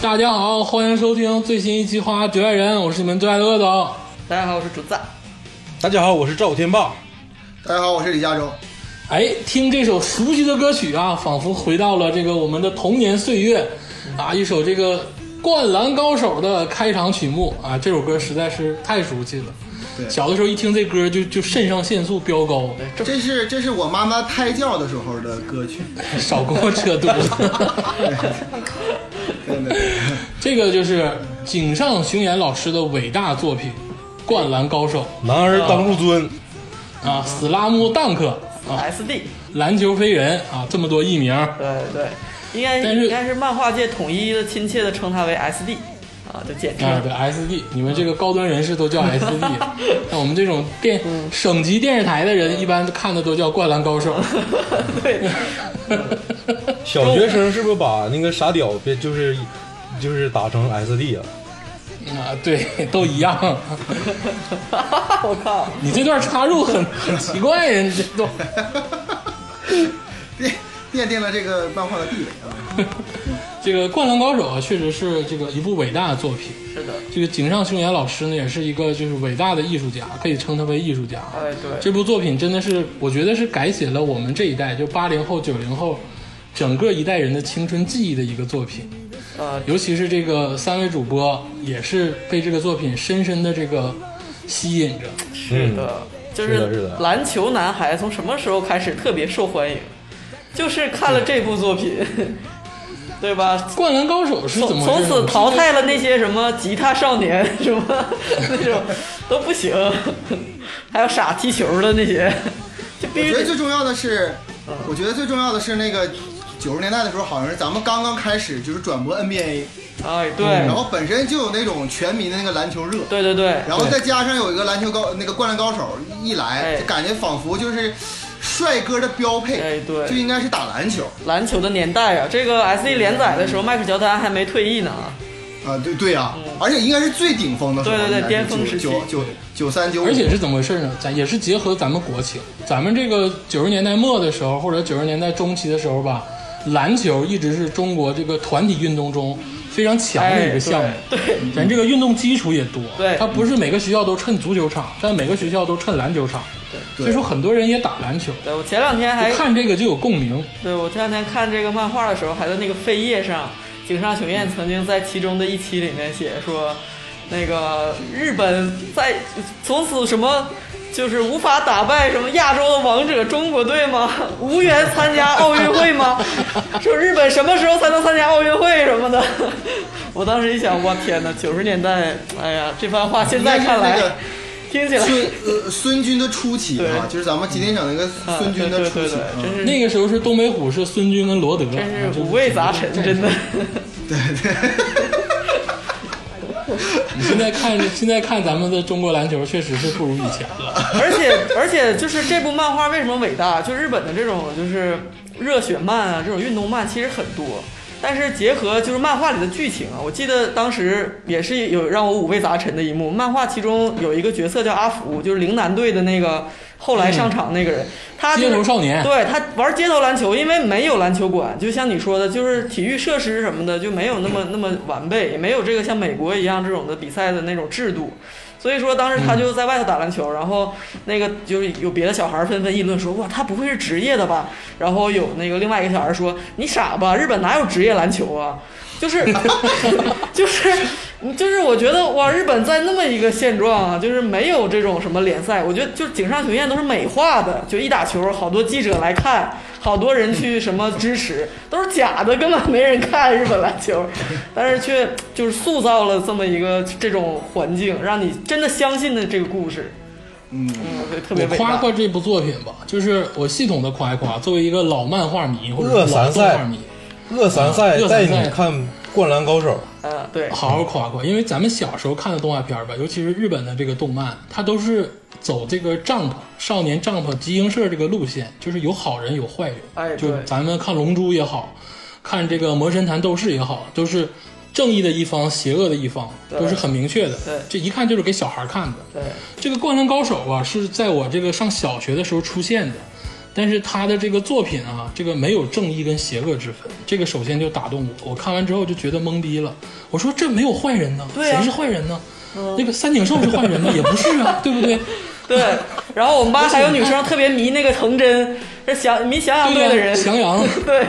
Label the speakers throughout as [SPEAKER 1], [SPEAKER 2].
[SPEAKER 1] 大家好，欢迎收听最新一期《花局外人》，我是你们最爱的恶总。
[SPEAKER 2] 大家好，我是竹子。
[SPEAKER 3] 大家好，我是赵天霸。
[SPEAKER 4] 大家好，我是李佳洲。
[SPEAKER 1] 哎，听这首熟悉的歌曲啊，仿佛回到了这个我们的童年岁月啊，一首这个《灌篮高手》的开场曲目啊，这首歌实在是太熟悉了。
[SPEAKER 4] 对
[SPEAKER 1] 小的时候一听这歌就就肾上腺素飙高，
[SPEAKER 4] 这是这是我妈妈胎教的时候的 歌曲，
[SPEAKER 1] 少跟我扯犊子。
[SPEAKER 4] 真的。
[SPEAKER 1] 这个就是井上雄彦老师的伟大作品《灌篮高手
[SPEAKER 3] 男儿当入樽，》
[SPEAKER 1] 啊，斯拉姆蛋克啊，
[SPEAKER 2] SD，
[SPEAKER 1] 篮球飞人啊，这么多艺名。
[SPEAKER 2] 对对，应该
[SPEAKER 1] 但是
[SPEAKER 2] 应该是漫画界统一的亲切的称它为 SD，啊，就简
[SPEAKER 1] 啊，
[SPEAKER 2] 称。
[SPEAKER 1] 对 SD，你们这个高端人士都叫 SD，那我们这种电省级电视台的人，一般看的都叫《灌篮高手》
[SPEAKER 2] 对，
[SPEAKER 3] 小学生是不是把那个傻屌别就是就是打成 SD 啊？
[SPEAKER 1] 啊，对，都一样。
[SPEAKER 2] 我靠，
[SPEAKER 1] 你这段插入很很奇怪呀，你这都
[SPEAKER 4] 奠 奠定了这个漫画的地位啊！
[SPEAKER 1] 这个《灌篮高手》啊，确实是这个一部伟大的作品。
[SPEAKER 2] 是的，
[SPEAKER 1] 这个井上雄彦老师呢，也是一个就是伟大的艺术家，可以称他为艺术家。
[SPEAKER 2] 哎对，
[SPEAKER 1] 这部作品真的是，我觉得是改写了我们这一代，就八零后、九零后，整个一代人的青春记忆的一个作品。
[SPEAKER 2] 呃，
[SPEAKER 1] 尤其是这嗯个三位主播也是被这个作品深深的这个吸引着。
[SPEAKER 2] 是的，就是
[SPEAKER 3] 的是的
[SPEAKER 2] 篮球男孩从什么时候开始特别受欢迎？就是看了这部作品， 对吧？
[SPEAKER 1] 《灌篮高手》是怎
[SPEAKER 2] 从
[SPEAKER 1] 么
[SPEAKER 2] 从
[SPEAKER 1] 回事
[SPEAKER 2] 此淘汰了那些什么吉他少年 什么那种都不行，还有傻踢球的那些，就必
[SPEAKER 4] 我
[SPEAKER 2] 须
[SPEAKER 4] 觉得
[SPEAKER 2] 得
[SPEAKER 4] 最重要的是，
[SPEAKER 2] 嗯
[SPEAKER 4] 我觉得最重要的是那个九十年代的时候，好像是咱们刚刚开始就是转播 NBA，
[SPEAKER 2] 哎对，
[SPEAKER 4] 然后本身就有那种全民的那个篮球热，
[SPEAKER 2] 对对对，
[SPEAKER 4] 然后再加上有一个篮球高那个灌篮高手一
[SPEAKER 2] 哎
[SPEAKER 4] 来，就感觉仿佛就是帅哥的标
[SPEAKER 2] 哎
[SPEAKER 4] 配，
[SPEAKER 2] 对
[SPEAKER 4] 就应该是打篮球
[SPEAKER 2] 篮球的年代啊，这个 SD 连载的时候，迈克尔乔丹还没退役呢。
[SPEAKER 4] 啊，对对呀，而且应该是最顶峰的时候，
[SPEAKER 2] 嗯对对对
[SPEAKER 4] 应该是
[SPEAKER 2] 巅峰时期
[SPEAKER 4] 九九九三九五，
[SPEAKER 1] 而且是怎么回事呢？咱也是结合咱们国情，咱们这个九十年代末的时候，或者九十年代中期的时候吧，篮球一直是中国这个团体运动中非常强的一个项目。
[SPEAKER 2] 哎对对
[SPEAKER 1] 咱这个运动基础也多，
[SPEAKER 2] 对
[SPEAKER 1] 它不是每个学校都趁足球场，但每个学校都趁篮球场，所以说很多人也打篮球，
[SPEAKER 2] 对我前两天还
[SPEAKER 1] 就看这个就有共鸣。
[SPEAKER 2] 对我前两天看这个漫画的时候，还在那个扉页上，井上雄彦曾经在其中的一期里面写说，那个日本在从此什么。就是无法打败什么亚洲的王者中国队吗？无缘参加奥运会吗？ 说日本什么时候才能参加奥运会什么的？ 我当时一想，我天哪，九十年代，哎呀，这番话现在看来，
[SPEAKER 4] 啊应该是那个
[SPEAKER 2] 听起来
[SPEAKER 4] 孙呃孙军的初期啊
[SPEAKER 2] 对，
[SPEAKER 4] 就是咱们吉林省那个
[SPEAKER 2] 啊
[SPEAKER 4] 孙军的
[SPEAKER 2] 对
[SPEAKER 4] 初
[SPEAKER 2] 对
[SPEAKER 4] 期
[SPEAKER 2] 对，对
[SPEAKER 4] 嗯
[SPEAKER 2] 真是
[SPEAKER 1] 那个时候是东北虎是孙军跟罗德，啊
[SPEAKER 2] 真是五味杂陈，真的。
[SPEAKER 1] 你现在看现在看咱们的中国篮球确实是不如以前了。
[SPEAKER 2] 而且而且就是这部漫画为什么伟大？就日本的这种就是热血漫啊，这种运动漫其实很多，但是结合就是漫画里的剧情啊，我记得当时也是有让我五味杂陈的一幕。漫画其中有一个角色叫阿福，就是陵南队的那个后来上场那个人，他就是
[SPEAKER 1] 街头少年
[SPEAKER 2] 对他玩街头篮球，因为没有篮球馆，就像你说的，就是体育设施什么的就没有那么那么完备，也没有这个像美国一样这种的比赛的那种制度。所以说当时他就在外头打篮球，然后那个就是有别的小孩纷纷议论说，哇，他不会是职业的吧？然后有那个另外一个小孩说，你傻吧，日本哪有职业篮球啊？就是 就是就是，我觉得哇，日本在那么一个现状啊，就是没有这种什么联赛，我觉得就是井上雄彦都是美化的，就一打球，好多记者来看，好多人去什么支持，都是假的，根本没人看日本篮球，但是却就是塑造了这么一个这种环境，让你真的相信的这个故事，
[SPEAKER 4] 嗯，
[SPEAKER 2] 嗯，我觉 得特别
[SPEAKER 1] 我
[SPEAKER 2] 伟
[SPEAKER 1] 夸
[SPEAKER 2] 大。
[SPEAKER 1] 夸这部作品吧，就是我系统的夸一夸。作为一个老漫画迷或者
[SPEAKER 3] 恶
[SPEAKER 1] 是
[SPEAKER 3] 三
[SPEAKER 1] 老动
[SPEAKER 3] 赛
[SPEAKER 1] 画迷，
[SPEAKER 3] 恶三赛
[SPEAKER 1] 恶
[SPEAKER 3] 带
[SPEAKER 1] 啊三赛
[SPEAKER 3] 你看《灌篮高手
[SPEAKER 2] 嗯，对，
[SPEAKER 1] 好好夸夸，因为咱们小时候看的动画片儿吧，尤其是日本的这个动漫，它都是走这个 Jump 少年 Jump 集英社这个路线，就是有好人有坏人。
[SPEAKER 2] 哎
[SPEAKER 1] 就
[SPEAKER 2] 对
[SPEAKER 1] 咱们看《龙珠》也好，看这个《魔神坛斗士》也好，都是正义的一方，邪恶的一方，
[SPEAKER 2] 对
[SPEAKER 1] 都是很明确的。
[SPEAKER 2] 对
[SPEAKER 1] 这一看就是给小孩看的。
[SPEAKER 2] 对，
[SPEAKER 1] 这个《灌篮高手》啊，是在我这个上小学的时候出现的。但是他的这个作品啊，这个没有正义跟邪恶之分，这个首先就打动我。我看完之后就觉得懵逼了，我说这没有坏人呢，
[SPEAKER 2] 对啊嗯
[SPEAKER 1] 谁是坏人呢？那个三井寿是坏人吗？也不是啊，对不对？
[SPEAKER 2] 对，然后我们班还有女生特别迷那个藤真，是想迷翔阳队的
[SPEAKER 1] 对呀、
[SPEAKER 2] 人，
[SPEAKER 1] 翔阳，
[SPEAKER 2] 对，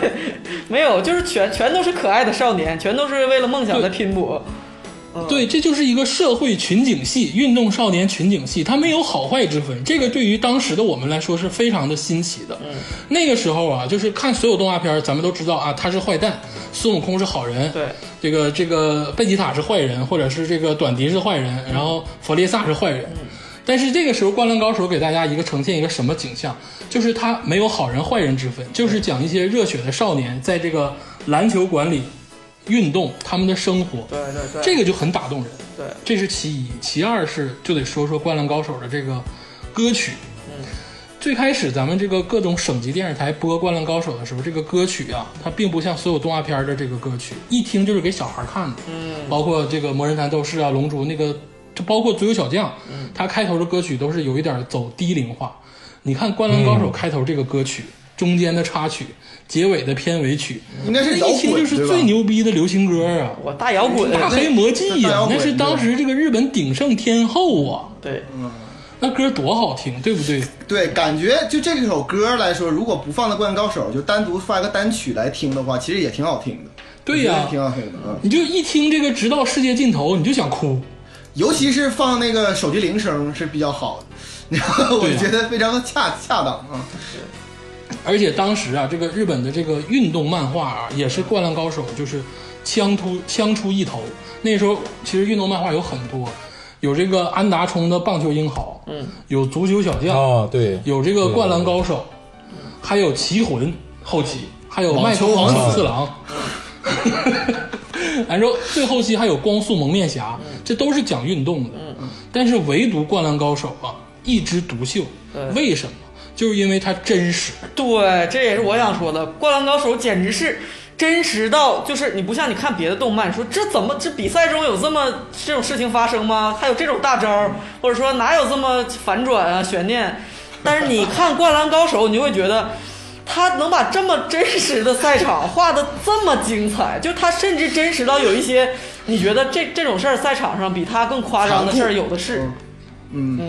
[SPEAKER 2] 没有，就是全全都是可爱的少年，全都是为了梦想在拼搏。
[SPEAKER 1] 对，这就是一个社会群景戏，运动少年群景戏，它没有好坏之分。这个对于当时的我们来说是非常的新奇的。那个时候啊，就是看所有动画片儿，咱们都知道啊，他是坏蛋，孙悟空是好人，
[SPEAKER 2] 对，
[SPEAKER 1] 这个这个贝吉塔是坏人，或者是这个短笛是坏人，然后弗利萨是坏人。但是这个时候，《灌篮高手》给大家一个呈现一个什么景象？就是他没有好人坏人之分，就是讲一些热血的少年在这个篮球馆里运动他们的生活。
[SPEAKER 2] 对对对，
[SPEAKER 1] 这个就很打动人，
[SPEAKER 2] 对
[SPEAKER 1] 这是其一。其二是就得说说《灌篮高手》的这个歌曲。
[SPEAKER 2] 嗯，
[SPEAKER 1] 最开始咱们这个各种省级电视台播《灌篮高手》的时候，这个歌曲啊，它并不像所有动画片的这个歌曲，一听就是给小孩看的。
[SPEAKER 2] 嗯，
[SPEAKER 1] 包括这个《魔人弹斗士》啊，《龙珠》那个，就包括《足球小将》，它开头的歌曲都是有一点走低龄化。你看《灌篮高手》开头这个歌曲，中间的插曲，结尾的片尾曲，
[SPEAKER 2] 嗯
[SPEAKER 4] 应该
[SPEAKER 1] 那
[SPEAKER 4] 是摇
[SPEAKER 1] 一听就
[SPEAKER 4] 滚
[SPEAKER 1] 是
[SPEAKER 4] 对
[SPEAKER 1] 最
[SPEAKER 4] 吧？
[SPEAKER 1] 牛逼的流行歌啊！
[SPEAKER 2] 我大摇滚，
[SPEAKER 1] 大
[SPEAKER 4] 哎
[SPEAKER 1] 黑魔记呀、
[SPEAKER 4] 那
[SPEAKER 1] 那是当时这个日本鼎盛天后啊，
[SPEAKER 2] 对，
[SPEAKER 1] 那歌多好听，对不对？
[SPEAKER 4] 对，感觉就这首歌来说，如果不放在《灌篮高手》，就单独发一个单曲来听的话，其实也挺好听的。
[SPEAKER 1] 对呀
[SPEAKER 4] 我觉得挺好听的。嗯，
[SPEAKER 1] 你就一听这个《直到世界尽头》，你就想哭。
[SPEAKER 4] 尤其是放那个手机铃声是比较好的， 然后我
[SPEAKER 1] 对呀
[SPEAKER 4] 觉得非常的恰恰当啊。
[SPEAKER 1] 而且当时啊，这个日本的这个运动漫画啊，也是《灌篮高手》就是枪突枪出一头。那时候其实运动漫画有很多，有这个安达充的《棒球英豪》，
[SPEAKER 2] 嗯，
[SPEAKER 1] 有《足球小将》，
[SPEAKER 3] 啊，对，
[SPEAKER 1] 有这个《灌篮高手》，还有《棋魂》后期，还有《麦克
[SPEAKER 4] 网
[SPEAKER 1] 黄
[SPEAKER 4] 球王
[SPEAKER 1] 十四郎》。 然后最后期还有《光速蒙面侠》，
[SPEAKER 2] 嗯
[SPEAKER 1] 这都是讲运动的。但是唯独《灌篮高手》啊，一枝独秀。为什么？就是因为它真实。
[SPEAKER 2] 对，这也是我想说的，《灌篮高手》简直是真实到，就是你不像你看别的动漫，说这怎么这比赛中有这么这种事情发生吗？还有这种大招儿，或者说哪有这么反转啊悬念？但是你看《灌篮高手》，你就会觉得。他能把这么真实的赛场画的这么精彩，就他甚至真实到有一些你觉得这这种事儿赛场上比他更夸张的事儿有的是。
[SPEAKER 4] 嗯，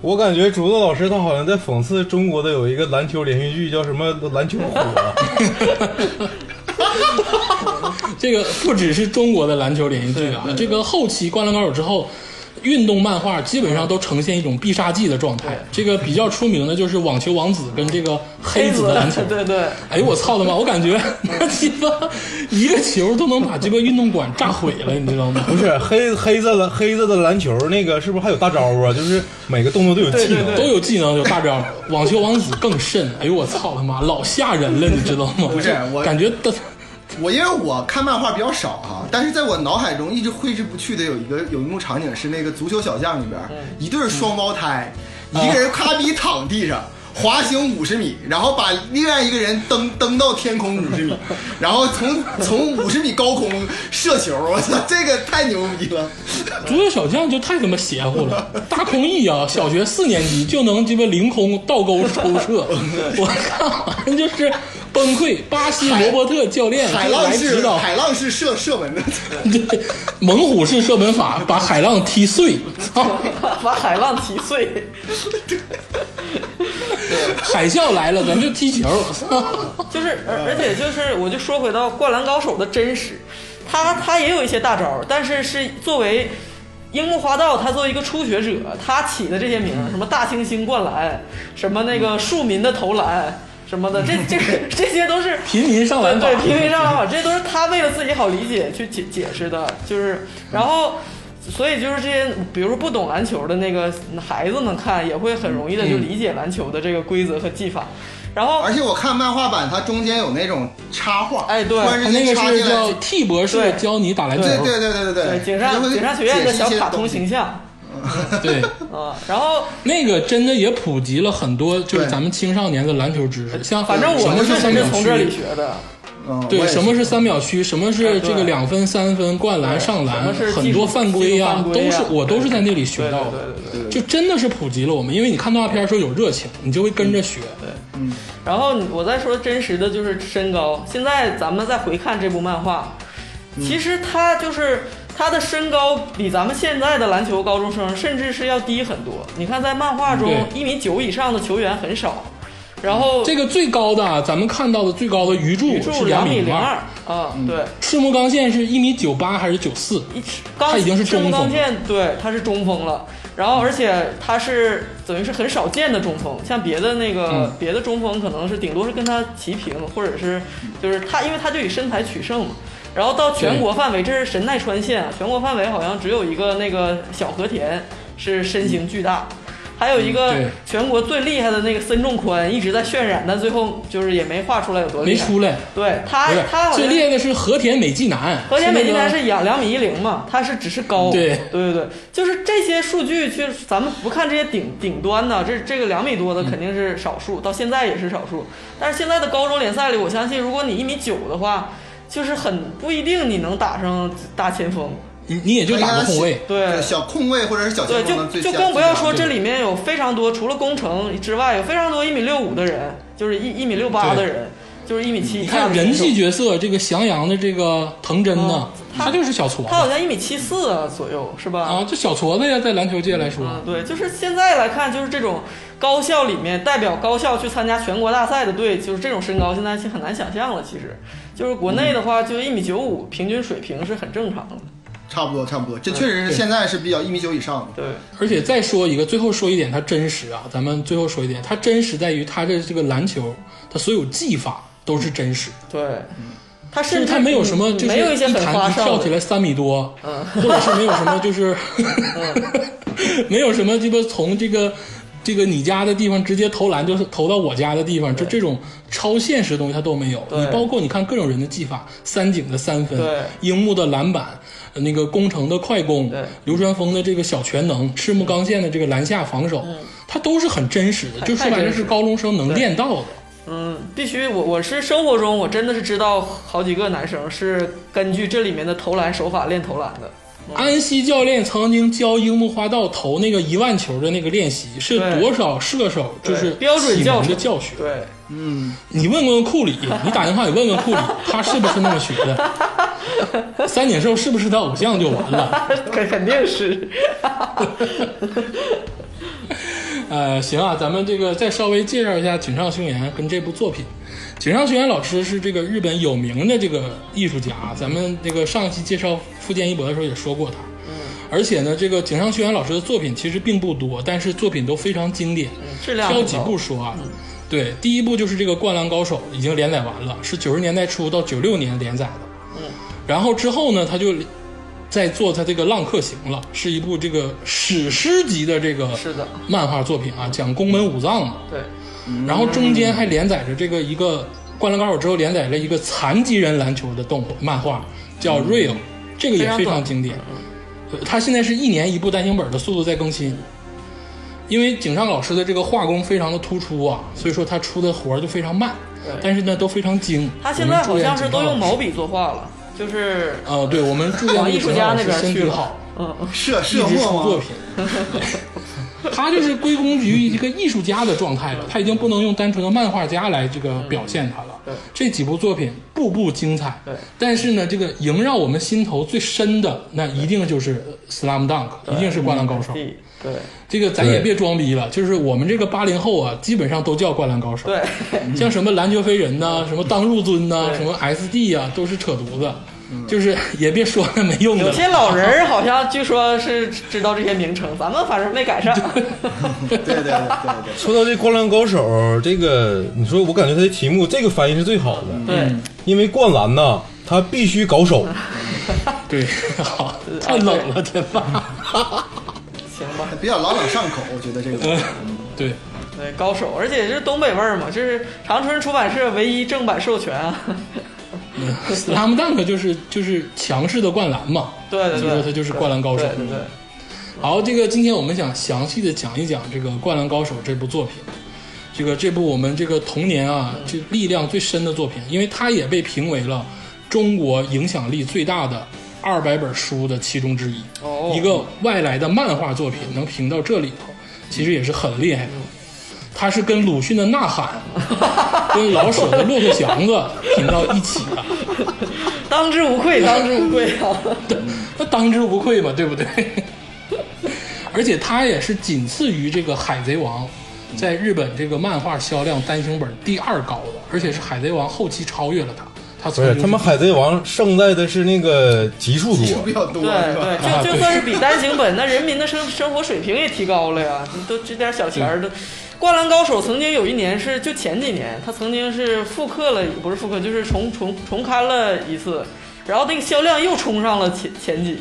[SPEAKER 3] 我感觉竹子老师他好像在讽刺中国的有一个篮球连续剧，叫什么《篮球啊火》
[SPEAKER 1] 这个不只是中国的篮球连续剧啊，这个后期《灌篮高手》之后，运动漫画基本上都呈现一种必杀技的状态。这个比较出名的就是网球王子跟这个黑子的篮球。
[SPEAKER 2] 对对，
[SPEAKER 1] 哎呦我操他妈！我感觉 那鸡巴一个球都能把这个运动馆炸毁了，你知道吗？
[SPEAKER 3] 不是黑黑色篮黑色的篮球那个是不是还有大招啊？就是每个动作都有技能。
[SPEAKER 1] 都有技能，有大招。网球王子更甚，哎呦我操他妈，老吓 人了，你知道吗？
[SPEAKER 4] 不是我
[SPEAKER 1] 感觉都
[SPEAKER 4] 我因为我看漫画比较少哈、但是在我脑海中一直挥之不去的有一个有一幕场景是那个足球小将里边，
[SPEAKER 2] 嗯
[SPEAKER 4] 一对双胞胎，一个人咔比躺地上。滑行五十米，然后把另外一个人蹬蹬到天空五十米，然后从从五十米高空射球，我操，这个太牛逼了！
[SPEAKER 2] 嗯
[SPEAKER 1] 足球小将就太他妈邪乎 了。大空翼啊，小学四年级就能鸡巴凌空倒钩抽 射，我看完就是崩溃。巴西罗伯特教练
[SPEAKER 4] 海
[SPEAKER 1] 就
[SPEAKER 4] 浪
[SPEAKER 1] 来指
[SPEAKER 4] 式
[SPEAKER 1] 导，
[SPEAKER 4] 海浪式射射门的，
[SPEAKER 1] 对猛虎式射门法把海浪踢碎，操！
[SPEAKER 2] 把海浪踢碎。
[SPEAKER 1] 海啸来了，咱就踢球。
[SPEAKER 2] 就是，而而且就是，我就说回到《灌篮高手》的真实，他他也有一些大招儿，但是是作为樱木花道，他作为一个初学者，他起的这些名儿，什么大猩猩灌篮，什么那个庶民的投篮什么的，这这个这些都是
[SPEAKER 1] 平民 上篮法
[SPEAKER 2] 对，平民上篮法，这都是他为了自己好理解去解解释的，就是，然后。所以就是这些，比如说不懂篮球的那个孩子们看，也会很容易的
[SPEAKER 1] 嗯
[SPEAKER 2] 就理解篮球的这个规则和技法。然后，
[SPEAKER 4] 而且我看漫画版，它中间有那种插画，
[SPEAKER 2] 哎对
[SPEAKER 4] 突然之
[SPEAKER 1] 那
[SPEAKER 4] 间
[SPEAKER 1] 个
[SPEAKER 4] 插
[SPEAKER 1] 是
[SPEAKER 4] 进来
[SPEAKER 1] 叫，替博士
[SPEAKER 2] 对
[SPEAKER 1] 教你打篮球，
[SPEAKER 4] 对对对对对
[SPEAKER 2] 对，
[SPEAKER 4] 对，
[SPEAKER 2] 警
[SPEAKER 4] 它
[SPEAKER 2] 呃上
[SPEAKER 4] 就会
[SPEAKER 2] 警上学院的
[SPEAKER 4] 解释一
[SPEAKER 2] 小
[SPEAKER 4] 些
[SPEAKER 2] 卡
[SPEAKER 4] 东
[SPEAKER 2] 通
[SPEAKER 4] 西
[SPEAKER 2] 形象
[SPEAKER 1] 对
[SPEAKER 2] 啊，然后
[SPEAKER 1] 那个真的也普及了很多，就是
[SPEAKER 4] 对
[SPEAKER 1] 咱们青少年的篮球知识。像
[SPEAKER 2] 反正
[SPEAKER 1] 什
[SPEAKER 2] 我
[SPEAKER 1] 么
[SPEAKER 2] 们确
[SPEAKER 1] 是三
[SPEAKER 2] 实
[SPEAKER 1] 秒
[SPEAKER 2] 是从
[SPEAKER 1] 区
[SPEAKER 2] 这里学的，
[SPEAKER 4] 嗯我
[SPEAKER 1] 对，
[SPEAKER 4] 也是
[SPEAKER 1] 什么是三秒区，什么是这个两分、三分、灌篮、上篮
[SPEAKER 2] 什么，是
[SPEAKER 1] 很多
[SPEAKER 2] 技术
[SPEAKER 1] 犯规
[SPEAKER 2] 技术
[SPEAKER 1] 呀
[SPEAKER 2] 犯，规
[SPEAKER 1] 都
[SPEAKER 2] 呀
[SPEAKER 1] 是我都是在那里学
[SPEAKER 2] 对对
[SPEAKER 1] 到的。
[SPEAKER 2] 对对对。
[SPEAKER 1] 就真的是普及了我们，因为你看动画片的时候有热情，你就会跟着学。
[SPEAKER 4] 嗯，
[SPEAKER 2] 然后你我再说真实的就是身高，现在咱们再回看这部漫画，其
[SPEAKER 1] 嗯
[SPEAKER 2] 实他就是他的身高比咱们现在的篮球高中生甚至是要低很多。你看在漫画中，
[SPEAKER 1] 对嗯
[SPEAKER 2] 一米九以上的球员很少，然后
[SPEAKER 1] 这个最高的啊，咱们看到的最高的鱼柱
[SPEAKER 2] 宇
[SPEAKER 1] 是
[SPEAKER 2] 柱两
[SPEAKER 1] 米
[SPEAKER 2] 零
[SPEAKER 1] 二，嗯
[SPEAKER 2] 二啊，对。
[SPEAKER 1] 赤木刚宪是一米九八还是九四？
[SPEAKER 2] 一刚
[SPEAKER 1] 他已经是中锋了
[SPEAKER 2] 刚健对，他是中锋了。然后，而且他是等于是很少见的中锋，像别的那个、
[SPEAKER 1] 嗯
[SPEAKER 2] 别的中锋可能是顶多是跟他齐平，或者是就是他，因为他就以身材取胜嘛。然后到全国范围，这是神奈川县，啊全国范围好像只有一个那个小和田是身形巨大，还有一个
[SPEAKER 1] 嗯对
[SPEAKER 2] 全国最厉害的那个森重宽一直在渲染，但最后就是也没画出来有多
[SPEAKER 1] 没
[SPEAKER 2] 厉害。
[SPEAKER 1] 出来。
[SPEAKER 2] 对他
[SPEAKER 1] 不是，
[SPEAKER 2] 他好像
[SPEAKER 1] 最厉害的是和田美纪男。
[SPEAKER 2] 和田美纪男
[SPEAKER 1] 那个
[SPEAKER 2] 是两两米一零嘛，他是只是高。
[SPEAKER 1] 对
[SPEAKER 2] 对对对就是这些数据，其实咱们不看这些顶顶端的，这这个两米多的肯
[SPEAKER 1] 嗯
[SPEAKER 2] 定是少数，到现在也是少数。但是现在的高中联赛里，我相信如果你一米九的话，就是很不一定你能打上大前锋。
[SPEAKER 1] 你你也就打个后卫，
[SPEAKER 2] 对
[SPEAKER 4] 哎小控卫或者是小前
[SPEAKER 2] 对，
[SPEAKER 4] 锋的
[SPEAKER 2] 就
[SPEAKER 4] 最
[SPEAKER 2] 就
[SPEAKER 4] 佳
[SPEAKER 2] 更不要说
[SPEAKER 4] 最佳
[SPEAKER 2] 这里面有非常多，除了工程之外，有非常多一米六五的人，就是一一米六八的
[SPEAKER 1] 对
[SPEAKER 2] 人，就是一米七以
[SPEAKER 1] 你
[SPEAKER 2] 下
[SPEAKER 1] 看
[SPEAKER 2] 的选
[SPEAKER 1] 人
[SPEAKER 2] 手
[SPEAKER 1] 气角色这个翔阳的这个藤真呢，他就是小矬
[SPEAKER 2] 哦他好
[SPEAKER 1] 子
[SPEAKER 2] 像一米七四啊左右，是吧？
[SPEAKER 1] 啊，这小矬子呀，在篮球界来说，
[SPEAKER 2] 嗯，对，就是现在来看，就是这种高校里面代表高校去参加全国大赛的队，就是这种身高，现在是很难想象了。其实，就是国内的话，就一米九五平均水平是很正常的。
[SPEAKER 4] 差不多差不多，这确实是
[SPEAKER 1] 对
[SPEAKER 4] 现在是比较一米九以上的。
[SPEAKER 2] 对，
[SPEAKER 1] 而且再说一个，最后说一点，它真实啊，咱们最后说一点，它真实在于它的这个篮球，它所有技法都是真实的，
[SPEAKER 2] 对，他
[SPEAKER 1] 嗯就
[SPEAKER 2] 甚
[SPEAKER 1] 是
[SPEAKER 2] 至嗯
[SPEAKER 1] 它没有什么，就是
[SPEAKER 2] 没有一些很花
[SPEAKER 1] 弹一
[SPEAKER 2] 哨
[SPEAKER 1] 跳起
[SPEAKER 2] 的。嗯
[SPEAKER 1] 来三米多，或者是没有什么就是 没有什么鸡巴从这个。这个你家的地方直接投篮，就是投到我家的地方，就这种超现实的东西它都没有。
[SPEAKER 2] 对
[SPEAKER 1] 你包括你看各种人的技法，三井的三分
[SPEAKER 2] 对，
[SPEAKER 1] 樱木的篮板，呃那个宫城的快攻
[SPEAKER 2] 对，
[SPEAKER 1] 流川枫的这个小全能，赤木刚宪的这个篮下防守，它都是很真实的，
[SPEAKER 2] 嗯太
[SPEAKER 1] 就说白
[SPEAKER 2] 太
[SPEAKER 1] 了
[SPEAKER 2] 真实
[SPEAKER 1] 是高中生能
[SPEAKER 2] 对
[SPEAKER 1] 练到的。
[SPEAKER 2] 嗯，必须我我是生活中我真的是知道好几个男生是根据这里面的投篮手法练投篮的。
[SPEAKER 1] 安西教练曾经教樱木花道投那个一万球的那个练习，是
[SPEAKER 2] 对
[SPEAKER 1] 多少射手就
[SPEAKER 2] 对
[SPEAKER 1] 是
[SPEAKER 2] 标准
[SPEAKER 1] 启
[SPEAKER 2] 教
[SPEAKER 1] 蒙的
[SPEAKER 2] 程
[SPEAKER 1] 教学。
[SPEAKER 2] 对，
[SPEAKER 4] 嗯，
[SPEAKER 1] 你问问库里，你打电话你问问库里，他是不是那么学的？三井寿是不是他偶像就完了？
[SPEAKER 2] 肯肯定是。
[SPEAKER 1] 呃，行啊，咱们这个再稍微介绍一下井上雄彦啊跟这部作品。井上雄彦老师是这个日本有名的这个艺术家，咱们这个上期介绍富坚义博的时候也说过他。而且呢，这个井上雄彦老师的作品其实并不多，但是作品都非常经典。
[SPEAKER 2] 质量
[SPEAKER 1] 挑
[SPEAKER 2] 很
[SPEAKER 1] 几
[SPEAKER 2] 高
[SPEAKER 1] 部说啊。嗯对，第一部就是这个《灌篮高手》，已经连载完了，是九十年代初到九六年连载的。
[SPEAKER 2] 嗯，
[SPEAKER 1] 然后之后呢，他就在做他这个《浪客行》了，是一部这个史诗级的这个
[SPEAKER 2] 是的，
[SPEAKER 1] 漫画作品啊，讲宫本武藏的。
[SPEAKER 2] 对，
[SPEAKER 1] 然后中间还连载着这个一个《灌篮高手》之后连载了一个残疾人篮球的动画漫画，叫《Real》，这个
[SPEAKER 2] 嗯
[SPEAKER 1] 也非常经典。呃它现在是一年一部单行本的速度在更新，因为井上老师的这个画工非常的突出啊，所以说他出的活儿就非常慢
[SPEAKER 2] 对，
[SPEAKER 1] 但是呢都非常精。
[SPEAKER 2] 他现在好像是都用毛
[SPEAKER 1] 毛。
[SPEAKER 2] 笔作画了， 就是
[SPEAKER 1] 呃，对，我们祝愿
[SPEAKER 2] 往
[SPEAKER 1] 这
[SPEAKER 2] 艺
[SPEAKER 1] 个
[SPEAKER 2] 术
[SPEAKER 1] 井
[SPEAKER 2] 家
[SPEAKER 1] 上老
[SPEAKER 2] 那
[SPEAKER 1] 师
[SPEAKER 2] 边
[SPEAKER 1] 身
[SPEAKER 2] 去
[SPEAKER 1] 体
[SPEAKER 2] 了
[SPEAKER 1] 好，。
[SPEAKER 2] 嗯，嗯
[SPEAKER 4] 射
[SPEAKER 1] 一
[SPEAKER 4] 射
[SPEAKER 1] 直出
[SPEAKER 4] 墨
[SPEAKER 1] 作
[SPEAKER 4] 吗？
[SPEAKER 1] 品。 他就是归功于一个艺术家的状态了，他已经不能用单纯的漫画家来这个表现他
[SPEAKER 2] 嗯对
[SPEAKER 1] 了。这几部作品步步精彩
[SPEAKER 2] 对，
[SPEAKER 1] 但是呢，这个萦绕我们心头最深的，那一定就是《Slam Dunk》，一定是《灌篮高手》。
[SPEAKER 2] 对对
[SPEAKER 1] 这个咱也
[SPEAKER 3] 对
[SPEAKER 1] 别装逼了，就是我们这个八零后啊，基本上都叫《灌篮高手》。
[SPEAKER 2] 对，
[SPEAKER 1] 像什么篮球飞人呐、什么当入樽呐、
[SPEAKER 2] 对嗯
[SPEAKER 1] 什么 SD 啊，都是扯犊子，就是也别说那没用的了。
[SPEAKER 2] 有些老人儿好像据说是知道这些名称，咱们反正没赶上。
[SPEAKER 4] 对对对对对，
[SPEAKER 3] 说到这《灌篮高手》，这个你说我感觉它的题目这个翻译是最好的，
[SPEAKER 2] 对，
[SPEAKER 1] 嗯
[SPEAKER 3] 因为灌篮呐，它必须搞手。
[SPEAKER 1] 对， 好，
[SPEAKER 2] 呃
[SPEAKER 1] 太冷了，天霸。
[SPEAKER 2] 行吧，
[SPEAKER 4] 比较朗朗上口，我觉得这
[SPEAKER 1] 嗯
[SPEAKER 4] 个。
[SPEAKER 1] 对，
[SPEAKER 2] 对高手，而且是东北味儿嘛，这是长春出版社唯一正版授权啊。
[SPEAKER 1] 斯拉姆 dunk 就是就是强势的灌篮嘛，
[SPEAKER 2] 对
[SPEAKER 1] 所
[SPEAKER 2] 对
[SPEAKER 1] 以
[SPEAKER 2] 对，
[SPEAKER 1] 说他就是灌篮高手。嗯
[SPEAKER 2] 对对对，
[SPEAKER 1] 好，这个今天我们想详细的讲一讲这个《灌篮高手》这部作品，这个这部我们这个童年啊，这力量最深的作品，因为它也被评为了中国影响力最大的二百本书的其中之一。
[SPEAKER 2] 哦嗯
[SPEAKER 1] 一个外来的漫画作品能评到这里头，其实也是很厉害的。它是跟鲁迅的《呐喊》 跟老舍的《骆驼祥子》拼到一起的，
[SPEAKER 2] 当之无愧，当之无愧啊！
[SPEAKER 1] 那当之无愧嘛，对不对？ 而且它也是仅次于这个《海贼王》在日本这个漫画销量单行本第二高的，而且是《海贼王》后期超越了它。它
[SPEAKER 3] 不
[SPEAKER 1] 从
[SPEAKER 3] 是
[SPEAKER 1] 流
[SPEAKER 3] 他们《海贼王》胜在的是那个集数
[SPEAKER 4] 集数比
[SPEAKER 3] 多，
[SPEAKER 4] 较多，
[SPEAKER 2] 对
[SPEAKER 4] 是吧？
[SPEAKER 2] 对，
[SPEAKER 1] 啊
[SPEAKER 2] 就就
[SPEAKER 1] 对
[SPEAKER 2] 算是比单行本，那人民的生生活水平也提高了呀。你都这点小钱儿都，《灌篮高手》曾经有一年是就前几年，他曾经是复刻了，不是复刻，就是重重重刊了一次，然后那个销量又冲上了前前几，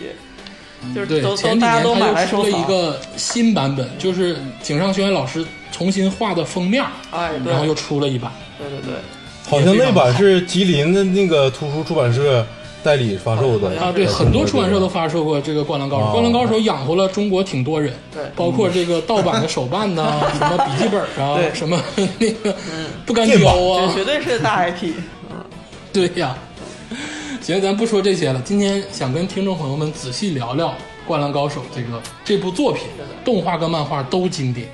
[SPEAKER 2] 就是
[SPEAKER 1] 嗯对
[SPEAKER 2] 都
[SPEAKER 1] 前
[SPEAKER 2] 都
[SPEAKER 1] 几
[SPEAKER 2] 大家
[SPEAKER 1] 年
[SPEAKER 2] 都
[SPEAKER 1] 它
[SPEAKER 2] 买
[SPEAKER 1] 又
[SPEAKER 2] 来
[SPEAKER 1] 出
[SPEAKER 2] 收
[SPEAKER 1] 了
[SPEAKER 2] 藏。
[SPEAKER 1] 一个新版本，就是井上雄彦老师重新画的封面，
[SPEAKER 2] 哎，
[SPEAKER 1] 嗯
[SPEAKER 2] 对
[SPEAKER 1] 然后又出了一版。
[SPEAKER 2] 对对对，
[SPEAKER 3] 好像那版是吉林的那个图书出版社代理发售的
[SPEAKER 1] 啊，对，很多出版社都发售过这个《灌篮高手》，
[SPEAKER 3] 哦
[SPEAKER 1] 《灌篮高手》养活了中国挺多人，
[SPEAKER 2] 对
[SPEAKER 1] 包括这个盗版的手办呐、 什么笔记本啊，
[SPEAKER 2] 对嗯
[SPEAKER 1] 什么那个不干胶
[SPEAKER 2] 这
[SPEAKER 1] 啊，
[SPEAKER 2] 绝对是大 IP。
[SPEAKER 1] 对呀、行，咱不说这些了，今天想跟听众朋友们仔细聊聊《灌篮高手》这个这部作品，动画跟漫画都经典。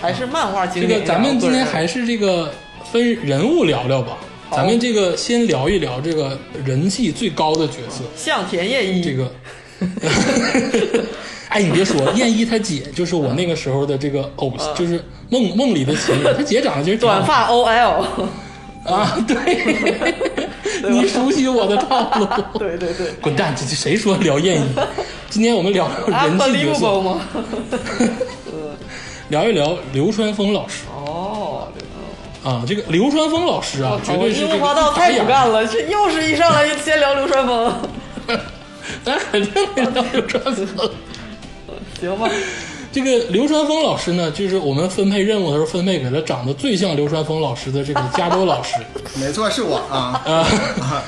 [SPEAKER 2] 还是漫画
[SPEAKER 1] 这
[SPEAKER 2] 经典
[SPEAKER 1] 个
[SPEAKER 2] 呀。
[SPEAKER 1] 咱们今天
[SPEAKER 2] 我个人
[SPEAKER 1] 还是这个分人物聊聊吧，
[SPEAKER 2] 好
[SPEAKER 1] 咱们这个先聊一聊这个人气最高的角色。
[SPEAKER 2] 向田彦一
[SPEAKER 1] 这个， 哎，你别说，燕一她姐就是我那个时候的这个偶，就是梦梦里的情人，她姐长得就是挺好
[SPEAKER 2] 啊短发 OL，
[SPEAKER 1] 啊， 对，你熟悉我的套路，
[SPEAKER 2] 对对对。
[SPEAKER 1] 滚蛋！这这谁说聊燕一？今天我们聊聊
[SPEAKER 2] 啊
[SPEAKER 1] 人气角
[SPEAKER 2] Unbelievable
[SPEAKER 1] 色，
[SPEAKER 2] 吗？
[SPEAKER 1] 聊一聊流川枫老师
[SPEAKER 2] 哦，
[SPEAKER 1] 啊，这个流川枫老师啊，绝对是
[SPEAKER 2] 樱
[SPEAKER 1] 这个
[SPEAKER 2] 木花
[SPEAKER 1] 一
[SPEAKER 2] 道
[SPEAKER 1] 打
[SPEAKER 2] 太
[SPEAKER 1] 眼
[SPEAKER 2] 骨干了，这又是一上来就先聊流川枫，
[SPEAKER 1] 咱肯定得聊流川枫。
[SPEAKER 2] 行吧？
[SPEAKER 1] 这个流川枫老师呢，就是我们分配任务的时候分配给他长得最像流川枫老师的这个加州老师。
[SPEAKER 4] 没错，是我啊，
[SPEAKER 1] 啊，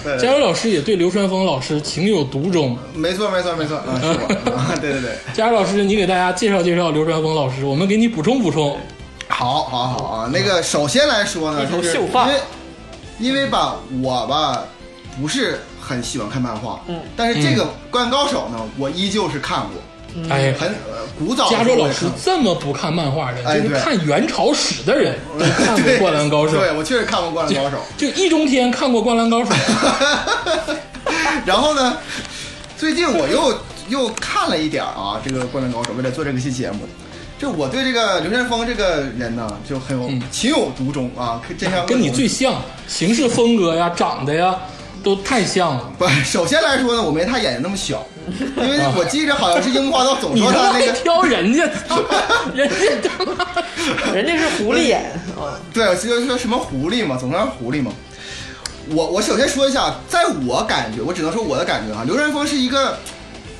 [SPEAKER 4] 对
[SPEAKER 1] 加州老师也对流川枫老师情有独钟。
[SPEAKER 4] 没错，没错，没错，啊，是我啊，对对对，
[SPEAKER 1] 加州老师，你给大家介绍介绍流川枫老师，我们给你补充补充。
[SPEAKER 4] 好，好，好啊！那
[SPEAKER 1] 嗯
[SPEAKER 4] 个，首先来说呢，
[SPEAKER 2] 一头
[SPEAKER 4] 就是
[SPEAKER 2] 秀发
[SPEAKER 4] 因为因为吧，我吧不是很喜欢看漫画，
[SPEAKER 2] 嗯
[SPEAKER 4] 但是这个《灌篮高手》呢，我依旧是看过，
[SPEAKER 1] 哎呀，
[SPEAKER 4] 很呃古早的时
[SPEAKER 1] 加
[SPEAKER 4] 候
[SPEAKER 1] 州老
[SPEAKER 4] 也
[SPEAKER 1] 师
[SPEAKER 4] 看过
[SPEAKER 1] 这么不看漫画人，
[SPEAKER 4] 哎
[SPEAKER 1] 就是
[SPEAKER 4] 对哎
[SPEAKER 1] 看元朝史的人，就看过《灌篮高手》
[SPEAKER 4] 对我确实看过《灌篮高手
[SPEAKER 1] 就易中天看过《灌篮高手》》，
[SPEAKER 4] 然后呢，最近我又又看了一点儿啊，这个《灌篮高手》，为了做这个期节目。这我对这个刘山峰这个人呢，就很有情有独钟啊，可真像
[SPEAKER 1] 嗯跟你最像，行事风格呀、长得呀，都太像了。
[SPEAKER 4] 不，首先来说呢，我没他眼睛那么小，因为我记着好像是樱木花道总
[SPEAKER 1] 啊你
[SPEAKER 4] 说
[SPEAKER 1] 他
[SPEAKER 4] 他
[SPEAKER 1] 妈
[SPEAKER 4] 那
[SPEAKER 1] 还
[SPEAKER 4] 个，
[SPEAKER 1] 挑人 家，人家他妈
[SPEAKER 2] 人家是狐狸眼，哦
[SPEAKER 4] 对，就是说什么狐狸嘛，总说他是狐狸嘛。我我首先说一下，在我感觉，我只能说我的感觉啊，刘仁峰是一个，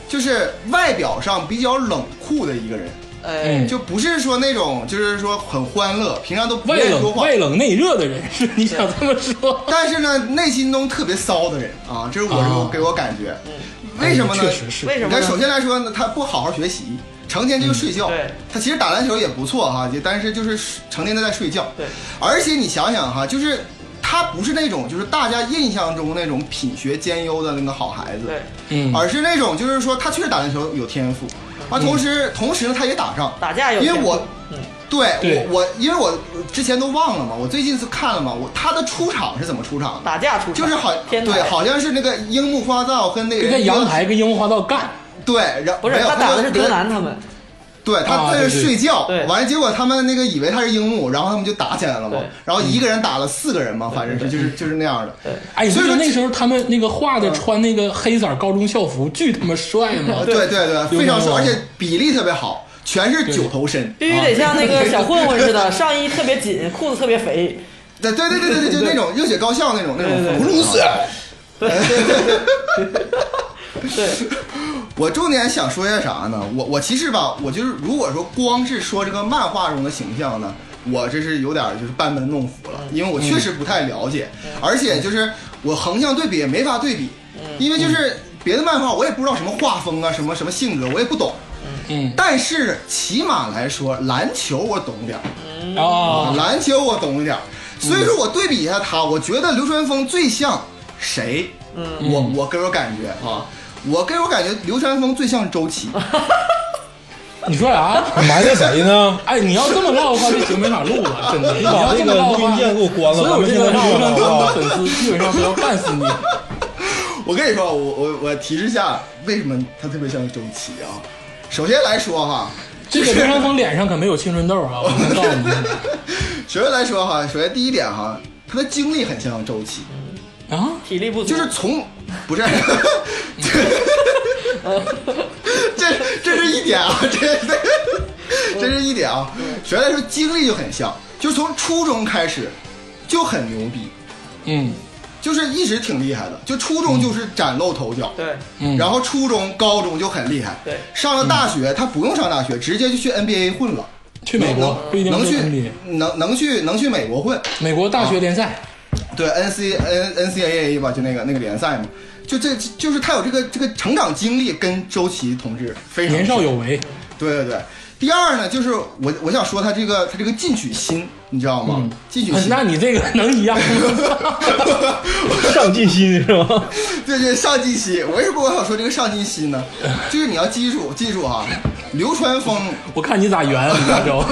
[SPEAKER 4] 就是外表上比较冷酷的一个人，
[SPEAKER 2] 哎，
[SPEAKER 1] 嗯
[SPEAKER 4] 就不是说那种就是说很欢乐，平常都不
[SPEAKER 1] 外
[SPEAKER 4] 愿意说
[SPEAKER 1] 冷
[SPEAKER 4] 话，
[SPEAKER 1] 外冷内热的人，是你想这么说？
[SPEAKER 4] 但是呢，内心中特别骚的人啊，这是我这种
[SPEAKER 1] 啊
[SPEAKER 4] 给我感觉。
[SPEAKER 2] 嗯
[SPEAKER 4] 为什么呢？
[SPEAKER 2] 哎
[SPEAKER 1] 确实是
[SPEAKER 2] 为什
[SPEAKER 4] 你
[SPEAKER 2] 么
[SPEAKER 4] 看，首
[SPEAKER 2] 呢？
[SPEAKER 4] 先来说呢，他不好好学习，成天就睡
[SPEAKER 2] 嗯
[SPEAKER 4] 觉。
[SPEAKER 2] 对
[SPEAKER 4] 他其实打篮球也不错哈，也但是就是成天都在睡觉。
[SPEAKER 2] 对，
[SPEAKER 4] 而且你想想哈，就是他不是那种就是大家印象中那种品学兼优的那个好孩子，
[SPEAKER 2] 对，
[SPEAKER 1] 嗯，
[SPEAKER 4] 而是那种就是说他确实打篮球有天赋，啊，同时、同时呢他也打仗，
[SPEAKER 2] 嗯打架有
[SPEAKER 4] 因为
[SPEAKER 2] 天赋
[SPEAKER 4] 我
[SPEAKER 2] 嗯
[SPEAKER 4] 对
[SPEAKER 1] 对
[SPEAKER 4] 我我因为我之前都忘了嘛，我最近是看了嘛，我他的出场是怎么出场的？
[SPEAKER 2] 打架出场
[SPEAKER 4] 就是好
[SPEAKER 2] 天才
[SPEAKER 4] 对，好像是那个樱木花道跟那个
[SPEAKER 1] 就
[SPEAKER 4] 人
[SPEAKER 1] 在阳台跟樱木花道干，
[SPEAKER 4] 对，然
[SPEAKER 2] 不是
[SPEAKER 4] 没有
[SPEAKER 2] 他打
[SPEAKER 4] 就
[SPEAKER 2] 的是德南他们，
[SPEAKER 4] 对
[SPEAKER 1] 啊
[SPEAKER 4] 他在
[SPEAKER 1] 对
[SPEAKER 4] 这
[SPEAKER 1] 对
[SPEAKER 4] 睡觉，
[SPEAKER 2] 对
[SPEAKER 4] 完了结果他们那个以为他是樱木，然后他们就打起来了嘛
[SPEAKER 2] 对，
[SPEAKER 4] 然后一个人打了四个人嘛，反正是就是就是那样的。
[SPEAKER 2] 对
[SPEAKER 1] 哎，你
[SPEAKER 4] 所以
[SPEAKER 1] 说
[SPEAKER 4] 说
[SPEAKER 1] 那
[SPEAKER 4] 其
[SPEAKER 1] 时候他们那个画
[SPEAKER 3] 嗯
[SPEAKER 1] 的穿那个黑色高中校服，巨他妈帅嘛！
[SPEAKER 4] 呃对对对，非常
[SPEAKER 1] 流
[SPEAKER 4] 瘦，
[SPEAKER 1] 氓
[SPEAKER 4] 而且比例特别好，全是九头身。
[SPEAKER 2] 必须
[SPEAKER 4] 啊
[SPEAKER 2] 得像那个小混混似的，上衣特别紧，裤子特别肥，
[SPEAKER 4] 对对对对对对，就那种热血高校那种那种
[SPEAKER 2] 对对
[SPEAKER 4] 风
[SPEAKER 2] 对
[SPEAKER 4] 格。
[SPEAKER 2] 对，
[SPEAKER 4] 我重点想说些啥呢？我我其实吧，我就是如果说光是说这个漫画中的形象呢，我这是有点就是班门弄斧了，因为我确实不太了解，而且就是我横向对比也没法对比，因为就是别的漫画我也不知道什么画风啊，什么什么性格我也不懂。
[SPEAKER 1] 嗯
[SPEAKER 4] 但是起码来说，篮球我懂点儿，
[SPEAKER 1] 啊，
[SPEAKER 4] 篮球我懂点儿，所以说我对比一下他，我觉得流川枫最像谁？
[SPEAKER 2] 嗯
[SPEAKER 4] 我我给我感觉啊，我给我感觉流川枫最像周琦。
[SPEAKER 1] 你说啥？
[SPEAKER 3] 埋汰谁呢？
[SPEAKER 1] 哎，你要这么唠的话，这节目没法录了，真的。你
[SPEAKER 3] 你把
[SPEAKER 1] 要
[SPEAKER 3] 这
[SPEAKER 1] 这么
[SPEAKER 3] 个
[SPEAKER 1] 唠的
[SPEAKER 3] 录音
[SPEAKER 1] 话，
[SPEAKER 3] 键给我关了，
[SPEAKER 1] 所
[SPEAKER 3] 咱
[SPEAKER 1] 有
[SPEAKER 3] 们
[SPEAKER 1] 这
[SPEAKER 3] 现
[SPEAKER 1] 个
[SPEAKER 3] 在
[SPEAKER 1] 流
[SPEAKER 3] 录
[SPEAKER 1] 浪哥
[SPEAKER 3] 了
[SPEAKER 1] 的
[SPEAKER 3] 啊！
[SPEAKER 1] 粉丝基本上都要干死你。
[SPEAKER 4] 我跟你说，我我我提示一下，为什么他特别像周琦啊？首先来说哈，
[SPEAKER 1] 这个刘长峰脸上可没有青春痘啊！我先告诉你
[SPEAKER 4] 首先来说哈，首先第一点哈，他的经历很像周琦，
[SPEAKER 1] 啊，
[SPEAKER 2] 体力不足，
[SPEAKER 4] 就是从不是，这这是一点啊，这这是一点啊。首先来说，经历就很像，就是从初中开始就很牛逼，
[SPEAKER 1] 嗯
[SPEAKER 4] 就是一直挺厉害的，就初中就是崭露头角。
[SPEAKER 2] 对
[SPEAKER 1] 嗯，
[SPEAKER 4] 然后初中、高中就很厉害，
[SPEAKER 2] 对
[SPEAKER 4] 上了大学，他不用上大学，直接就去 NBA 混了，
[SPEAKER 1] 去美国不一定
[SPEAKER 4] 能
[SPEAKER 1] 是
[SPEAKER 4] 去
[SPEAKER 1] NBA，
[SPEAKER 4] 能能去能去美国混，
[SPEAKER 1] 美国大学联赛，
[SPEAKER 3] 啊
[SPEAKER 4] 对 N C N N C A A 吧，就那个那个联赛嘛，就这就是他有这个这个成长经历，跟周琦同志非常
[SPEAKER 1] 年少有为，
[SPEAKER 4] 对对对。第二呢，就是我我想说他这个他这个进取心，你知道吗？
[SPEAKER 1] 嗯
[SPEAKER 4] 进取
[SPEAKER 1] 哎
[SPEAKER 4] 心，
[SPEAKER 1] 那你这个能一样吗？
[SPEAKER 3] 上进心是吧？
[SPEAKER 4] 对对，上进心。为什么我想说这个上进心呢？就是你要记住记住啊，流川枫
[SPEAKER 1] 我看你咋圆啊，李大钊。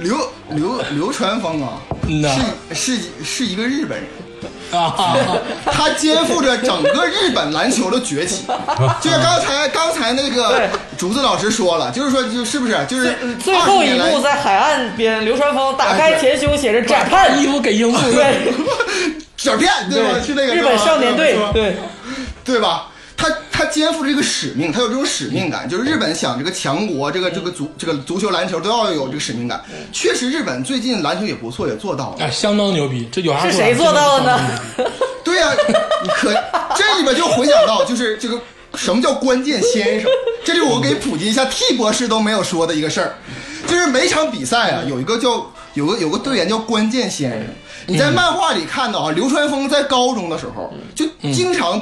[SPEAKER 4] 刘刘刘传峰啊，
[SPEAKER 1] 嗯呐
[SPEAKER 4] 是是是一个日本人，
[SPEAKER 1] 啊，
[SPEAKER 4] 他肩负着整个日本篮球的崛起。就是刚才刚才那个
[SPEAKER 2] 对
[SPEAKER 4] 竹子老师说了，就是说就是不是就是
[SPEAKER 2] 呃最后一幕
[SPEAKER 4] 20年来
[SPEAKER 2] 在海岸边，流川枫打
[SPEAKER 4] 哎
[SPEAKER 2] 开
[SPEAKER 4] 对
[SPEAKER 2] 前胸写着
[SPEAKER 1] 把
[SPEAKER 2] “展
[SPEAKER 1] 他
[SPEAKER 2] 盼
[SPEAKER 1] 衣服给樱木，”，
[SPEAKER 2] 对
[SPEAKER 4] 小片对吧？是那个
[SPEAKER 2] 日本少年队
[SPEAKER 4] 是吧，
[SPEAKER 2] 对
[SPEAKER 4] 对吧？他他肩负这个使命，他有这种使命感，就是日本想这个强国，这个这个足这个足球篮球都要有这个使命感。确实，日本最近篮球也不错，也做到了。
[SPEAKER 1] 哎，相当牛逼，这有啥
[SPEAKER 2] 是
[SPEAKER 1] 说啥
[SPEAKER 2] 谁做到的？
[SPEAKER 1] 这
[SPEAKER 2] 呢？
[SPEAKER 4] 对呀、你可这里边就回想到，就是这个什么叫关键先生，这里我给普及一下，T 博士都没有说的一个事儿，就是每场比赛啊，有一个叫有个有个队员叫关键先生，你在漫画里看到啊，流川枫在高中的时候就经常。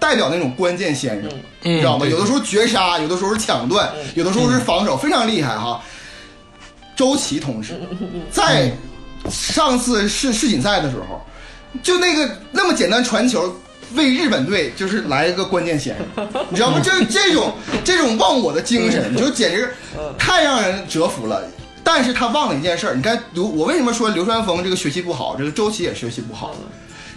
[SPEAKER 4] 代表那种关键先生，
[SPEAKER 1] 嗯
[SPEAKER 4] 你知道吗？有的时候绝杀，有的时候是抢断，有的时候是防守，非常厉害哈。周琦同志在上次世世锦赛的时候，就那个那么简单传球，为日本队就是来一个关键先生，你知道吗？这这种这种忘我的精神，就简直太让人折服了。但是他忘了一件事儿，你看刘，我为什么说流川枫这个学习不好，这个周琦也学习不好，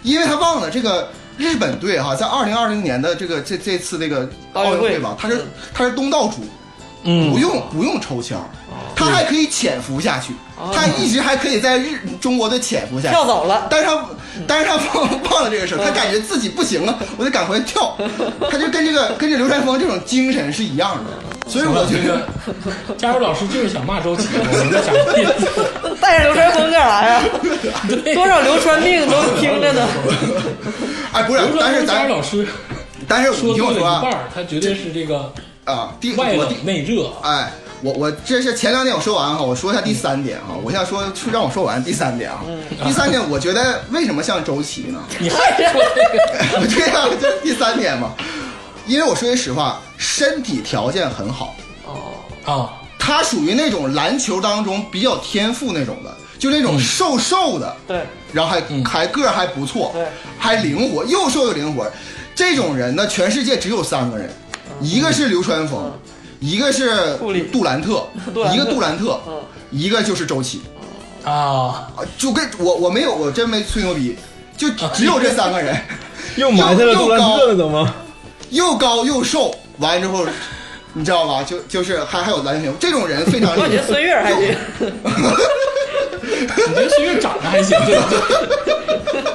[SPEAKER 4] 因为他忘了这个日本队哈、在二零二零年的这个这这次这个奥运会吧，他是他是东道主，不
[SPEAKER 1] 嗯，哦
[SPEAKER 4] 用不用抽签儿，他还可以潜伏下去，他一直还可以在日中国队潜伏下去
[SPEAKER 2] 跳。走了，
[SPEAKER 4] 但是他，但是他忘 忘了这个事儿，他感觉自己不行了，我得赶 回跳。他就跟这个跟这流川枫这种精神是一样的，所以我觉得
[SPEAKER 1] 佳茹老师就是想骂周琦，我们在想别的
[SPEAKER 2] 带着流川枫干啥呀？ 多少流川命都听着呢。
[SPEAKER 4] 哎，不是
[SPEAKER 1] 刘，
[SPEAKER 4] 但
[SPEAKER 1] 川
[SPEAKER 4] 是
[SPEAKER 1] 峰佳
[SPEAKER 4] 咱
[SPEAKER 1] 茹老师
[SPEAKER 4] 但是你
[SPEAKER 1] 说
[SPEAKER 4] 听
[SPEAKER 1] 多
[SPEAKER 4] 我
[SPEAKER 1] 了
[SPEAKER 4] 说
[SPEAKER 1] 一半
[SPEAKER 4] 啊
[SPEAKER 1] 儿，他绝对是这个
[SPEAKER 4] 啊，第
[SPEAKER 1] 外
[SPEAKER 4] 我第
[SPEAKER 1] 冷内热。
[SPEAKER 4] 哎，我我这是前两点我说完哈，我说一下第三点哈，我想说让我说完第三点啊，第三点我觉得为什么像周琦呢？
[SPEAKER 1] 你 还说这个？
[SPEAKER 4] 对呀、这是第三点嘛。因为我说句实话，身体条件很好，
[SPEAKER 1] 啊，
[SPEAKER 4] 他属于那种篮球当中比较天赋那种的，就那种瘦瘦的，
[SPEAKER 2] 对，
[SPEAKER 4] 然后还、
[SPEAKER 1] 嗯
[SPEAKER 4] 还个儿还不错
[SPEAKER 2] 对，
[SPEAKER 4] 还灵活，又瘦又灵活。这种人呢，全世界只有三个人，
[SPEAKER 2] 嗯
[SPEAKER 4] 一个是流川枫，一个是
[SPEAKER 2] 库里
[SPEAKER 4] 杜兰特，
[SPEAKER 2] 嗯 杜兰特
[SPEAKER 4] 一个杜兰特
[SPEAKER 2] 嗯，
[SPEAKER 4] 一个就是周琦。
[SPEAKER 1] 啊，
[SPEAKER 4] 啊就跟我我没有，我真没吹牛逼，就只有这三个
[SPEAKER 2] 啊
[SPEAKER 4] 人。
[SPEAKER 3] 又埋汰了杜兰特了，怎么？
[SPEAKER 4] 又高又瘦，完之后，你知道吧？就就是还还有篮球这种人非常
[SPEAKER 2] 我觉
[SPEAKER 4] 厉
[SPEAKER 2] 得
[SPEAKER 4] 害。
[SPEAKER 2] 孙悦还行，
[SPEAKER 1] 你这随便长得还行，对不对？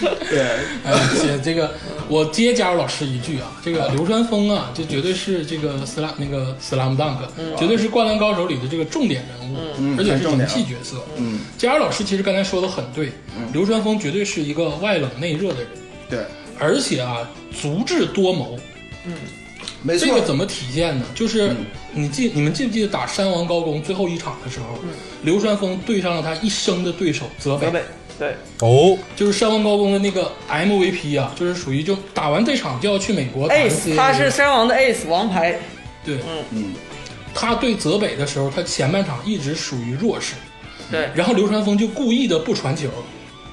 [SPEAKER 4] 对，
[SPEAKER 1] 哎，姐，这个我接佳茹老师一句啊，这个流川枫啊，这绝对是这个斯拉那个 slam dunk，、绝对是灌篮高手里的这个重点人物，而且是人气角色。
[SPEAKER 4] 嗯，
[SPEAKER 1] 佳茹老师其实刚才说的很对，流川枫绝对是一个外冷内热的人，
[SPEAKER 4] 对，
[SPEAKER 1] 而且啊，足智多谋。
[SPEAKER 4] 没错。嗯
[SPEAKER 1] 这个怎么体现呢？就是你记你们记不记得打山王高工最后一场的时候，流川枫对上了他一生的对手泽北
[SPEAKER 2] 河，北 对，
[SPEAKER 3] 哦，
[SPEAKER 1] 就是山王高工的那个 MVP 啊，就是属于就打完这场就要去美国打
[SPEAKER 2] ace，
[SPEAKER 1] NCAA
[SPEAKER 2] 哎他是山王的 ace 王牌，
[SPEAKER 1] 对，
[SPEAKER 4] 嗯，
[SPEAKER 1] 他对泽北的时候，他前半场一直属于弱势，
[SPEAKER 2] 对
[SPEAKER 1] 然后流川枫就故意的不传球，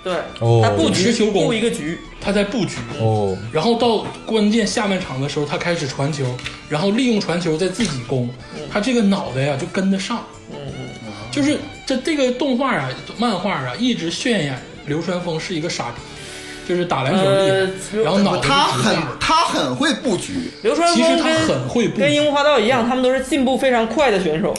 [SPEAKER 2] 对，
[SPEAKER 3] 哦
[SPEAKER 2] 他布
[SPEAKER 1] 就
[SPEAKER 2] 局
[SPEAKER 1] 持球攻
[SPEAKER 2] 布一个局，
[SPEAKER 1] 他在布局，
[SPEAKER 3] 哦，
[SPEAKER 1] 然后到关键下半场的时候，他开始传球，然后利用传球再自己攻，
[SPEAKER 2] 嗯
[SPEAKER 1] 他这个脑袋呀、就跟得上，就是这这个动画啊、漫画啊，一直渲染流川枫是一个傻逼，就是打篮球厉害，
[SPEAKER 2] 呃
[SPEAKER 1] 然后脑袋
[SPEAKER 4] 他
[SPEAKER 1] 就直线
[SPEAKER 4] 很他很会布局，
[SPEAKER 2] 流川
[SPEAKER 1] 其实
[SPEAKER 2] 枫
[SPEAKER 1] 他很会
[SPEAKER 2] 跟
[SPEAKER 1] 布
[SPEAKER 2] 跟
[SPEAKER 1] 局
[SPEAKER 2] 樱木花道一样，他们都是进步非常快的选手。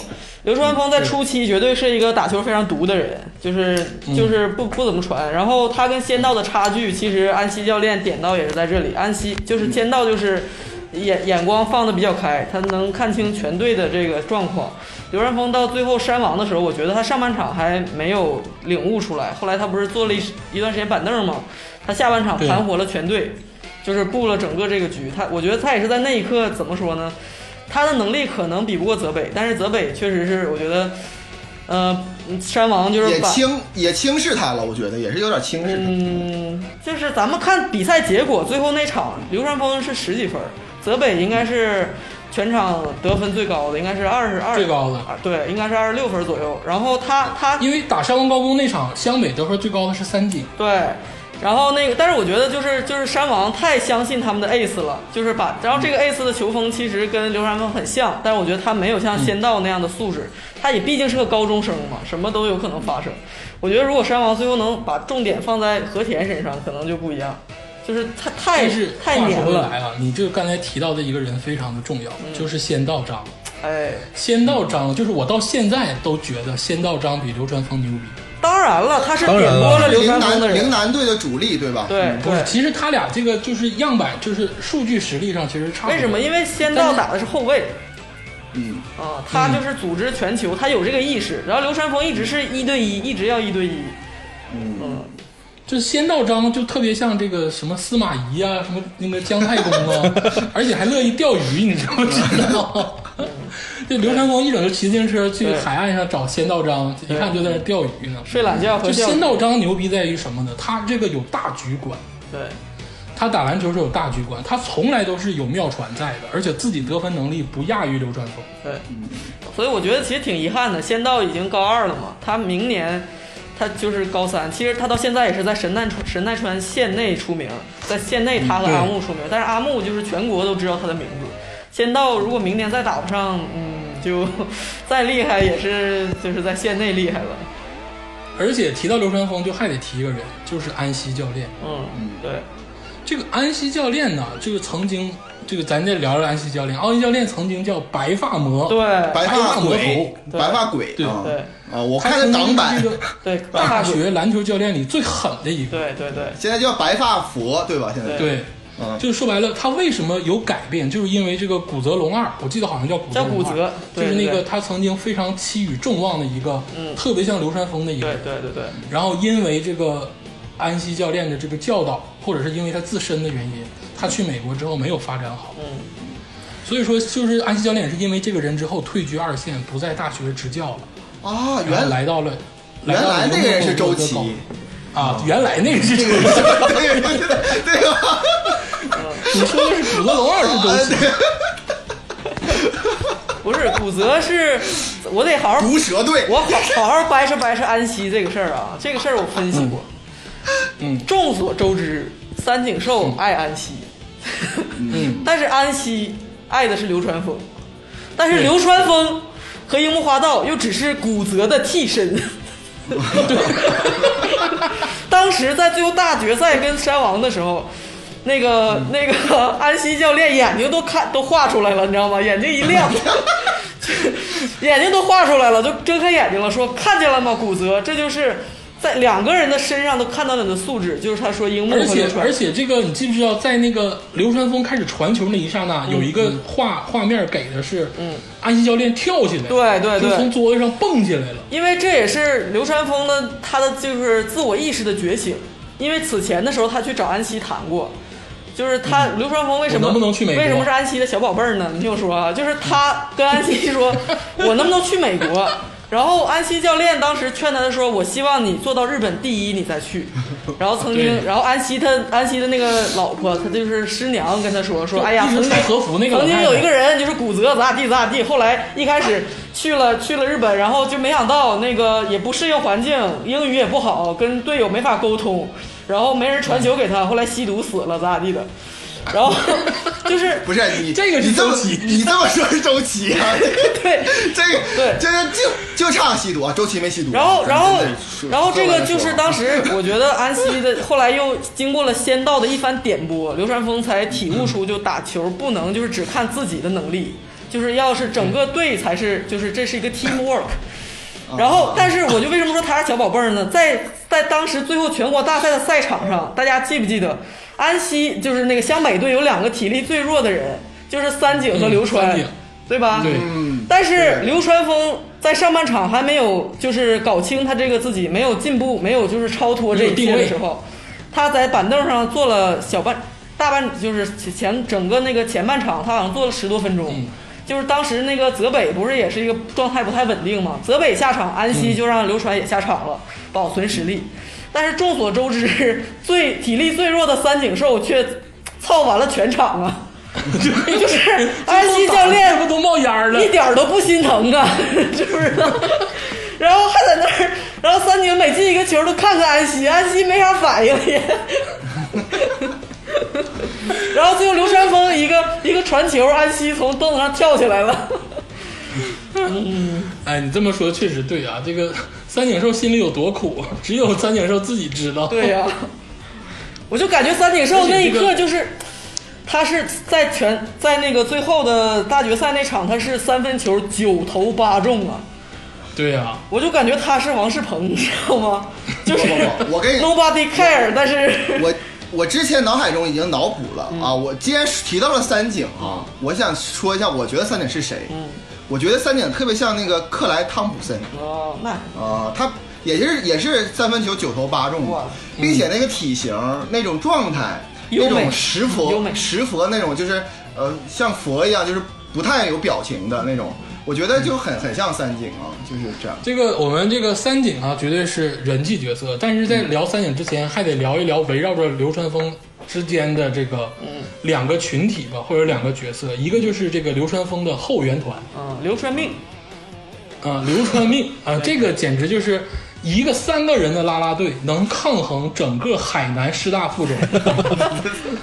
[SPEAKER 2] 流川枫在初期绝对是一个打球非常毒的人，就是就是不不怎么传。然后他跟仙道的差距，其实安西教练点到也是在这里。安西就是仙道就是眼眼光放的比较开，他能看清全队的这个状况。流川枫到最后山王的时候，我觉得他上半场还没有领悟出来，后来他不是坐了一一段时间板凳吗？他下半场
[SPEAKER 1] 对
[SPEAKER 2] 盘活了全队，就是布了整个这个局。他我觉得他也是在那一刻怎么说呢？他的能力可能比不过泽北，但是泽北确实是我觉得，呃，山王就是
[SPEAKER 4] 也
[SPEAKER 2] 把。
[SPEAKER 4] 轻也轻视他了，我觉得也是有点轻视他。
[SPEAKER 2] 嗯，就是咱们看比赛结果，最后那场流川枫是十几分儿，泽北应该是全场得分最高的，应该是二十二
[SPEAKER 1] 最高的，
[SPEAKER 2] 对，应该是二十六分左右。然后他他
[SPEAKER 1] 因为打山王高工那场，湘北得分最高的是三井，
[SPEAKER 2] 对，然后那个，但是我觉得就是就是山王太相信他们的 ace 了，就是把，然后这个
[SPEAKER 1] 嗯
[SPEAKER 2] ace 的球风其实跟流川枫很像，但是我觉得他没有
[SPEAKER 1] 嗯
[SPEAKER 2] 像仙道那样的素质，他也毕竟是个高中生嘛，什么都有可能发生。我觉得如果山王最后能把重点放在和田身上，可能就不一样，就是他太
[SPEAKER 1] 但是
[SPEAKER 2] 太
[SPEAKER 1] 话
[SPEAKER 2] 黏
[SPEAKER 1] 说回
[SPEAKER 2] 了，
[SPEAKER 1] 来啊，你这刚才提到的一个人非常的重要，就是仙道章。
[SPEAKER 2] 哎，
[SPEAKER 1] 仙道章就是我到现在都觉得仙道章比流川枫牛逼，
[SPEAKER 2] 当然了，他是
[SPEAKER 3] 当
[SPEAKER 2] 点
[SPEAKER 3] 然了
[SPEAKER 2] 拨了流
[SPEAKER 4] 陵
[SPEAKER 2] 川枫的
[SPEAKER 4] 南陵
[SPEAKER 2] 人，
[SPEAKER 4] 南队的主力对吧？
[SPEAKER 2] 对
[SPEAKER 1] 不
[SPEAKER 2] 对
[SPEAKER 1] 是？。其实他俩这个就是样板，就是数据实力上其实差不多。
[SPEAKER 2] 为什么？因为仙道打的是后卫，
[SPEAKER 4] 嗯，
[SPEAKER 2] 啊，他就是组织全球，他有这个意识。然后流川枫一直是一对一，一直要一对一。嗯，
[SPEAKER 1] 就仙道章就特别像这个什么司马懿啊，什么那个姜太公 啊，而且还乐意钓鱼，你知道不知道？ 就流川枫一整就骑自行车去
[SPEAKER 2] 对
[SPEAKER 1] 海岸上找仙道章，一看就在那钓鱼呢。
[SPEAKER 2] 睡懒觉和
[SPEAKER 1] 就
[SPEAKER 2] 钓
[SPEAKER 1] 仙
[SPEAKER 2] 鱼。
[SPEAKER 1] 道章牛逼在于什么呢？他这个有大局观，
[SPEAKER 2] 对，
[SPEAKER 1] 他打篮球是有大局观，他从来都是有妙传在的，而且自己得分能力不亚于流川枫。
[SPEAKER 2] 对，
[SPEAKER 1] 嗯
[SPEAKER 2] 所以我觉得其实挺遗憾的，仙道已经高二了嘛，他明年他就是高三。其实他到现在也是在神奈川神奈川县内出名，在县内他
[SPEAKER 1] 嗯
[SPEAKER 2] 和
[SPEAKER 1] 对
[SPEAKER 2] 阿木出名，但是阿木就是全国都知道他的名字。仙道如果明年再打不上，嗯，就 再厉害也是就是在县内厉害了。
[SPEAKER 1] 而且提到流川枫，就还得提一个人，就是安西教练。
[SPEAKER 2] 嗯，对，
[SPEAKER 1] 这个安西教练呢，这个曾经，这个咱再聊聊安西教练。安西教练曾经叫白发魔，
[SPEAKER 2] 对，
[SPEAKER 4] 白
[SPEAKER 1] 发
[SPEAKER 4] 发
[SPEAKER 1] 魔
[SPEAKER 4] 鬼
[SPEAKER 1] 头，
[SPEAKER 2] 对
[SPEAKER 4] 白发鬼
[SPEAKER 1] 对
[SPEAKER 4] 啊
[SPEAKER 2] 对
[SPEAKER 4] 啊！我
[SPEAKER 1] 他
[SPEAKER 4] 看的
[SPEAKER 1] 曾经
[SPEAKER 4] 港版
[SPEAKER 1] 是这，个
[SPEAKER 2] 对，
[SPEAKER 1] 大
[SPEAKER 2] 鬼
[SPEAKER 1] 学篮球教练里最狠的一个。
[SPEAKER 2] 对对对，
[SPEAKER 4] 现在叫白发佛对吧？现在
[SPEAKER 1] 对，
[SPEAKER 4] 嗯
[SPEAKER 1] 就是说白了，他为什么有改变，就是因为这个古泽龙二，我记得好像叫古泽
[SPEAKER 2] 叫
[SPEAKER 1] 龙
[SPEAKER 2] 骨
[SPEAKER 1] 二，
[SPEAKER 2] 折，
[SPEAKER 1] 就是那个
[SPEAKER 2] 对
[SPEAKER 1] 他曾经非常期与众望的一个，
[SPEAKER 2] 嗯
[SPEAKER 1] 特别像流川枫的一个
[SPEAKER 2] 对
[SPEAKER 1] 人。
[SPEAKER 2] 对对对，
[SPEAKER 1] 然后因为这个安西教练的这个教导，或者是因为他自身的原因，他去美国之后没有发展好。
[SPEAKER 2] 嗯，
[SPEAKER 1] 所以说，就是安西教练也是因为这个人之后退居二线，不在大学执教了，
[SPEAKER 4] 啊，
[SPEAKER 1] 然后
[SPEAKER 4] 原
[SPEAKER 1] 来到了
[SPEAKER 4] 原
[SPEAKER 1] 到
[SPEAKER 4] 来
[SPEAKER 1] 了
[SPEAKER 4] 那个人是
[SPEAKER 1] 牛顿
[SPEAKER 4] 周
[SPEAKER 1] 和高
[SPEAKER 4] 琦，
[SPEAKER 1] 啊，原来那个是周琦，
[SPEAKER 4] 对对对吧？
[SPEAKER 1] 你说的是古泽龙二是 周
[SPEAKER 4] 啊
[SPEAKER 1] 琦，
[SPEAKER 2] 不是骨折是，我得好好，
[SPEAKER 4] 毒蛇队
[SPEAKER 2] 我好好好掰扯掰扯安息这个事儿啊，这个事儿我分析过，
[SPEAKER 1] 嗯
[SPEAKER 2] 众所周知，三井寿爱安息，
[SPEAKER 1] 嗯，
[SPEAKER 2] 但是安息爱的是流川枫，但是
[SPEAKER 1] 对
[SPEAKER 2] 流川枫和樱木花道又只是骨折的 替身。当时在最后大决赛跟山王的时候，那个、
[SPEAKER 1] 嗯
[SPEAKER 2] 那个 安西教练眼睛都看都画出来了，你知道吗？眼睛 一亮，眼睛都画出来了，就睁开眼睛了，说看见了吗？骨折，这就是在两个人的身上都看到了你的素质，就是他说樱木
[SPEAKER 1] 而
[SPEAKER 2] 和流
[SPEAKER 1] 且
[SPEAKER 2] 川
[SPEAKER 1] 而且这个你记不知道，在那个流川枫开始传球那一刹那，有一个画画面给的是，
[SPEAKER 2] 嗯，
[SPEAKER 1] 安西教练跳起来，
[SPEAKER 2] 对对
[SPEAKER 1] 就
[SPEAKER 2] 对
[SPEAKER 1] 从桌子上蹦起来了。
[SPEAKER 2] 因为这也是流川枫的他的就是自我意识的觉醒，因为此前的时候他去找安西谈过，就是他、流川枫为什么
[SPEAKER 1] 我能不能去美国
[SPEAKER 2] 为什么是安西的小宝贝儿呢？你听我说啊，就是他跟安西说， 我能不能去美国？然后安西教练当时劝他的说，我希望你做到日本第一，你再去。然后曾经，
[SPEAKER 1] 对
[SPEAKER 2] 然后安西他安西的那个老婆，他就是师娘跟他说说，
[SPEAKER 1] 就
[SPEAKER 2] 哎呀，
[SPEAKER 1] 一直
[SPEAKER 2] 曾经
[SPEAKER 1] 穿和服那个老
[SPEAKER 2] 曾经有
[SPEAKER 1] 太
[SPEAKER 2] 一
[SPEAKER 1] 太
[SPEAKER 2] 个人就是骨折咋咋地咋咋地，后来一开始去了去了日本，然后就没想到那个也不适应环境，英语也不好，跟队友没法沟通，然后没人传球给他，后来吸毒死了咋咋地的，然后 就是
[SPEAKER 4] 不是你
[SPEAKER 1] 这个是
[SPEAKER 4] 你这么
[SPEAKER 1] 周琦
[SPEAKER 4] 你这么说是周琦啊？
[SPEAKER 2] 对。
[SPEAKER 4] 这个
[SPEAKER 2] 对
[SPEAKER 4] 这个就就差吸毒啊，周琦没吸毒。
[SPEAKER 2] 然后，然后
[SPEAKER 4] 咱们这，
[SPEAKER 2] 然后这个就是当
[SPEAKER 4] 说
[SPEAKER 2] 时我觉得安西的，后来又经过了仙道的一番点拨，流川枫才体悟出，就打球不能就是只看自己的能力，就是要是整个队才是，就是这是一个 team work。然后，但是我就为什么说他是小宝贝儿呢？在在当时最后全国大赛的赛场上，大家记不记得安西就是那个湘北队有两个体力最弱的人，就是三井和流
[SPEAKER 1] 嗯
[SPEAKER 2] 川
[SPEAKER 1] 三井，
[SPEAKER 2] 对吧？
[SPEAKER 1] 对
[SPEAKER 4] 嗯，
[SPEAKER 2] 但是
[SPEAKER 4] 对
[SPEAKER 2] 流川枫在上半场还没有就是搞清他这个自己没有进步，没有就是超脱这一切的时候，他在板凳上坐了小半大半，就是前整个那个前半场，他好像坐了十多分钟。
[SPEAKER 1] 嗯
[SPEAKER 2] 就是当时那个泽北不是也是一个状态不太稳定嘛，泽北下场，安西就让刘传也下场了，保存实力。但是众所周知，最体力最弱的三井寿却操完了全场啊，就是安西教练
[SPEAKER 1] 这不都冒烟了
[SPEAKER 2] 一？点儿都不心疼啊， 知不知道？然后还在那儿，然后三井每进一个球都看看安西，安西没啥反应也。 然后最后流川枫一个一个传球，安西从凳子上跳起来了。
[SPEAKER 1] 哎，你这么说确实对啊，这个三井寿心里有多苦，只有三井寿自己知道。
[SPEAKER 2] 对呀、我就感觉三井寿那一刻就是，他是在全在那个最后的大决赛那场，他是三分球九投八中啊，
[SPEAKER 1] 对啊呀，
[SPEAKER 2] 我就感觉他是王仕鹏， 你知道吗？就是
[SPEAKER 4] 不不不我跟你
[SPEAKER 2] nobody care，但是
[SPEAKER 4] 我我之前脑海中已经脑补了、
[SPEAKER 2] 嗯
[SPEAKER 4] 啊，我既然提到了三井啊，我想说一下，我觉得三井是谁？
[SPEAKER 2] 嗯
[SPEAKER 4] 我觉得三井特别像那个克莱汤普森
[SPEAKER 2] 哦，那
[SPEAKER 4] 啊，他也是也是三分球九投八中
[SPEAKER 2] 哇，
[SPEAKER 4] 并且那个体型、那种状态、
[SPEAKER 2] 优
[SPEAKER 4] 那
[SPEAKER 2] 美
[SPEAKER 4] 种石
[SPEAKER 2] 优
[SPEAKER 4] 佛
[SPEAKER 2] 美
[SPEAKER 4] 石佛那种，就是呃像佛一样，就是不太有表情的那种，我觉得就
[SPEAKER 2] 嗯
[SPEAKER 4] 很很像三井啊，就是这样。
[SPEAKER 1] 这个我们这个三井啊，绝对是人气角色。但是在
[SPEAKER 2] 嗯
[SPEAKER 1] 聊三井之前，还得聊一聊围绕着流川枫之间的这个
[SPEAKER 2] 嗯
[SPEAKER 1] 两个群体吧，或者两个角色，一个就是这个流川枫的后援团。
[SPEAKER 2] 嗯，流川命，
[SPEAKER 1] 啊，
[SPEAKER 2] 嗯
[SPEAKER 1] 流川 命啊，这个简直就是一个三个人的啦啦队，能抗衡整个海南师大 附中。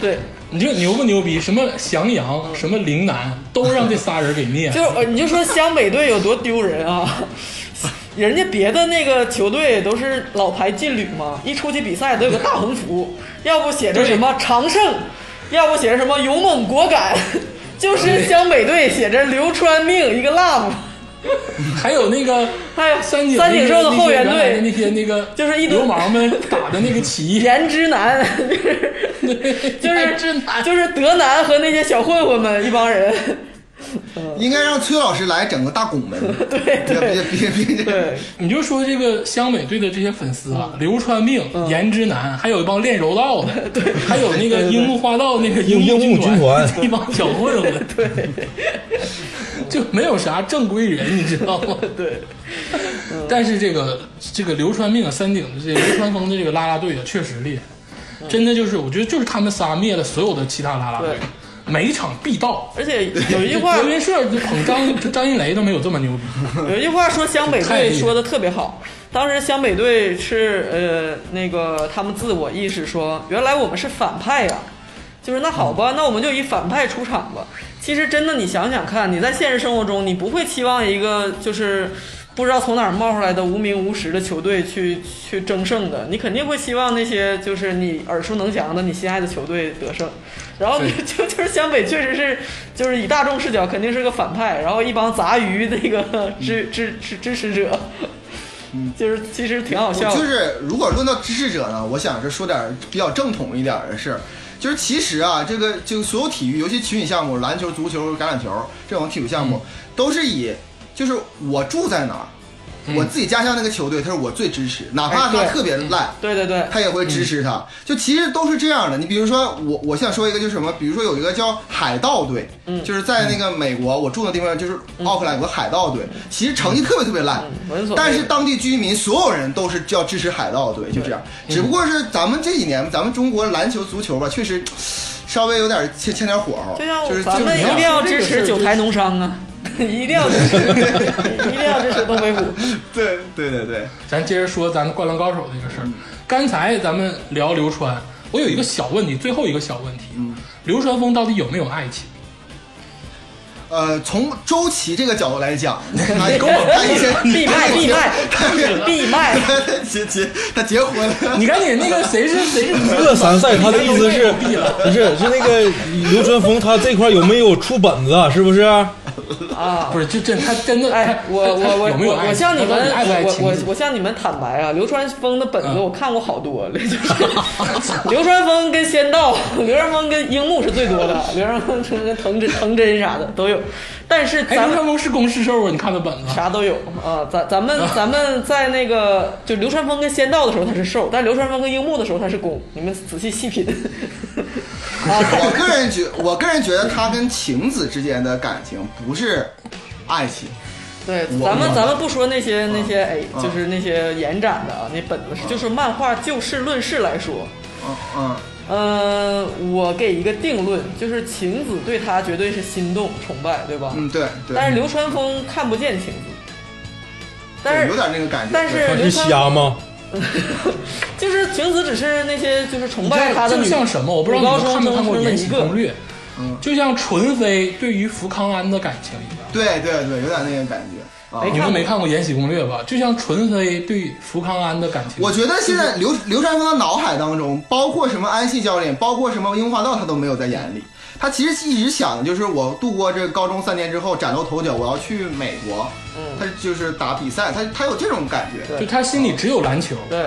[SPEAKER 2] 对，
[SPEAKER 1] 你就牛不牛逼？什么襄阳，什么陵南，都让这仨人给灭
[SPEAKER 2] 嗯 就
[SPEAKER 1] 了。
[SPEAKER 2] 是呃你就说湘北队有多丢人啊！ 人家别的那个球队都是老牌劲旅嘛，一出去比赛都有个大横幅，要不写着什么常胜，要不写着什么勇猛果敢， 就是湘北队写着流川命一个 love，
[SPEAKER 1] 还有那个
[SPEAKER 4] 哎
[SPEAKER 2] 还有
[SPEAKER 1] 三井
[SPEAKER 2] 三井寿的后援
[SPEAKER 1] 那些
[SPEAKER 2] 队
[SPEAKER 1] 那些那个
[SPEAKER 2] 就是一堆
[SPEAKER 1] 流氓们打的那个旗，
[SPEAKER 2] 颜之 男， 就
[SPEAKER 1] 哎
[SPEAKER 2] 是
[SPEAKER 1] 真难。
[SPEAKER 2] 就是德南和那些小混混们一帮人，嗯
[SPEAKER 4] 应该让崔老师来整个大拱 门，对对，别别别别，
[SPEAKER 2] 对，
[SPEAKER 1] 你就说这个湘北队的这些粉丝
[SPEAKER 2] 嗯
[SPEAKER 1] 啊，流川命、颜之男，还有一帮练柔道 的，对，还有那个樱木花道那个
[SPEAKER 3] 樱木
[SPEAKER 1] 木
[SPEAKER 3] 军团
[SPEAKER 1] 一帮小混 混，对，就没有啥正规人，你知道吗？
[SPEAKER 2] 对，嗯
[SPEAKER 1] 但是这个这个流川命啊、三井的这个流川枫的这个啦啦队啊，确实厉
[SPEAKER 2] 嗯
[SPEAKER 1] 害，真的就是我觉得就是他们仨灭了所有的其他啦啦队
[SPEAKER 2] 对，
[SPEAKER 1] 每一场必到。
[SPEAKER 2] 而且有一句 话
[SPEAKER 1] 德云社就捧张张云雷都没有这么牛逼，
[SPEAKER 2] 有一句话说湘北
[SPEAKER 1] 太厉
[SPEAKER 2] 队
[SPEAKER 1] 害
[SPEAKER 2] 说的特别好，当时湘北队是呃那个他们自我意识说，原来我们是反派啊呀、就是那好
[SPEAKER 4] 嗯
[SPEAKER 2] 吧，那我们就以反派出场吧。其实真的，你想想看，你在现实生活中，你不会期望一个就是不知道从哪儿冒出来的无名无实的球队去去争胜的，你肯定会希望那些就是你耳熟能详的、你心爱的球队得胜。然后 就就是湘北确实是就是以大众视角肯定是个反派，然后一帮杂鱼那个 支
[SPEAKER 4] 嗯
[SPEAKER 2] 支支支持者，就是其实挺好笑的。
[SPEAKER 4] 嗯就是如果论到支持者呢，我想是说点儿比较正统一点儿的事儿，就是其实啊，这个就所有体育，尤其群体项目，篮球、足球、橄榄球这种体育项目，
[SPEAKER 2] 嗯
[SPEAKER 4] 都是以就是我住在哪儿，我自己家乡那个球队，他是我最支持，哪怕
[SPEAKER 2] 哎对嗯
[SPEAKER 4] 他特别烂。
[SPEAKER 2] 对对对，
[SPEAKER 4] 他也会支持他。就其实都是这样的。你比如说，我我想说一个就是什么，比如说有一个叫海盗队，
[SPEAKER 2] 嗯
[SPEAKER 4] 就是在那个美国我住的地方，就是奥克兰有个海盗队，其实成绩特别特别烂，
[SPEAKER 2] 嗯闻所未闻
[SPEAKER 4] 但是当地居民所有人都是要支持海盗队，就这样。只不过是咱们这几年，咱们中国篮球、足球吧，确实。稍微有点欠欠点火候，
[SPEAKER 2] 就像
[SPEAKER 4] 就是
[SPEAKER 2] 咱们
[SPEAKER 4] 就是
[SPEAKER 2] 一定要支持九台农商啊。 一定要支持， 一定要支持东北 虎。
[SPEAKER 4] 对对对对，
[SPEAKER 1] 咱接着说咱们《灌篮高手》这个事儿。
[SPEAKER 2] 嗯
[SPEAKER 1] 刚才咱们聊流川，我有一个小问题，最后一个小问题，
[SPEAKER 2] 嗯
[SPEAKER 1] 流川枫到底有没有爱情？
[SPEAKER 4] 呃，从周琦这个角度来讲，他哎跟我 他以前
[SPEAKER 2] 闭麦闭麦闭麦，
[SPEAKER 4] 他结结 他结婚了，
[SPEAKER 1] 你赶紧那个谁是谁是
[SPEAKER 3] 这三赛他的意 思是，
[SPEAKER 1] 闭了
[SPEAKER 3] 不是是那个流川枫他这块有没有出本子啊？是不是？
[SPEAKER 2] 啊！
[SPEAKER 1] 不是，就真他真的
[SPEAKER 2] 哎，我我我
[SPEAKER 1] 有没有
[SPEAKER 2] 我
[SPEAKER 1] 爱
[SPEAKER 2] 我向你们，
[SPEAKER 1] 他到底爱不爱
[SPEAKER 2] 我
[SPEAKER 1] 情
[SPEAKER 2] 我我向你们坦白啊，流川枫的本子
[SPEAKER 1] 嗯
[SPEAKER 2] 我看过好多，就是 流川枫跟仙道，流川枫跟樱木是最多的，流川枫跟藤真藤真啥的都有，但是
[SPEAKER 1] 哎，
[SPEAKER 2] 咱
[SPEAKER 1] 流川
[SPEAKER 2] 们。
[SPEAKER 1] 枫是攻是受啊？你看他本子，
[SPEAKER 2] 啥都有啊，咱咱 们咱们在那个就流川枫跟仙道的时候他是受，但流川枫跟樱木的时候他是攻，你们仔细细 品。啊，
[SPEAKER 4] 我个人觉我个人觉得他跟晴子之间的感情不是爱情，
[SPEAKER 2] 对，
[SPEAKER 4] 我
[SPEAKER 2] 咱们
[SPEAKER 4] 我
[SPEAKER 2] 咱们不说那些那些哎，
[SPEAKER 4] 嗯
[SPEAKER 2] 就是那些延展的啊，那本子是就说漫画就事论事来说，
[SPEAKER 4] 嗯嗯
[SPEAKER 2] 呃，我给一个定论，就是晴子对他绝对是心动崇拜，对吧？
[SPEAKER 4] 嗯，对对，
[SPEAKER 2] 但是流川枫看不见晴子，但
[SPEAKER 4] 对
[SPEAKER 2] 是
[SPEAKER 4] 有点那个感觉，
[SPEAKER 2] 但是
[SPEAKER 3] 他是瞎吗？
[SPEAKER 2] 就是晴子只是那些就是崇
[SPEAKER 1] 你
[SPEAKER 2] 拜
[SPEAKER 1] 看
[SPEAKER 2] 他的
[SPEAKER 1] 就
[SPEAKER 2] 女
[SPEAKER 1] 像什么？我不知道
[SPEAKER 2] 女高
[SPEAKER 1] 你们
[SPEAKER 2] 中
[SPEAKER 1] 看没看过
[SPEAKER 2] 生
[SPEAKER 1] 《
[SPEAKER 2] 中的
[SPEAKER 1] 延禧
[SPEAKER 2] 一个
[SPEAKER 1] 攻。略》
[SPEAKER 4] 嗯，
[SPEAKER 1] 就像纯妃对于福康安的感情一样。
[SPEAKER 4] 对对对，有点那个感觉啊
[SPEAKER 2] 哎。
[SPEAKER 1] 你们没看过《延禧攻略》吧？就像纯妃对福康安的感情，
[SPEAKER 4] 我觉得现在刘刘禅峰的脑海当中，包括什么安西教练，包括什么樱花道，他都没有在眼里。他其实一直想的就是，我度过这个高中三年之后，崭露头角，我要去美国。
[SPEAKER 2] 嗯，
[SPEAKER 4] 他就是打比赛，他他有这种感觉，
[SPEAKER 2] 对
[SPEAKER 1] 就他心里只有篮球。
[SPEAKER 2] 对，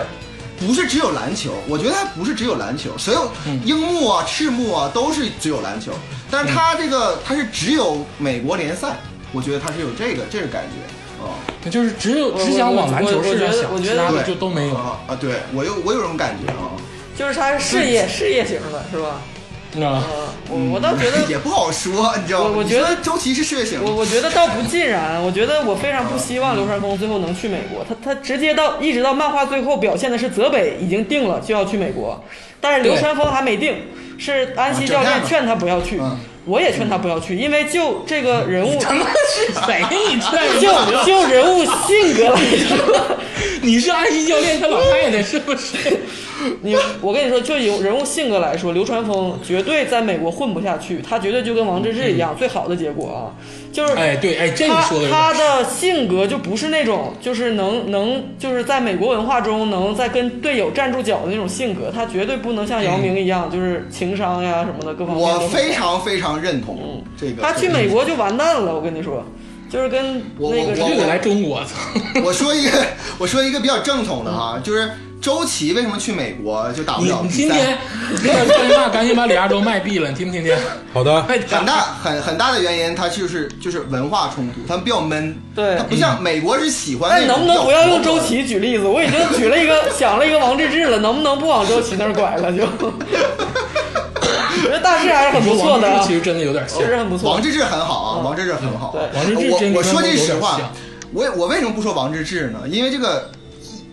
[SPEAKER 4] 不是只有篮球。我觉得他不是只有篮球，所有
[SPEAKER 1] 嗯
[SPEAKER 4] 樱木啊、赤木啊都是只有篮球，但是
[SPEAKER 1] 嗯
[SPEAKER 4] 他这个他是只有美国联赛，我觉得他是有这个这个感觉啊。
[SPEAKER 1] 就是只有
[SPEAKER 2] 我
[SPEAKER 1] 只想往篮球市
[SPEAKER 2] 我
[SPEAKER 1] 场
[SPEAKER 2] 我
[SPEAKER 1] 想，
[SPEAKER 2] 我觉
[SPEAKER 1] 其
[SPEAKER 2] 得
[SPEAKER 1] 他
[SPEAKER 2] 我
[SPEAKER 1] 的
[SPEAKER 4] 对，
[SPEAKER 1] 就都没有。
[SPEAKER 4] 啊啊！对我有我有这种感觉啊。
[SPEAKER 2] 就是他是事业事业型的，是吧？
[SPEAKER 1] 你知道吗
[SPEAKER 2] 嗯，我我倒觉得
[SPEAKER 4] 也不好说，你知道吗？
[SPEAKER 2] 我我
[SPEAKER 4] 你
[SPEAKER 2] 觉得
[SPEAKER 4] 说周琦是事业型，
[SPEAKER 2] 我我觉得倒不尽然，我觉得我非常不希望流川枫最后能去美国。他他直接到一直到漫画最后表现的是泽北已经定了就要去美国，但是流川枫还没定，是安西
[SPEAKER 1] 啊
[SPEAKER 2] 教练劝他不要去
[SPEAKER 4] 嗯，
[SPEAKER 2] 我也劝他不要去，因为就这个人物，
[SPEAKER 1] 他妈 是谁？你这
[SPEAKER 2] 就就人物性格来 说，
[SPEAKER 1] 你是安西教练他老太太是不是？
[SPEAKER 2] 你我跟你说，就有人物性格来说，流川枫绝对在美国混不下去，他绝对就跟王治郅一样，最好的结果啊，就是
[SPEAKER 1] 哎，对，哎，这你
[SPEAKER 2] 他
[SPEAKER 1] 说的有
[SPEAKER 2] 他
[SPEAKER 1] 点
[SPEAKER 2] 的性格就不是那种，就是能能就是在美国文化中能在跟队友站住脚的那种性格，他绝对不能像姚明一样，就是情商呀什么的各方面都很高。
[SPEAKER 4] 我非常非常认同这
[SPEAKER 2] 嗯
[SPEAKER 4] 个。
[SPEAKER 2] 他去美国就完蛋了，我跟你说，就是跟
[SPEAKER 4] 我
[SPEAKER 2] 那个
[SPEAKER 4] 我
[SPEAKER 1] 这个来中国，操！
[SPEAKER 4] 我说一个，我说一个比较正统的
[SPEAKER 2] 嗯
[SPEAKER 4] 哈，就是周琦为什么去美国就打不
[SPEAKER 1] 你
[SPEAKER 4] 了
[SPEAKER 1] 你
[SPEAKER 4] 比
[SPEAKER 1] 今
[SPEAKER 4] 赛
[SPEAKER 1] 天？那个甘纳赶紧把李亚洲卖毙了，你听不听见？
[SPEAKER 3] 好的，
[SPEAKER 1] 快
[SPEAKER 4] 很
[SPEAKER 1] 点！
[SPEAKER 4] 大很很大的原因，他就是就是文化冲突，他们比较闷，
[SPEAKER 2] 对嗯哎
[SPEAKER 4] 他不像美国是喜欢。
[SPEAKER 2] 但能不能不要用周？琦举例子？我 已经举了一个想了一个王治郅了，能不能不往周琦那儿拐 了就？我觉得大志还是很不错的
[SPEAKER 1] 王治郅
[SPEAKER 2] 啊，
[SPEAKER 1] 其
[SPEAKER 2] 确
[SPEAKER 1] 实真的有点像。
[SPEAKER 2] 实很不错
[SPEAKER 4] 王。治郅很好啊，王治郅很好。
[SPEAKER 2] 对
[SPEAKER 1] 王治郅真
[SPEAKER 4] 我
[SPEAKER 1] 的
[SPEAKER 4] 我说句实
[SPEAKER 1] 有点
[SPEAKER 4] 话
[SPEAKER 1] 像，
[SPEAKER 4] 我我为什么不说王治郅呢？因为这个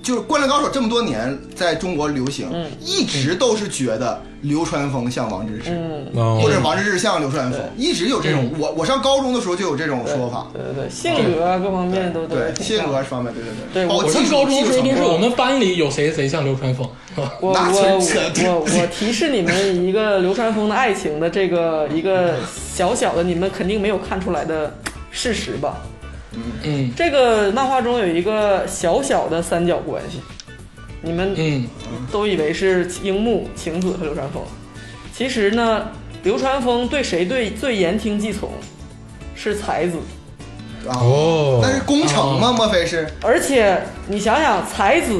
[SPEAKER 4] 就是《灌篮高手》这么多年在中国流行，
[SPEAKER 2] 嗯
[SPEAKER 4] 一直都是觉得流川枫像王治郅。
[SPEAKER 2] 嗯，
[SPEAKER 1] 哦
[SPEAKER 3] 嗯
[SPEAKER 4] 或者王治郅像流川枫，一直有这
[SPEAKER 1] 嗯
[SPEAKER 4] 种。我我上高中的时候就有这种
[SPEAKER 2] 对
[SPEAKER 4] 说法，
[SPEAKER 2] 对对对，性格啊各方面都都
[SPEAKER 4] 对
[SPEAKER 2] 挺
[SPEAKER 4] 性
[SPEAKER 2] 像
[SPEAKER 4] 格方面，对对
[SPEAKER 2] 对
[SPEAKER 4] 包括
[SPEAKER 1] 我上
[SPEAKER 4] 技术
[SPEAKER 1] 高中的时候都
[SPEAKER 4] 技术
[SPEAKER 1] 是
[SPEAKER 4] 层面
[SPEAKER 1] 我们班里有谁谁像流川枫，
[SPEAKER 2] 我我
[SPEAKER 4] 那
[SPEAKER 2] 我
[SPEAKER 4] 是扯
[SPEAKER 2] 我我提示你们一个流川枫的爱情的这个一个小小的你们肯定没有看出来的事实吧。
[SPEAKER 1] 嗯
[SPEAKER 2] 这个漫画中有一个小小的三角关系，你们
[SPEAKER 1] 嗯，
[SPEAKER 2] 都以为是樱木、晴子和流川枫，其实呢，流川枫对谁对最言听计从，是才子。
[SPEAKER 4] 啊，
[SPEAKER 3] 哦，
[SPEAKER 4] 那是工程吗？莫非是？
[SPEAKER 2] 而且你想想，才子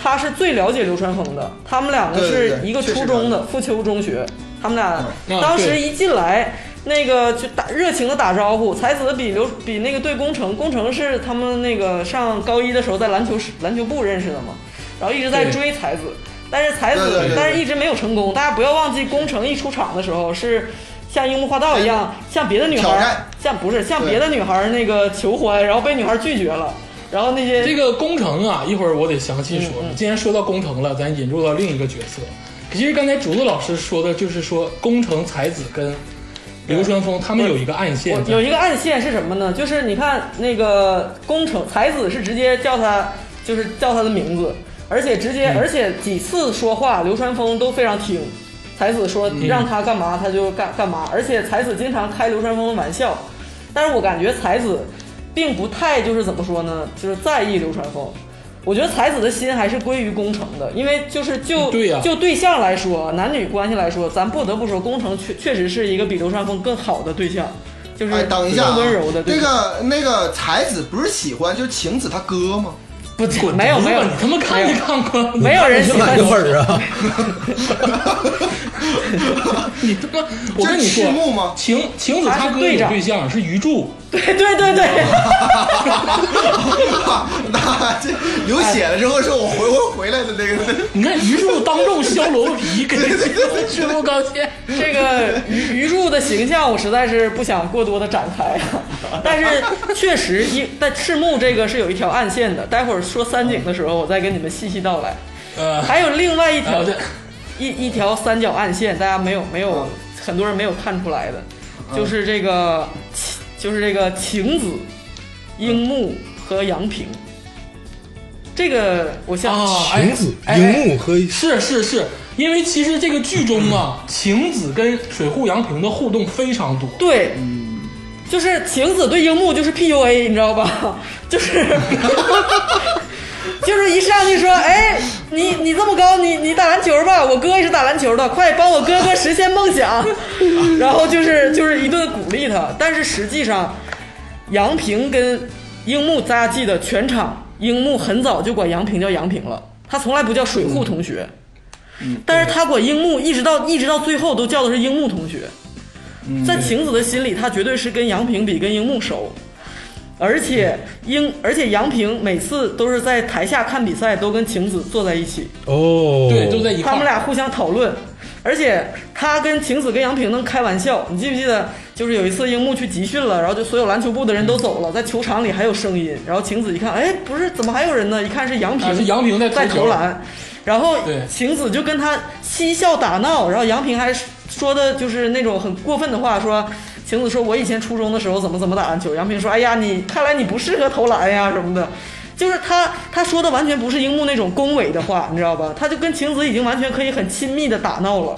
[SPEAKER 2] 他是最了解流川枫的，他们两个
[SPEAKER 4] 对对
[SPEAKER 2] 是
[SPEAKER 4] 对
[SPEAKER 2] 一个初中的富丘中学，他们俩
[SPEAKER 1] 嗯
[SPEAKER 2] 当时
[SPEAKER 1] 对
[SPEAKER 2] 一进来。那个就打热情的打招呼，才子比刘比那个对工程，工程是他们那个上高一的时候在篮球室篮球部认识的嘛，然后一直在
[SPEAKER 1] 对
[SPEAKER 2] 追才子，但是才子
[SPEAKER 4] 对对对
[SPEAKER 2] 但是一直没有成功。大家不要忘记，工程一出场的时候是像樱木花道一样，像别的女孩
[SPEAKER 4] 挑
[SPEAKER 2] 儿
[SPEAKER 4] 战，
[SPEAKER 2] 像不是像
[SPEAKER 4] 对
[SPEAKER 2] 别的女孩儿那个求欢，然后被女孩儿拒绝了，然后那些
[SPEAKER 1] 这个工程啊，一会儿我得详细说
[SPEAKER 2] 嗯。嗯
[SPEAKER 1] 既然说到工程了，咱引入到另一个角色。其实刚才竹子老师说的就是说工程才子跟流川枫他们有一个暗线
[SPEAKER 2] 我
[SPEAKER 1] 在，
[SPEAKER 2] 有一个暗线是什么呢？就是你看那个宫城才子是直接叫他，就是叫他的名字，而且直接，
[SPEAKER 1] 嗯
[SPEAKER 2] 而且几次说话，流川枫都非常听。才子说
[SPEAKER 1] 嗯
[SPEAKER 2] 让他干嘛，他就干干嘛，而且才子经常开流川枫的玩笑，但是我感觉才子并不太就是怎么说呢，就是在意流川枫。我觉得才子的心还是归于宫城的，因为就是就、
[SPEAKER 1] 嗯对呀
[SPEAKER 2] 就对象来说，男女关系来说，咱不得不说，宫城确确实是一个比流川枫更好的对象，就是
[SPEAKER 4] 哎，等一下、啊
[SPEAKER 2] 更，嗯温柔的对
[SPEAKER 4] 那
[SPEAKER 2] 象。
[SPEAKER 4] 个那个才子不是喜欢就是晴子他哥吗？
[SPEAKER 2] 不
[SPEAKER 1] 滚
[SPEAKER 2] 没有
[SPEAKER 1] 犊子
[SPEAKER 2] 没有
[SPEAKER 1] 吧你他妈看没看过？
[SPEAKER 2] 没有人喜欢
[SPEAKER 3] 哪一会儿啊？
[SPEAKER 1] 你他妈！我跟你
[SPEAKER 4] 这是赤木
[SPEAKER 1] 说，
[SPEAKER 4] 吗
[SPEAKER 1] 晴晴子他
[SPEAKER 2] 他是
[SPEAKER 1] 哥
[SPEAKER 2] 队
[SPEAKER 1] 有
[SPEAKER 2] 长
[SPEAKER 1] 对象是鱼柱，
[SPEAKER 2] 对对对对，
[SPEAKER 4] 那这流血了之后说我回我回来的那个，
[SPEAKER 1] 你看鱼柱当众削萝卜皮， 给赤木高见。
[SPEAKER 2] 这个鱼鱼柱的形象，我实在是不想过多的展开啊。但是确实一在赤木这个是有一条暗线的，待会儿说三井的时候，我再跟你们细细道来。
[SPEAKER 1] 呃，
[SPEAKER 2] 还有另外一
[SPEAKER 1] 然
[SPEAKER 2] 条
[SPEAKER 1] 后这
[SPEAKER 2] 一一条三角暗线，大家没有没有很多人没有看出来的，就是这个晴就是这个晴子、樱木和杨平。这个我想
[SPEAKER 1] 啊，哎
[SPEAKER 3] 晴子、
[SPEAKER 1] 哎
[SPEAKER 3] 樱木和
[SPEAKER 1] 是是是，因为其实这个剧中 啊，晴子跟水户洋平的互动非常多。
[SPEAKER 2] 对，就是晴子对樱木就是 PUA，你知道吧？ 就是，就是一上去说，哎，你你这么高，你你打篮球吧，我哥也是打篮球的，快帮我哥哥实现梦想。 然后就是就是一顿鼓励他，但是实际上，杨平跟樱木，大家记得全场樱木很早就管杨平叫杨平了，他从来不叫水户同学。但是他管樱木一直到一直到最后都叫的是樱木同学，
[SPEAKER 1] 嗯
[SPEAKER 2] 在晴子的心里，他绝对是跟杨平比，跟樱木熟。而且樱，而且杨平每次都是在台下看比赛，都跟晴子坐在一起，
[SPEAKER 3] 哦，
[SPEAKER 1] 对，都在一块
[SPEAKER 2] 他们
[SPEAKER 1] 儿。
[SPEAKER 2] 俩互相讨论。而且他跟晴子跟杨平能开玩笑，你记不记得？就是有一次樱木去集训了，然后就所有篮球部的人都走了，在球场里还有声音。然后晴子一看，哎，不是，怎么还有人呢？一看是杨平，
[SPEAKER 1] 啊是杨平在投球
[SPEAKER 2] 在投篮。然后
[SPEAKER 1] 对
[SPEAKER 2] 晴子就跟他嬉笑打闹，然后杨平还说的就是那种很过分的话，说晴子说我以前初中的时候怎么怎么打篮球，杨平说哎呀你看来你不适合投篮呀什么的，就是他他说的完全不是樱木那种恭维的话，你知道吧？他就跟晴子已经完全可以很亲密的打闹了，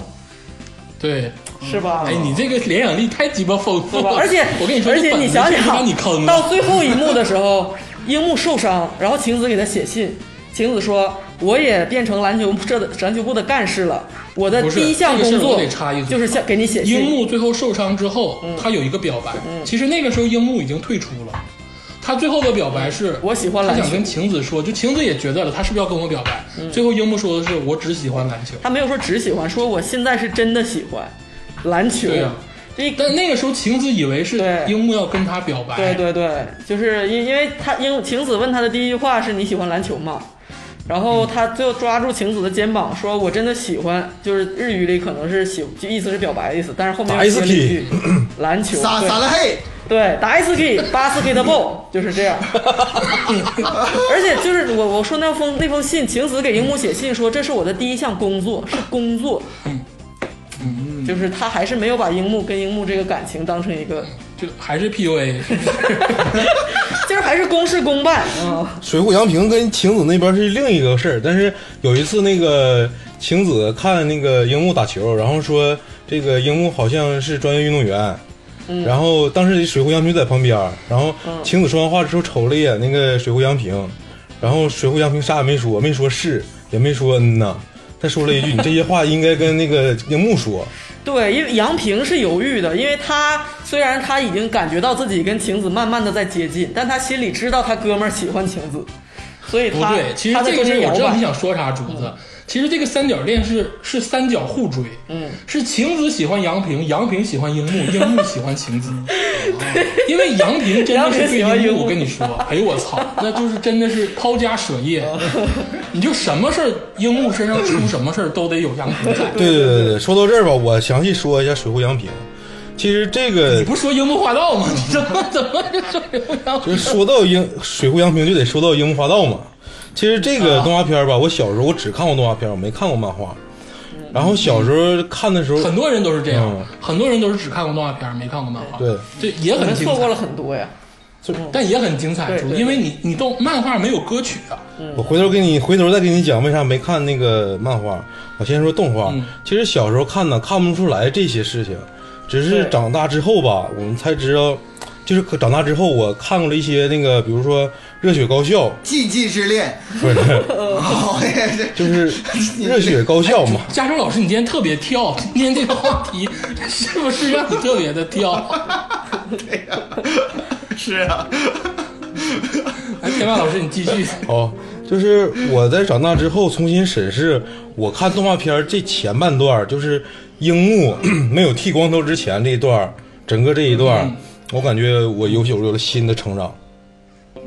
[SPEAKER 1] 对，
[SPEAKER 2] 是吧？
[SPEAKER 1] 哎，你这个联想力太鸡巴丰富
[SPEAKER 2] 啊 对吧
[SPEAKER 1] 了。
[SPEAKER 2] 而且
[SPEAKER 1] 我跟你说，
[SPEAKER 2] 而
[SPEAKER 1] 这
[SPEAKER 2] 且
[SPEAKER 1] 本
[SPEAKER 2] 你
[SPEAKER 1] 子
[SPEAKER 2] 想
[SPEAKER 1] 就是把
[SPEAKER 2] 想，
[SPEAKER 1] 你坑啊
[SPEAKER 2] 到
[SPEAKER 1] 了。
[SPEAKER 2] 最后一幕的时候，樱木受伤，然后晴子给他写信，晴子说：“我也变成篮球这篮球部的干事了，我的
[SPEAKER 1] 不是
[SPEAKER 2] 第一项
[SPEAKER 1] 这个事
[SPEAKER 2] 工
[SPEAKER 1] 儿我
[SPEAKER 2] 作
[SPEAKER 1] 得插一嘴啊
[SPEAKER 2] 就是像给你写信。”
[SPEAKER 1] 樱木最后受伤之后，
[SPEAKER 2] 嗯
[SPEAKER 1] 他有一个表白。其实那个时候樱木已经退出了，他最后的表白是：
[SPEAKER 2] 我喜欢
[SPEAKER 1] 他
[SPEAKER 2] 篮
[SPEAKER 1] 想
[SPEAKER 2] 球嗯
[SPEAKER 1] 跟。晴子说，就晴子也觉得了，他是不是要跟我表白？最后樱木说的是：我只喜欢篮 球。
[SPEAKER 2] 他没有说只喜欢，说我现在是真的喜欢篮球。
[SPEAKER 1] 对呀
[SPEAKER 2] 这
[SPEAKER 1] 但那个时候晴子以为是
[SPEAKER 2] 对
[SPEAKER 1] 樱木要跟他表白，
[SPEAKER 2] 对对对，就是因因为他因晴子问他的第一句话是你喜欢篮球吗？然后他最后抓住晴子的肩膀说：“我真的喜欢。”就是日语里可能是喜，就意思是表白的意思，但是后面
[SPEAKER 3] 打
[SPEAKER 2] 又接了
[SPEAKER 3] SK
[SPEAKER 2] 一句篮球，
[SPEAKER 4] 撒
[SPEAKER 2] 对
[SPEAKER 4] 撒了嘿，
[SPEAKER 2] 对，打 S K 八 S K 的 ball 就是这样。而且就是我我说那封那封信，晴子给樱木写信说这是我的第一项工作，是工作。嗯，就是他还是没有把樱木跟樱木这个感情当成一个，
[SPEAKER 1] 就还是 PUA，
[SPEAKER 2] 就是还是公事公办啊。
[SPEAKER 3] 水户洋平跟晴子那边是另一个事儿，但是有一次那个晴子看那个樱木打球，然后说这个樱木好像是专业运动员，然后当时水户洋平在旁边儿，然后晴子说完话之后瞅了一眼那个水户洋平，然后水户洋平啥也没说，没说是，也没说嗯呐，他说了一句你这些话应该跟那个樱木说，
[SPEAKER 2] 对，因为杨平是犹豫的，因为他虽然他已经感觉到自己跟晴子慢慢的在接近，但他心里知道他哥们儿喜欢晴子，所以
[SPEAKER 1] 不
[SPEAKER 2] 他
[SPEAKER 1] 对。其实
[SPEAKER 2] 他在
[SPEAKER 1] 这个
[SPEAKER 2] 中
[SPEAKER 1] 事
[SPEAKER 2] 间
[SPEAKER 1] 儿我
[SPEAKER 2] 摇
[SPEAKER 1] 知道
[SPEAKER 2] 摆
[SPEAKER 1] 你。想说啥，竹子。其实这个三角恋是是三角互追，
[SPEAKER 2] 嗯，
[SPEAKER 1] 是晴子喜欢杨平，杨平喜欢樱木，樱木喜欢 晴子。哦因为杨平真的是对
[SPEAKER 2] 杨平喜欢樱
[SPEAKER 1] 樱
[SPEAKER 2] 木
[SPEAKER 1] 木，我跟你说，哎呦我操，那就是真的是抛家舍业，
[SPEAKER 2] 哦
[SPEAKER 1] 你就什么事儿，樱木身上出什么事儿都得有杨平在。
[SPEAKER 3] 对对对对，说到这儿吧，我详细说一下水户洋平，其实这个
[SPEAKER 1] 你不是说樱木花道吗？你怎么怎么就说樱木花道？
[SPEAKER 3] 就是说到樱水户洋平就得说到樱木花道嘛。其实这个动画片儿吧，我小时候我只看过动画片儿，我没看过漫画。然后小时候看的时候，
[SPEAKER 1] 很多人都是这样，
[SPEAKER 3] 嗯
[SPEAKER 1] 很多人都是只看过动画片儿，没看过漫画。
[SPEAKER 3] 对，
[SPEAKER 1] 这也
[SPEAKER 2] 我
[SPEAKER 1] 很
[SPEAKER 2] 们
[SPEAKER 1] 精
[SPEAKER 2] 错过
[SPEAKER 1] 彩，
[SPEAKER 2] 了很多呀。
[SPEAKER 1] 但也很精彩，
[SPEAKER 2] 对
[SPEAKER 1] 主
[SPEAKER 2] 对
[SPEAKER 1] 因为你你动漫画没有歌曲啊，
[SPEAKER 3] 我回头给你回头再给你讲为啥没看那个漫画。我先说动画，
[SPEAKER 1] 嗯
[SPEAKER 3] 其实小时候看呢看不出来这些事情，只是
[SPEAKER 2] 对
[SPEAKER 3] 长大之后吧，我们才知道，就是可长大之后我看过了一些那个，比如说《热血高校》，
[SPEAKER 4] 禁忌之恋，
[SPEAKER 3] 不是，
[SPEAKER 4] 哦，也是
[SPEAKER 3] 就是热血高校嘛。
[SPEAKER 1] 嘉诚老师，你今天特别跳， 今天这个话题 是不是让你特别的跳？
[SPEAKER 4] 对呀、是啊，
[SPEAKER 1] 哎，天霸老师，你继续。
[SPEAKER 3] 哦，就是我在长大之后重新审视我看动画片儿这前半段儿，就是樱木 没有剃光头之前这一段儿，整个这一段儿，我感觉我有有有了新的成长。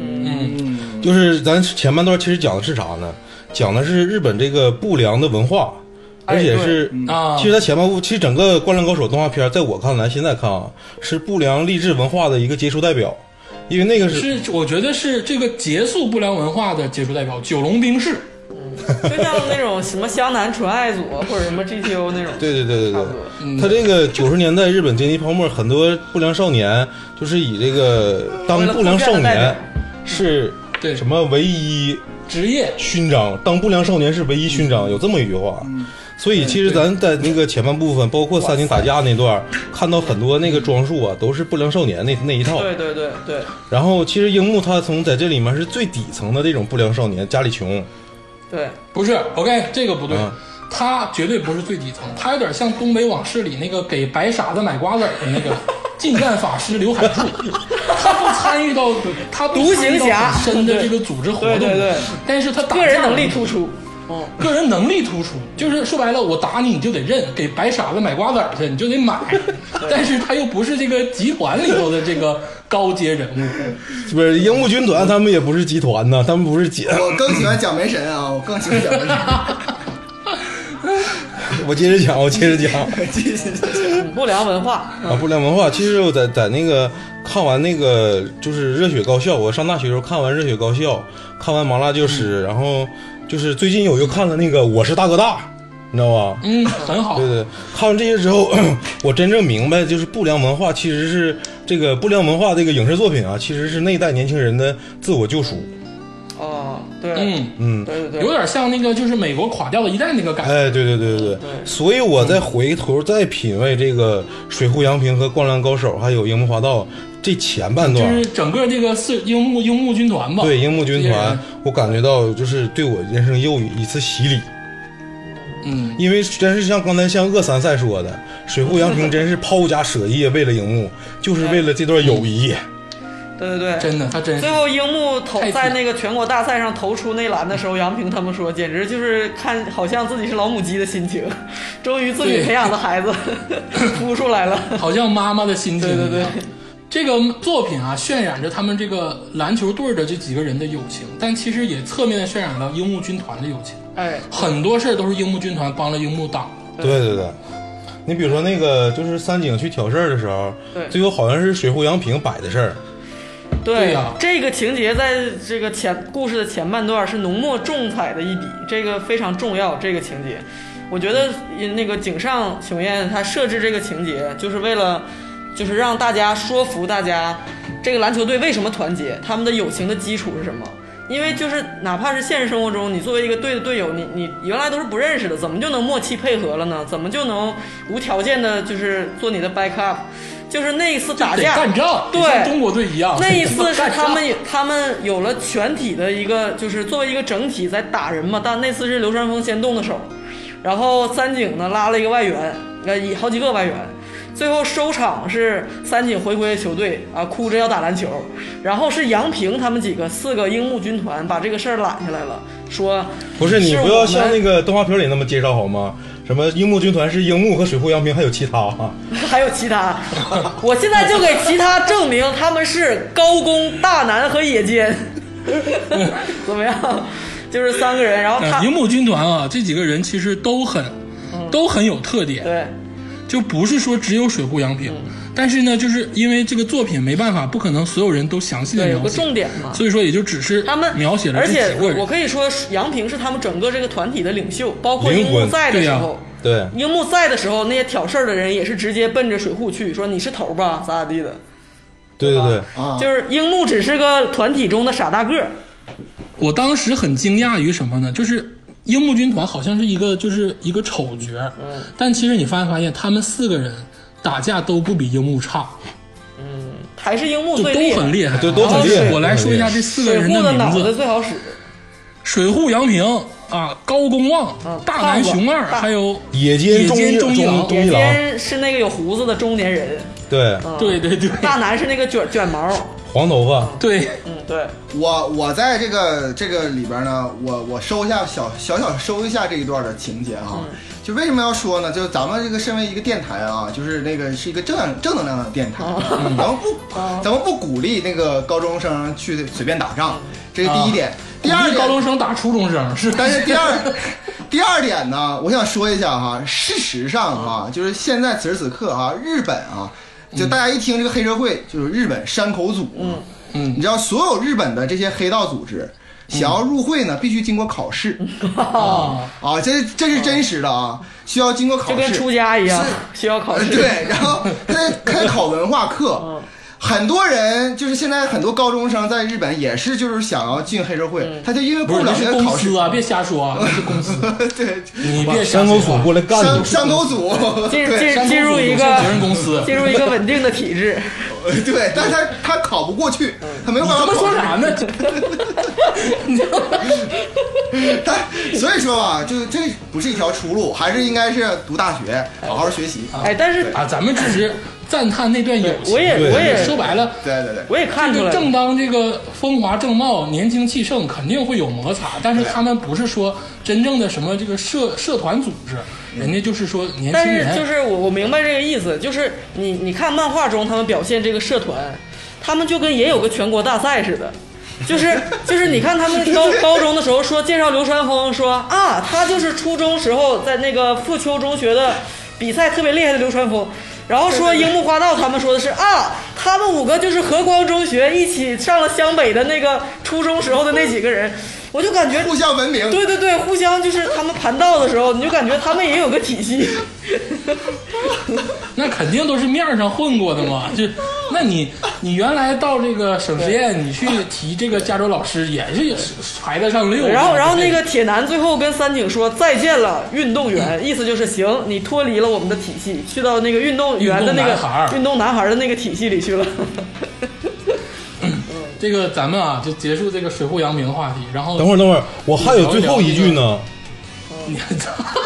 [SPEAKER 3] 嗯，就是咱前半段其实讲的是啥呢？讲的是日本这个不良的文化，
[SPEAKER 2] 哎
[SPEAKER 3] 而且是
[SPEAKER 1] 对啊
[SPEAKER 3] 其实它前半部，其实整个《灌篮高手》动画片儿，在我看来，现在看啊，是不良励志文化的一个杰出代表，因为那个是
[SPEAKER 1] 是，我觉得是这个结束不良文化的杰出代表——九龙冰室。
[SPEAKER 2] 就像那种什么湘南纯爱组或者什么 GTO 那种，
[SPEAKER 3] 对对对对
[SPEAKER 2] 差
[SPEAKER 3] 对
[SPEAKER 2] 不多。
[SPEAKER 1] 嗯
[SPEAKER 3] 他这个九十年代日本经济泡沫，很多不良少年就是以这个当不良少年是
[SPEAKER 1] 对
[SPEAKER 3] 什么唯一
[SPEAKER 1] 职业
[SPEAKER 3] 勋章，当不良少年是唯一勋章，有这么一句话。
[SPEAKER 2] 嗯
[SPEAKER 3] 所以其实咱在那个前半部分，包括三井打架那段儿，看到很多那个装束啊，都是不良少年那那一套。
[SPEAKER 2] 对对对对，
[SPEAKER 3] 然后其实樱木他从在这里面是最底层的这种不良少年，家里穷，
[SPEAKER 2] 对，
[SPEAKER 1] 不是？OK，这个不对
[SPEAKER 3] 嗯。
[SPEAKER 1] 他绝对不是最底层，他有点像《东北往事》里那个给白傻子买瓜子儿的 那个近战法师刘海柱，他不参与到他不参与到
[SPEAKER 2] 独行侠
[SPEAKER 1] 很深的这个组织活动，
[SPEAKER 2] 对对对对
[SPEAKER 1] 但是他打
[SPEAKER 2] 个人
[SPEAKER 1] 架
[SPEAKER 2] 能力突出。嗯，
[SPEAKER 1] 个人能力突出，就是说白了，我打你你就得认，给白傻子买瓜子儿去你就得买，但是他又不是这个集团里头的这个高阶人物，
[SPEAKER 3] 不是樱木军团他们也不是集团呐，他们不是姐。
[SPEAKER 4] 我更喜欢蒋门神啊，我更喜欢蒋门神。
[SPEAKER 3] 我接着讲，我接着讲。
[SPEAKER 4] 继续继续
[SPEAKER 2] 不良文化，
[SPEAKER 3] 啊，不良文化。其实我在在那个看完那个就是《热血高校》，我上大学时候看完《热血高校》，看完《麻辣教师》然后就是最近我又看了那个《我是大哥大》，你知道吧？
[SPEAKER 1] 嗯，很好
[SPEAKER 3] 对，对，看完这些之后， 我真正明白，就是不良文化其实是这个不良文化这个影视作品啊，其实是那一代年轻人的自我救赎。
[SPEAKER 2] 哦，对，
[SPEAKER 1] 嗯，
[SPEAKER 3] 嗯，
[SPEAKER 2] 对对
[SPEAKER 1] 有
[SPEAKER 2] 对，
[SPEAKER 1] 点像那个就是美国垮掉的一代那个感觉，
[SPEAKER 3] 哎，对对对对
[SPEAKER 2] 嗯
[SPEAKER 3] 对，所以我再回头再品味这个《水户洋平》和《灌篮高手》，还有《樱木花道》这前半段，
[SPEAKER 1] 就是整个这个四樱木樱木军团吧，
[SPEAKER 3] 对樱木军团
[SPEAKER 1] 也，
[SPEAKER 3] 我感觉到就是对我人生又一次洗礼，
[SPEAKER 1] 嗯，
[SPEAKER 3] 因为真是像刚才像鄂三赛说的，水户洋平真是抛家舍业为了樱木，就是为了这段友谊。
[SPEAKER 2] 对对对。
[SPEAKER 1] 真的，他真是
[SPEAKER 2] 最后樱木投
[SPEAKER 1] 太甜
[SPEAKER 2] 在那个全国大赛上投出内栏的时候，杨平他们说，简直就是看好像自己是老母鸡的心情， 终于自己
[SPEAKER 1] 对
[SPEAKER 2] 培养的孩子 孵出来了。
[SPEAKER 1] 好像妈妈的心情一
[SPEAKER 2] 对
[SPEAKER 1] 样。
[SPEAKER 2] 对对
[SPEAKER 1] 这个作品啊，渲染着他们这个篮球队的这几个人的友情，但其实也侧面地渲染了樱木军团的友情。
[SPEAKER 2] 哎，
[SPEAKER 1] 很多事儿都是樱木军团帮了樱木挡。
[SPEAKER 3] 对对对，你比如说那个就是三井去挑事儿的时候
[SPEAKER 2] 对，
[SPEAKER 3] 最后好像是水户洋平摆的事儿，
[SPEAKER 1] 对
[SPEAKER 2] 对
[SPEAKER 1] 呀
[SPEAKER 2] 这个情节在这个前故事的前半段是浓墨重彩的一笔，这个非常重要。这个情节，我觉得那个井上雄彦他设置这个情节，就是为了就是让大家说服大家，这个篮球队为什么团结，他们的友情的基础是什么。因为就是哪怕是现实生活中，你作为一个队的队友，你你原来都是不认识的，怎么就能默契配合了呢？怎么就能无条件的，就是做你的 backup？就是那一次打
[SPEAKER 1] 得
[SPEAKER 2] 架
[SPEAKER 1] 干仗，
[SPEAKER 2] 对
[SPEAKER 1] 就像中国队一样。
[SPEAKER 2] 那一次是他
[SPEAKER 1] 干
[SPEAKER 2] 们
[SPEAKER 1] 仗，
[SPEAKER 2] 他们有了全体的一个，就是作为一个整体在打人嘛。但那次是流川枫先动的手，然后三井呢拉了一个外援，呃，一好几个外援。最后收场是三井回归球队啊，哭着要打篮球，然后是杨平他们几个四个樱木军团把这个事儿揽下来了，说
[SPEAKER 3] 不是你
[SPEAKER 2] 是
[SPEAKER 3] 不
[SPEAKER 2] 我
[SPEAKER 3] 要
[SPEAKER 2] 们
[SPEAKER 3] 像那个动画片里那么介绍好吗？什么樱木军团是樱木和水户洋平，还有其他啊。
[SPEAKER 2] 还有其他，我现在就给其他证明他们是高工、大南和野间， 怎么样？就是三个人，然后他嗯
[SPEAKER 1] 嗯樱木军团啊，这几个人其实都很，都很有特点。
[SPEAKER 2] 对嗯
[SPEAKER 1] 就不是说只有水户洋平，但是呢，就是因为这个作品没办法，不可能所有人都详细的
[SPEAKER 2] 对有
[SPEAKER 1] 描
[SPEAKER 2] 个
[SPEAKER 1] 写，
[SPEAKER 2] 重点嘛。
[SPEAKER 1] 所以说也就只是
[SPEAKER 2] 他们
[SPEAKER 1] 描写了
[SPEAKER 2] 而
[SPEAKER 1] 这
[SPEAKER 2] 且
[SPEAKER 1] 几个
[SPEAKER 2] 我
[SPEAKER 1] 人。
[SPEAKER 2] 可以说，杨平是他们整个这个团体的领袖，包括樱
[SPEAKER 3] 灵
[SPEAKER 2] 木
[SPEAKER 3] 魂
[SPEAKER 2] 在的时候，
[SPEAKER 3] 对，
[SPEAKER 2] 樱木在的时候，那些挑事儿的人也是直接奔着水户去，说你是头儿吧，咋咋地的。
[SPEAKER 3] 对对对，
[SPEAKER 4] 啊，
[SPEAKER 2] 就是樱木只是个团体中的傻大个儿，
[SPEAKER 1] 我当时很惊讶于什么呢？就是樱木军团好像是一个就是一个丑角，嗯，但其实你发没发现他们四个人打架都不比樱木差，
[SPEAKER 2] 还是樱木
[SPEAKER 1] 就
[SPEAKER 2] 最
[SPEAKER 1] 都
[SPEAKER 2] 厉害。
[SPEAKER 1] 很厉害，
[SPEAKER 3] 对都很
[SPEAKER 1] 然后
[SPEAKER 3] 厉害
[SPEAKER 1] 我来说一下这四个
[SPEAKER 2] 水
[SPEAKER 1] 人
[SPEAKER 2] 户的
[SPEAKER 1] 名
[SPEAKER 2] 脑
[SPEAKER 1] 字
[SPEAKER 2] 子：最好使，
[SPEAKER 1] 水户洋平啊，高公望
[SPEAKER 2] 嗯，
[SPEAKER 1] 大南雄二，
[SPEAKER 2] 胖子
[SPEAKER 1] 还有
[SPEAKER 3] 野间中
[SPEAKER 1] 野间
[SPEAKER 3] 中
[SPEAKER 1] 忠一郎
[SPEAKER 3] 中
[SPEAKER 2] 野
[SPEAKER 3] 一郎，
[SPEAKER 2] 间是那个有胡子的中年 人，
[SPEAKER 3] 对，
[SPEAKER 2] 嗯、
[SPEAKER 1] 对对对
[SPEAKER 2] 大南是那个卷卷毛，
[SPEAKER 3] 黄头发，
[SPEAKER 1] 对，
[SPEAKER 2] 嗯，对，
[SPEAKER 4] 我我在这个这个里边呢，我我收一下小小小收一下这一段的情节哈、就为什么要说呢？就咱们这个身为一个电台啊，就是那个是一个正正能量的电台，咱们不、咱们不鼓励那个高中生去随便打仗，这是第一点。第二
[SPEAKER 1] 一
[SPEAKER 4] 点，
[SPEAKER 1] 个高中生打初中生是，
[SPEAKER 4] 但是第二第二点呢，我想说一下哈，事实上哈，就是现在此时此刻哈，日本啊，就大家一听这个黑社会，就是日本山口组，嗯
[SPEAKER 1] 嗯
[SPEAKER 4] 你知道所有日本的这些黑道组织。想要入会呢，必须经过考试
[SPEAKER 1] 嗯啊，
[SPEAKER 4] 啊，这这是真实的啊，需要经过考
[SPEAKER 2] 就
[SPEAKER 4] 试，
[SPEAKER 2] 跟出家一样
[SPEAKER 4] 是，
[SPEAKER 2] 需要考
[SPEAKER 4] 呃
[SPEAKER 2] 试。
[SPEAKER 4] 对，然后他在开考文化
[SPEAKER 1] 嗯
[SPEAKER 4] 课， 很多人就是现在很多高中生在日本也是就是想要进黑社会，他就因为
[SPEAKER 1] 嗯不
[SPEAKER 4] 过
[SPEAKER 1] 是
[SPEAKER 4] 不
[SPEAKER 1] 那
[SPEAKER 4] 了
[SPEAKER 1] 是
[SPEAKER 4] 那个
[SPEAKER 1] 公
[SPEAKER 4] 考试
[SPEAKER 1] 司，啊，别瞎说啊，那 是公司，
[SPEAKER 4] 对，
[SPEAKER 1] 你别瞎
[SPEAKER 3] 山
[SPEAKER 1] 说
[SPEAKER 3] 口
[SPEAKER 1] 啊
[SPEAKER 3] 组过来干
[SPEAKER 4] 山
[SPEAKER 3] 你，
[SPEAKER 4] 山口组，
[SPEAKER 2] 进
[SPEAKER 4] 对
[SPEAKER 1] 山口组
[SPEAKER 2] 进进入一
[SPEAKER 1] 有限责任
[SPEAKER 2] 个
[SPEAKER 1] 公司，
[SPEAKER 2] 进入一个稳定的体制，
[SPEAKER 4] 对，但是他他考不过去，
[SPEAKER 2] 嗯
[SPEAKER 4] 他没有办
[SPEAKER 1] 他
[SPEAKER 4] 法
[SPEAKER 1] 们
[SPEAKER 4] 考
[SPEAKER 1] 说
[SPEAKER 4] 试。
[SPEAKER 1] 啥呢？
[SPEAKER 4] 他所以说吧，就这不是一条出路，还是应该是读大学，好好学习。
[SPEAKER 2] 哎，但是
[SPEAKER 1] 啊，咱们只是赞叹那段友情，
[SPEAKER 2] 我也
[SPEAKER 3] 对
[SPEAKER 2] 我也
[SPEAKER 1] 说白了。
[SPEAKER 4] 对对对，
[SPEAKER 2] 我也看出
[SPEAKER 1] 这
[SPEAKER 2] 来
[SPEAKER 1] 个
[SPEAKER 2] 了
[SPEAKER 1] 正当这个风华正茂、年轻气盛，肯定会有摩擦，但是他们不是说真正的什么这个社社团组织，人家就是说年轻
[SPEAKER 2] 嗯但是
[SPEAKER 1] 人，
[SPEAKER 2] 就是我我明白这个意思，就是你你看漫画中他们表现这个社团，他们就跟也有个全国大赛似的。就是就是，你看他们高高中的时候说介绍流川枫，说啊，他就是初中时候在那个富丘中学的比赛特别厉害的流川枫，然后说樱木花道他们说的是啊，他们五个就是和光中学一起上了湘北的那个初中时候的那几个人，我就感觉
[SPEAKER 4] 互相文明。
[SPEAKER 2] 对对对，互相就是他们盘道的时候，你就感觉他们也有个体系。
[SPEAKER 1] 那肯定都是面儿上混过的 嘛。就那你你原来到这个省实验，你去提这个加州老师，也是排得上六。啊
[SPEAKER 2] 然后，然后那
[SPEAKER 1] 对
[SPEAKER 2] 个铁男最后跟三井说再见了，运动员，意思就是行，你脱离了我们的体系，去到那个运动员的那
[SPEAKER 1] 运动男孩儿
[SPEAKER 2] 个运动男孩儿的那个体系里去了。
[SPEAKER 1] 这个咱们啊，就结束这个水户洋平话题，然后
[SPEAKER 3] 哦等会儿等会儿，我还有最后一句呢。
[SPEAKER 1] 你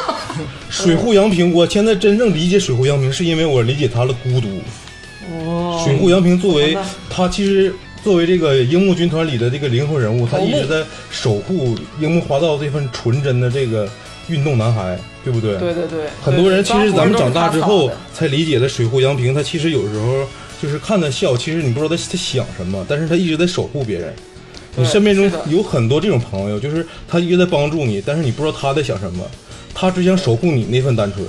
[SPEAKER 3] 水户洋平，我现在真正理解水户洋平，是因为我理解他的孤独。
[SPEAKER 2] 哦，
[SPEAKER 3] 水户洋平作为
[SPEAKER 2] 好的
[SPEAKER 3] 他其实作为这个樱木军团里的这个灵魂人物，他
[SPEAKER 2] 头目
[SPEAKER 3] 一直在守护樱木花道这份纯真的这个运动男孩，对不对？
[SPEAKER 2] 对对对，
[SPEAKER 3] 很多人其实咱们长大之后
[SPEAKER 2] 对
[SPEAKER 3] 才理解的水户洋平，他其实有时候就是看他笑，其实你不知道他他想什么，但是他一直在守护别人。你身边中
[SPEAKER 2] 是的
[SPEAKER 3] 有很多这种朋友，就是他一直在帮助你，但是你不知道他在想什么，他只想守护你那份单纯，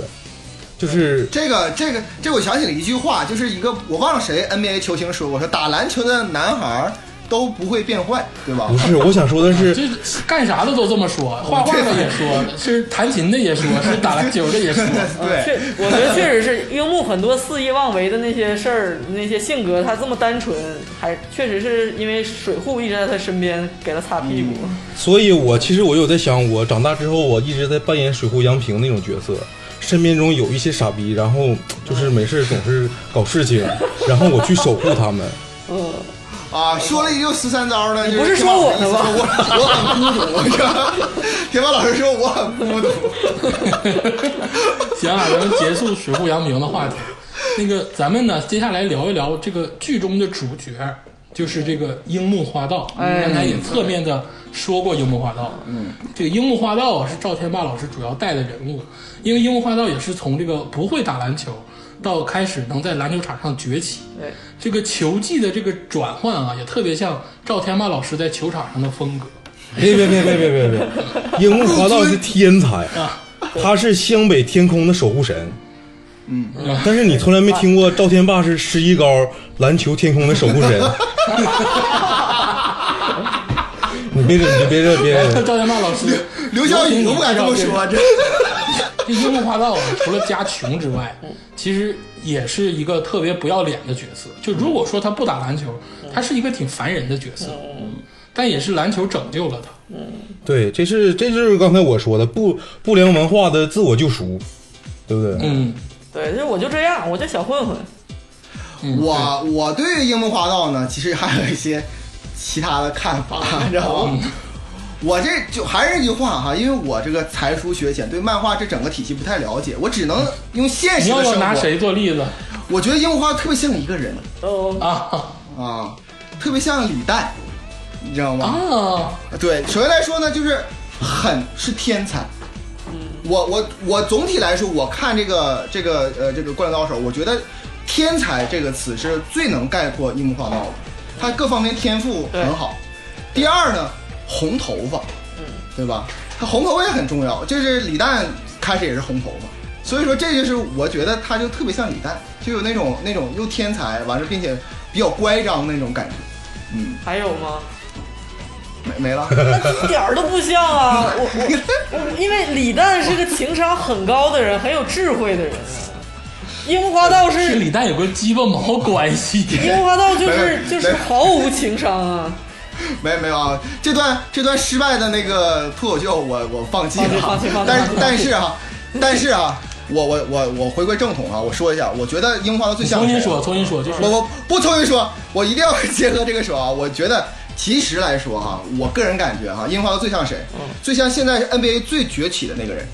[SPEAKER 3] 就是
[SPEAKER 4] 这个这个这，我想起了一句话，就是一个我忘了谁 NBA 球星说过，说打篮球的男孩儿都不会变坏，对吧
[SPEAKER 3] 不？是我想说的 是，
[SPEAKER 1] 就是干啥的都这么说，画画的也说，是弹琴的也说，是打篮球的也说。
[SPEAKER 4] 对，
[SPEAKER 2] 确，我觉得确实是樱木很多肆意妄为的那些事儿，那些性格，他这么单纯，还确实是因为水户一直在他身边给他擦屁股。
[SPEAKER 3] 所以我其实我有在想，我长大之后，我一直在扮演水户洋平那种角色，身边中有一些傻逼，然后就是没事总是搞事情，然后我去守护他们。
[SPEAKER 2] 嗯，
[SPEAKER 4] 啊，说了一溜十三招呢。
[SPEAKER 2] 你
[SPEAKER 4] 就
[SPEAKER 2] 不是
[SPEAKER 4] 挺好
[SPEAKER 2] 说我
[SPEAKER 4] 意思
[SPEAKER 2] 呢吧
[SPEAKER 4] 说我我很孤独， 铁马老师说我很孤独。
[SPEAKER 1] 行啊，咱们结束水户洋平的话题。那个，咱们呢，接下来聊一聊这个剧中的主角，就是这个樱木花道。
[SPEAKER 2] 哎
[SPEAKER 1] 刚才也侧面的说过樱木花道。嗯，这个樱木花道是赵天霸老师主要带的人物，因为樱木花道也是从这个不会打篮球到开始能在篮球场上崛起。
[SPEAKER 2] 对，
[SPEAKER 1] 这个球技的这个转换啊，也特别像赵天霸老师在球场上的风格。
[SPEAKER 3] 别别别别别别别！樱木花道是天才，
[SPEAKER 1] 啊
[SPEAKER 3] 他是湘北天空的守护神。嗯，但是你从来没听过赵天霸是十一高篮球天空的守护 神。你别整，你别整，别整。哎
[SPEAKER 1] 赵天霸老师，
[SPEAKER 4] 刘晓宇都不敢这么说，这
[SPEAKER 1] 这樱木花道啊除了家穷之外，其实也是一个特别不要脸的角色。就如果说他不打篮球，他是一个挺烦人的角色，但也是篮球拯救了他。
[SPEAKER 3] 对，这是这就是刚才我说的不不良文化的自我救赎，对不对？
[SPEAKER 1] 嗯，
[SPEAKER 2] 对，就是我就这样，我就小混混。
[SPEAKER 1] 嗯
[SPEAKER 4] 我我对樱木花道呢，其实还有一些其他的看 法，你知道
[SPEAKER 1] 嗯
[SPEAKER 4] 吗？我这就还是那句话哈，因为我这个才疏学浅，对漫画这整个体系不太了解，我只能用现
[SPEAKER 1] 你
[SPEAKER 4] 实
[SPEAKER 1] 要
[SPEAKER 4] 的
[SPEAKER 1] 要
[SPEAKER 4] 生
[SPEAKER 1] 拿
[SPEAKER 4] 活。
[SPEAKER 1] 谁做例子
[SPEAKER 4] 我觉得樱木花道特别像一个人
[SPEAKER 2] 哦，
[SPEAKER 1] 啊
[SPEAKER 4] 啊，特别像李诞，你知道吗？
[SPEAKER 1] 啊？
[SPEAKER 4] 对，首先来说呢，就是很是天才。我我我总体来说，我看这个这个呃这个《灌篮高手》，我觉得“天才”这个词是最能概括樱木花道的，他各方面天赋很好。第二呢，红头发，
[SPEAKER 2] 嗯，
[SPEAKER 4] 对吧？他红头发也很重要，就是李诞开始也是红头发，所以说这就是我觉得他就特别像李诞，就有那种那种又天才完了，并且比较乖张那种感觉。嗯，
[SPEAKER 2] 还有 吗？
[SPEAKER 4] 没没了。
[SPEAKER 2] 那一点儿都不像啊！我我我，因为李诞是个情商很高的人，很有智慧的人啊。樱木花道
[SPEAKER 1] 这
[SPEAKER 2] 是
[SPEAKER 1] 李诞有个鸡巴毛关系？
[SPEAKER 2] 樱木花道，就
[SPEAKER 4] 没有
[SPEAKER 2] 是就是
[SPEAKER 4] 没有
[SPEAKER 2] 毫无情商啊！
[SPEAKER 4] 没没有啊，这段这段失败的那个脱口秀我我放弃了，
[SPEAKER 2] 放弃放弃放弃
[SPEAKER 4] 但是
[SPEAKER 2] 放弃
[SPEAKER 4] 但是啊，但是啊，我我我我回归正统啊，我说一下，我觉得樱花的最像
[SPEAKER 1] 重新
[SPEAKER 4] 谁啊
[SPEAKER 1] 说，重新说，就是
[SPEAKER 4] 我我不重新说，我一定要结合这个说啊，我觉得其实来说哈、我个人感觉哈、啊樱花的最像谁？
[SPEAKER 2] 嗯
[SPEAKER 4] 最像现在是 NBA 最崛起的那个人，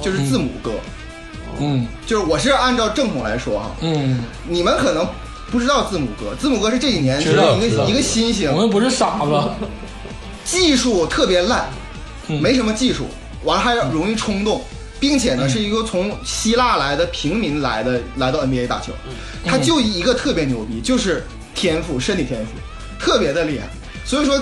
[SPEAKER 4] 就是字母哥，
[SPEAKER 1] 嗯
[SPEAKER 4] 就是我是按照正统来说哈、
[SPEAKER 1] 嗯，
[SPEAKER 4] 你们可能不知道字母哥，字母哥是这几年
[SPEAKER 1] 知道
[SPEAKER 4] 一
[SPEAKER 1] 知道
[SPEAKER 4] 个一个新星
[SPEAKER 1] 我，们不是傻子，
[SPEAKER 4] 技术特别烂，
[SPEAKER 1] 嗯
[SPEAKER 4] 没什么技术，完了还容易冲动，并且
[SPEAKER 3] 嗯
[SPEAKER 4] 呢是一个从希腊来的平民来的来到 NBA 打球，
[SPEAKER 3] 嗯
[SPEAKER 4] 他就一个特别牛逼，就是天赋，身体天赋特别的厉害，所以说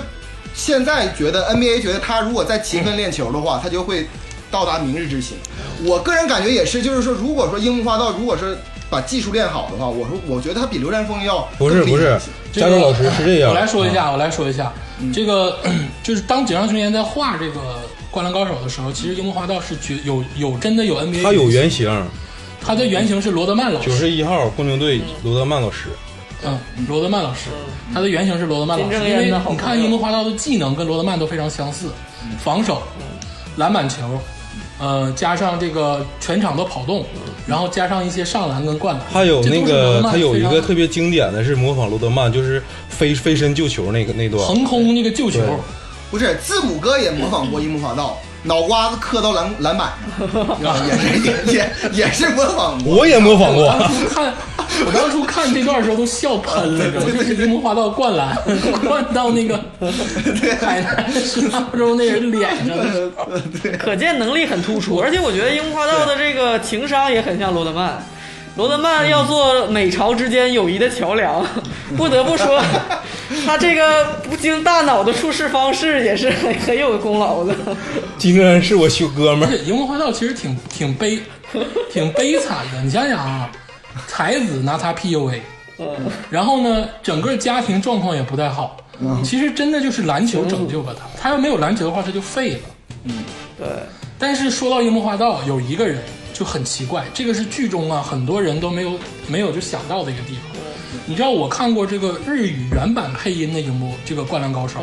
[SPEAKER 4] 现在觉得 NBA 觉得他如果再勤奋练球的话，他就会到达明日之星。我个人感觉也是，就是说如果说樱木花道如果是把技术练好的话，我说我觉得他比流川枫要
[SPEAKER 3] 不是
[SPEAKER 4] 更
[SPEAKER 3] 不
[SPEAKER 4] 厉害
[SPEAKER 3] 是
[SPEAKER 4] 一些，
[SPEAKER 1] 这
[SPEAKER 3] 加
[SPEAKER 1] 个
[SPEAKER 3] 州老师是这样。
[SPEAKER 1] 我来说一
[SPEAKER 3] 啊，嗯
[SPEAKER 1] 下，我来说一下，这个就是当井上雄彦在画这个《灌篮高手》的时候，其实樱木花道是绝有有真的有 NBA，
[SPEAKER 3] 他有原型，
[SPEAKER 1] 他的原型是罗德曼老
[SPEAKER 3] 九
[SPEAKER 1] 师，
[SPEAKER 3] 十一号公牛队罗德曼老师。
[SPEAKER 1] 嗯，罗德曼老师，他的原型是罗德曼老
[SPEAKER 2] 嗯金
[SPEAKER 1] 师，
[SPEAKER 2] 正
[SPEAKER 1] 因
[SPEAKER 2] 恩
[SPEAKER 1] 为
[SPEAKER 2] 的好
[SPEAKER 1] 你
[SPEAKER 2] 朋
[SPEAKER 1] 看
[SPEAKER 2] 友嗯
[SPEAKER 1] 樱木花道的技能跟罗德曼都非常相似，防守、篮板球，呃，加上这个全场的跑动，
[SPEAKER 2] 嗯
[SPEAKER 1] 然后加上一些上篮跟灌篮，
[SPEAKER 3] 还有
[SPEAKER 1] 这都
[SPEAKER 3] 那
[SPEAKER 1] 是罗
[SPEAKER 3] 个
[SPEAKER 1] 德，曼
[SPEAKER 3] 他有一
[SPEAKER 1] 非
[SPEAKER 3] 个
[SPEAKER 1] 常
[SPEAKER 3] 特别经典的是模仿罗德曼，就是飞飞身救球那个那段。
[SPEAKER 1] 横空那个救球
[SPEAKER 3] 对。
[SPEAKER 4] 不是，字母哥也模仿过樱木花道，脑瓜子磕到篮篮板 上，也 是也也也是模仿过。
[SPEAKER 3] 我也模仿过
[SPEAKER 1] 我，当初看， 我当初看这段的时候都笑喷了，知道吗？就是樱木花道灌篮，灌到那个海南十八中那人脸上的时候，
[SPEAKER 2] 可见能力很突出，而且我觉得樱木花道的这个情商也很像罗德曼。罗德曼要做美朝之间友谊的桥梁，不得不说，他这个不经大脑的处事方式也是很很有功劳的。
[SPEAKER 3] 金正恩是我修哥们
[SPEAKER 1] 而
[SPEAKER 3] 儿。
[SPEAKER 1] 且樱木花道其实挺挺悲，挺悲惨的。你想想啊，才子拿他 PUA，
[SPEAKER 2] 嗯，
[SPEAKER 1] 然后呢，整个家庭状况也不太好。其实真的就是篮球拯救了他，他要没有篮球的话，他就废了。
[SPEAKER 2] 对，
[SPEAKER 1] 但是说到樱木花道，有一个人就很奇怪，这个是剧中啊很多人都没有没有就想到的一个地方。
[SPEAKER 2] 嗯
[SPEAKER 1] 你知道我看过这个日语原版配音的樱木这个《灌篮高
[SPEAKER 2] 嗯
[SPEAKER 1] 手》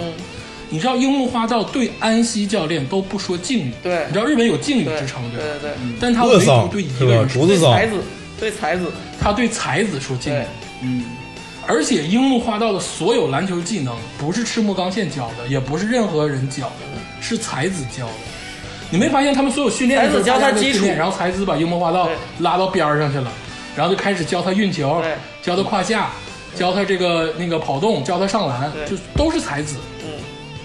[SPEAKER 1] 你知道樱木花道对安西教练都不说敬语，
[SPEAKER 2] 对
[SPEAKER 1] 你知道日本有敬语
[SPEAKER 2] 对，
[SPEAKER 1] 之称
[SPEAKER 2] 对
[SPEAKER 1] 吧？
[SPEAKER 2] 对对，
[SPEAKER 1] 但他唯
[SPEAKER 3] 乐
[SPEAKER 1] 独
[SPEAKER 3] 桑
[SPEAKER 1] 对一
[SPEAKER 3] 是
[SPEAKER 1] 个
[SPEAKER 3] 吧？
[SPEAKER 1] 人
[SPEAKER 3] 竹
[SPEAKER 1] 说，
[SPEAKER 3] 子
[SPEAKER 2] 对才
[SPEAKER 3] 桑，
[SPEAKER 2] 子，对才子，
[SPEAKER 1] 他对才子说敬语
[SPEAKER 2] 对。嗯
[SPEAKER 1] 而且樱木花道的所有篮球技能不是赤木刚宪教的，也不是任何人教的，是才子教的。你没发现他们所有训练的时候
[SPEAKER 2] 才子教
[SPEAKER 1] 大
[SPEAKER 2] 他
[SPEAKER 1] 家都
[SPEAKER 2] 基础
[SPEAKER 1] 训练然后才子把樱木花道
[SPEAKER 2] 对
[SPEAKER 1] 拉到边儿上去了，然后就开始教他运球
[SPEAKER 2] 对，
[SPEAKER 1] 教他胯下，教他这个那个跑动，教他上篮，
[SPEAKER 2] 对
[SPEAKER 1] 就都是才子。
[SPEAKER 2] 嗯，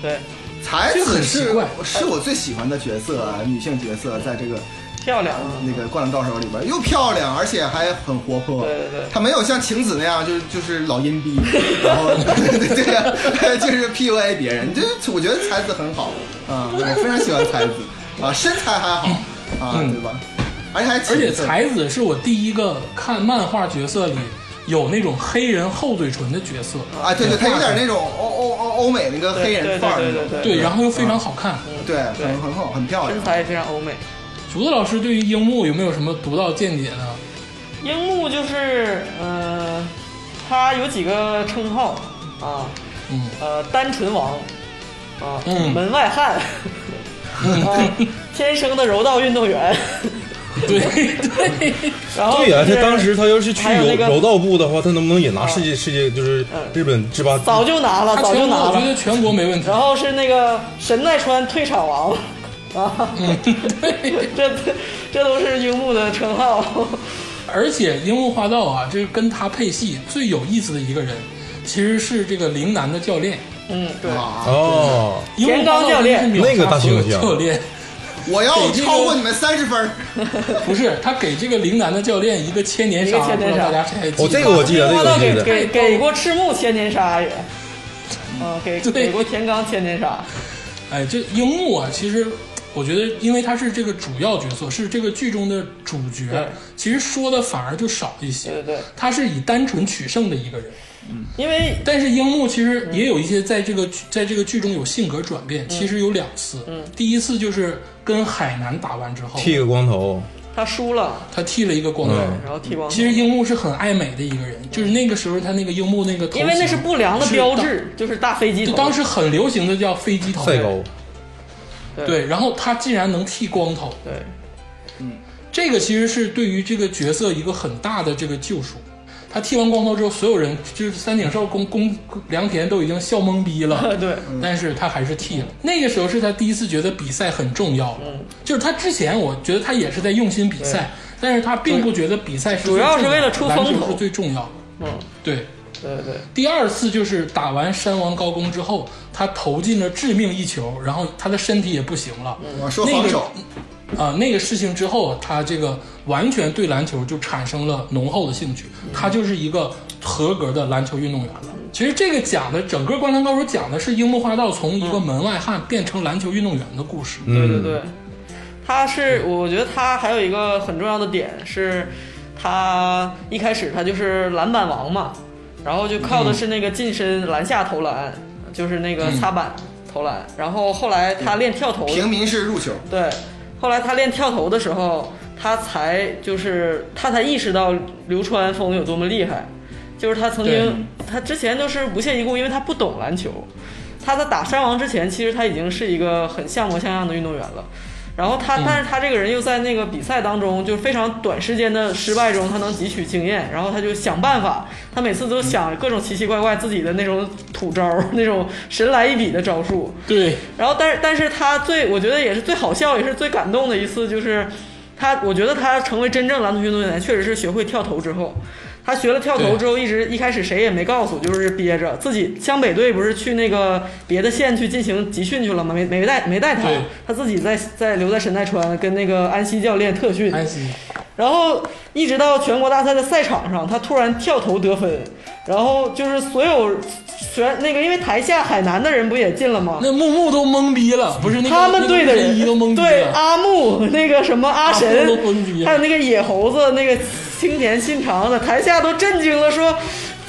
[SPEAKER 2] 对，
[SPEAKER 4] 才
[SPEAKER 1] 这
[SPEAKER 4] 子
[SPEAKER 1] 很奇
[SPEAKER 4] 是
[SPEAKER 1] 怪
[SPEAKER 4] 是我最喜欢的角色啊，女性角色在这个呃
[SPEAKER 2] 漂亮啊，
[SPEAKER 4] 那个《灌篮高手》里边，又漂亮，而且还很活泼。
[SPEAKER 2] 对对对
[SPEAKER 4] 她没有像晴子那样，就是就是老阴 逼，然后 对对对对， 就是 PUA 别人。就是我觉得才子很好啊，我非常喜欢才子啊，身材还好啊，
[SPEAKER 1] 嗯
[SPEAKER 4] 对吧？而且还
[SPEAKER 1] 而且
[SPEAKER 4] 勤奋
[SPEAKER 1] 才子是我第一个看漫画角色里有那种黑人厚嘴唇的角色，
[SPEAKER 4] 啊，对对，他有点那种欧欧欧欧美那个黑人范儿那
[SPEAKER 2] 对对
[SPEAKER 4] 种
[SPEAKER 2] 对，对
[SPEAKER 1] 对，然后又非常好看。
[SPEAKER 4] 对，
[SPEAKER 2] 对
[SPEAKER 4] 很很好，很漂
[SPEAKER 2] 身
[SPEAKER 4] 亮。
[SPEAKER 2] 材也非常欧美。
[SPEAKER 1] 竹子老师对于樱木有没有什么独到见解 呢？
[SPEAKER 2] 樱木就是，呃，他有几个称号啊，
[SPEAKER 1] 嗯
[SPEAKER 2] 呃，单纯王，啊，
[SPEAKER 1] 嗯
[SPEAKER 2] 门外 汉，啊，天生的柔道运动员，
[SPEAKER 1] 对对，
[SPEAKER 2] 然后
[SPEAKER 3] 对呀、
[SPEAKER 2] 就是
[SPEAKER 3] 他当时他要是去
[SPEAKER 2] 还有
[SPEAKER 3] 柔
[SPEAKER 2] 那个
[SPEAKER 3] 柔道部的话，他能不能也拿世界世界就是日本之霸？
[SPEAKER 2] 早就拿了，
[SPEAKER 1] 他
[SPEAKER 2] 早就
[SPEAKER 1] 全国
[SPEAKER 2] 拿
[SPEAKER 1] 我觉
[SPEAKER 2] 了
[SPEAKER 1] 得。全国没问题
[SPEAKER 2] 然。后是那个神奈川退场王，
[SPEAKER 3] 嗯
[SPEAKER 2] 啊， 这这都是樱木的称号。
[SPEAKER 1] 而且樱木花道啊，这跟他配戏最有意思的一个人，其实是这个陵南的教练
[SPEAKER 2] 嗯，对，
[SPEAKER 4] 啊！
[SPEAKER 3] 哦，
[SPEAKER 1] 樱木
[SPEAKER 2] 田刚
[SPEAKER 1] 花道
[SPEAKER 2] 教练
[SPEAKER 1] 真是秒杀
[SPEAKER 3] 那个大
[SPEAKER 1] 所有
[SPEAKER 3] 形象
[SPEAKER 1] 教练。
[SPEAKER 4] 我要
[SPEAKER 1] 给这个
[SPEAKER 4] 超过你们三十分儿，
[SPEAKER 1] 不是，他给这个陵南的教练一个千年
[SPEAKER 2] 一
[SPEAKER 1] 杀，
[SPEAKER 2] 个千
[SPEAKER 1] 不
[SPEAKER 2] 年
[SPEAKER 1] 知
[SPEAKER 2] 杀
[SPEAKER 1] 道大家谁还记得？
[SPEAKER 3] 哦，这个我记得，这
[SPEAKER 2] 花
[SPEAKER 3] 个
[SPEAKER 2] 道
[SPEAKER 3] 我记
[SPEAKER 2] 给
[SPEAKER 3] 得。
[SPEAKER 2] 给给过赤木千年杀也，啊，给
[SPEAKER 1] 对
[SPEAKER 2] 给过田刚千年杀，
[SPEAKER 1] 哎，这樱木啊，其实我觉得，因为他是这个主要角色，是这个剧中的主
[SPEAKER 2] 对
[SPEAKER 1] 角，其实说的反而就少一
[SPEAKER 2] 对
[SPEAKER 1] 些
[SPEAKER 2] 对。对，
[SPEAKER 1] 他是以单纯取胜的一个人，
[SPEAKER 2] 因为
[SPEAKER 1] 但是樱木其实也有一些在这个
[SPEAKER 2] 嗯
[SPEAKER 1] 剧在这个剧中有性格转变，其实有两次。第一次就是跟海南打完之后，
[SPEAKER 3] 剃个光头，
[SPEAKER 2] 他输了，
[SPEAKER 1] 他剃了一个光头。
[SPEAKER 3] 嗯
[SPEAKER 2] 然后剃光头，
[SPEAKER 1] 其实樱木是很爱美的一个人，就是那个时候他那个樱木那个头型，
[SPEAKER 2] 嗯因为那是不良的
[SPEAKER 1] 是
[SPEAKER 2] 标
[SPEAKER 1] 当，
[SPEAKER 2] 志，就是大飞机
[SPEAKER 1] 就
[SPEAKER 2] 头，
[SPEAKER 1] 当时很流行的叫飞机头。
[SPEAKER 3] 赛高，
[SPEAKER 1] 对，然后他竟然能剃光头，
[SPEAKER 2] 对，
[SPEAKER 1] 这个其实是对于这个角色一个很大的这个救赎。他剃完光头之后，所有人就是三井寿、宫宫良田都已经笑懵逼 了，
[SPEAKER 2] 嗯对，
[SPEAKER 1] 但是他还是剃了。那个时候是他第一次觉得比赛很重要了，
[SPEAKER 2] 嗯
[SPEAKER 1] 就是他之前我觉得他也是在用心比赛，但是他并不觉得比赛是
[SPEAKER 2] 主要
[SPEAKER 1] 最
[SPEAKER 2] 是
[SPEAKER 1] 重
[SPEAKER 2] 为
[SPEAKER 1] 的
[SPEAKER 2] 了出风
[SPEAKER 1] 篮球
[SPEAKER 2] 头
[SPEAKER 1] 是最重要的。
[SPEAKER 2] 嗯，
[SPEAKER 1] 对，
[SPEAKER 2] 对对
[SPEAKER 1] 第二次就是打完山王高弓之后，他投进了致命一球，然后他的身体也不行
[SPEAKER 2] 嗯
[SPEAKER 1] 了，
[SPEAKER 4] 我说防守，
[SPEAKER 1] 啊、那个事情之后，他这个完全对篮球就产生了浓厚的兴趣，
[SPEAKER 2] 嗯
[SPEAKER 1] 他就是一个合格的篮球运动员了。其实这个讲的整个《灌篮高手》讲的是樱木花道从一个
[SPEAKER 2] 嗯
[SPEAKER 1] 门外汉变成篮球运动员的故事。
[SPEAKER 2] 对
[SPEAKER 3] 嗯
[SPEAKER 2] 对对，他是我觉得他还有一个很重要的点是，他一开始他就是篮板王嘛，然后就靠的是那个近身篮下投篮，就是那个擦板投篮，然后后来他练跳投，
[SPEAKER 4] 平民式入球，
[SPEAKER 2] 对，后来他练跳投的时候，他才就是他才意识到流川枫有多么厉害，就是他曾
[SPEAKER 1] 对
[SPEAKER 2] 经他之前都是不屑一顾，因为他不懂篮球。他在打山王之前，其实他已经是一个很像模像样的运动员了。然后他，但是他这个人又在那个比赛当中，就非常短时间的失败中，他能汲取经验，然后他就想办法，他每次都想各种奇奇怪怪自己的那种土招儿，那种神来一笔的招数。
[SPEAKER 1] 对，
[SPEAKER 2] 然后但是但是他最我觉得也是最好笑也是最感动的一次就是，他我觉得他成为真正篮球运动员确实是学会跳投之后，他学了跳投之后一直一开始谁也没告诉，就是憋着自己湘北队不是去那个别的县去进行集训去了吗？没没带没带他
[SPEAKER 1] 对，
[SPEAKER 2] 他自己在在留在神奈川跟那个安西教练特训，
[SPEAKER 1] 安西，
[SPEAKER 2] 然后一直到全国大赛的赛场上，他突然跳投得分，然后就是所有全那个因为台下海南的人不也进了吗？
[SPEAKER 1] 那木木都懵逼了，不是那个
[SPEAKER 2] 他们队的
[SPEAKER 1] 那个木
[SPEAKER 2] 人
[SPEAKER 1] 木一都懵逼
[SPEAKER 2] 对
[SPEAKER 1] 了。
[SPEAKER 2] 阿木那个什么阿神
[SPEAKER 1] 阿木都懵逼，了啊
[SPEAKER 2] 还有那个野猴子那个青田信长的，台下都震惊了，说。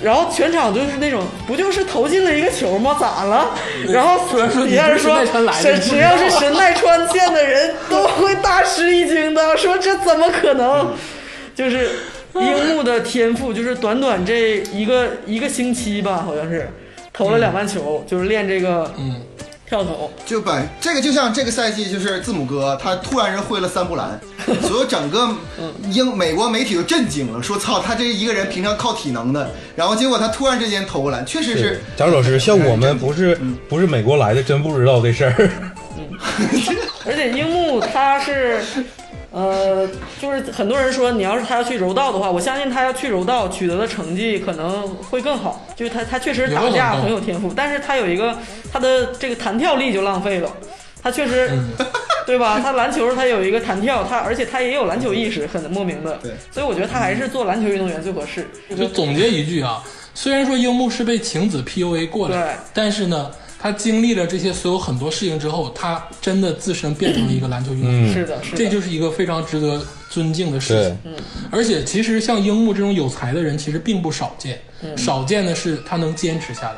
[SPEAKER 2] 然后全场就是那种，不就是投进了一个球吗？咋了？然后
[SPEAKER 1] 突然说
[SPEAKER 2] 底下人说
[SPEAKER 1] 你不是神奈川来，的你不
[SPEAKER 2] 神
[SPEAKER 1] 知
[SPEAKER 2] 只
[SPEAKER 1] 道
[SPEAKER 2] 要是神奈川县的人都会大吃一惊的，说这怎么可能？就是樱木的天赋，就是短短这一个一个星期吧，好像是投了两万球，就是练这个
[SPEAKER 1] 嗯，
[SPEAKER 2] 跳投。
[SPEAKER 4] 就把这个就像这个赛季就是字母哥他突然人会了三步篮，所有整个英美国媒体都震惊了，说操他这一个人平常靠体能的，然后结果他突然之间投个篮，确实是
[SPEAKER 3] 是。贾老师，像我们不是不是美国来的，真不知道这事儿。
[SPEAKER 2] 而且樱木他是，呃，就是很多人说你要是他要去柔道的话，我相信他要去柔道取得的成绩可能会更好。就是他他确实打
[SPEAKER 1] 有可
[SPEAKER 2] 架
[SPEAKER 1] 能
[SPEAKER 2] 很有天赋，但是他有一个他的这个弹跳力就浪费了，他确实。对吧？他篮球他有一个弹跳，他而且他也有篮球意识，很莫名的。
[SPEAKER 4] 对
[SPEAKER 2] 所以我觉得他还是做篮球运动员最合适。
[SPEAKER 1] 就总结一句啊，虽然说樱木是被晴子 PUA 过来的
[SPEAKER 2] 对，
[SPEAKER 1] 但是呢，他经历了这些所有很多事情之后，他真的自身变成了一个篮球运动员。
[SPEAKER 3] 嗯，
[SPEAKER 2] 是的，是的。
[SPEAKER 1] 这就是一个非常值得尊敬的事
[SPEAKER 3] 对
[SPEAKER 1] 情。，
[SPEAKER 2] 嗯
[SPEAKER 1] 而且其实像樱木这种有才的人，其实并不少见。
[SPEAKER 2] 嗯
[SPEAKER 1] 少见的是他能坚持下来，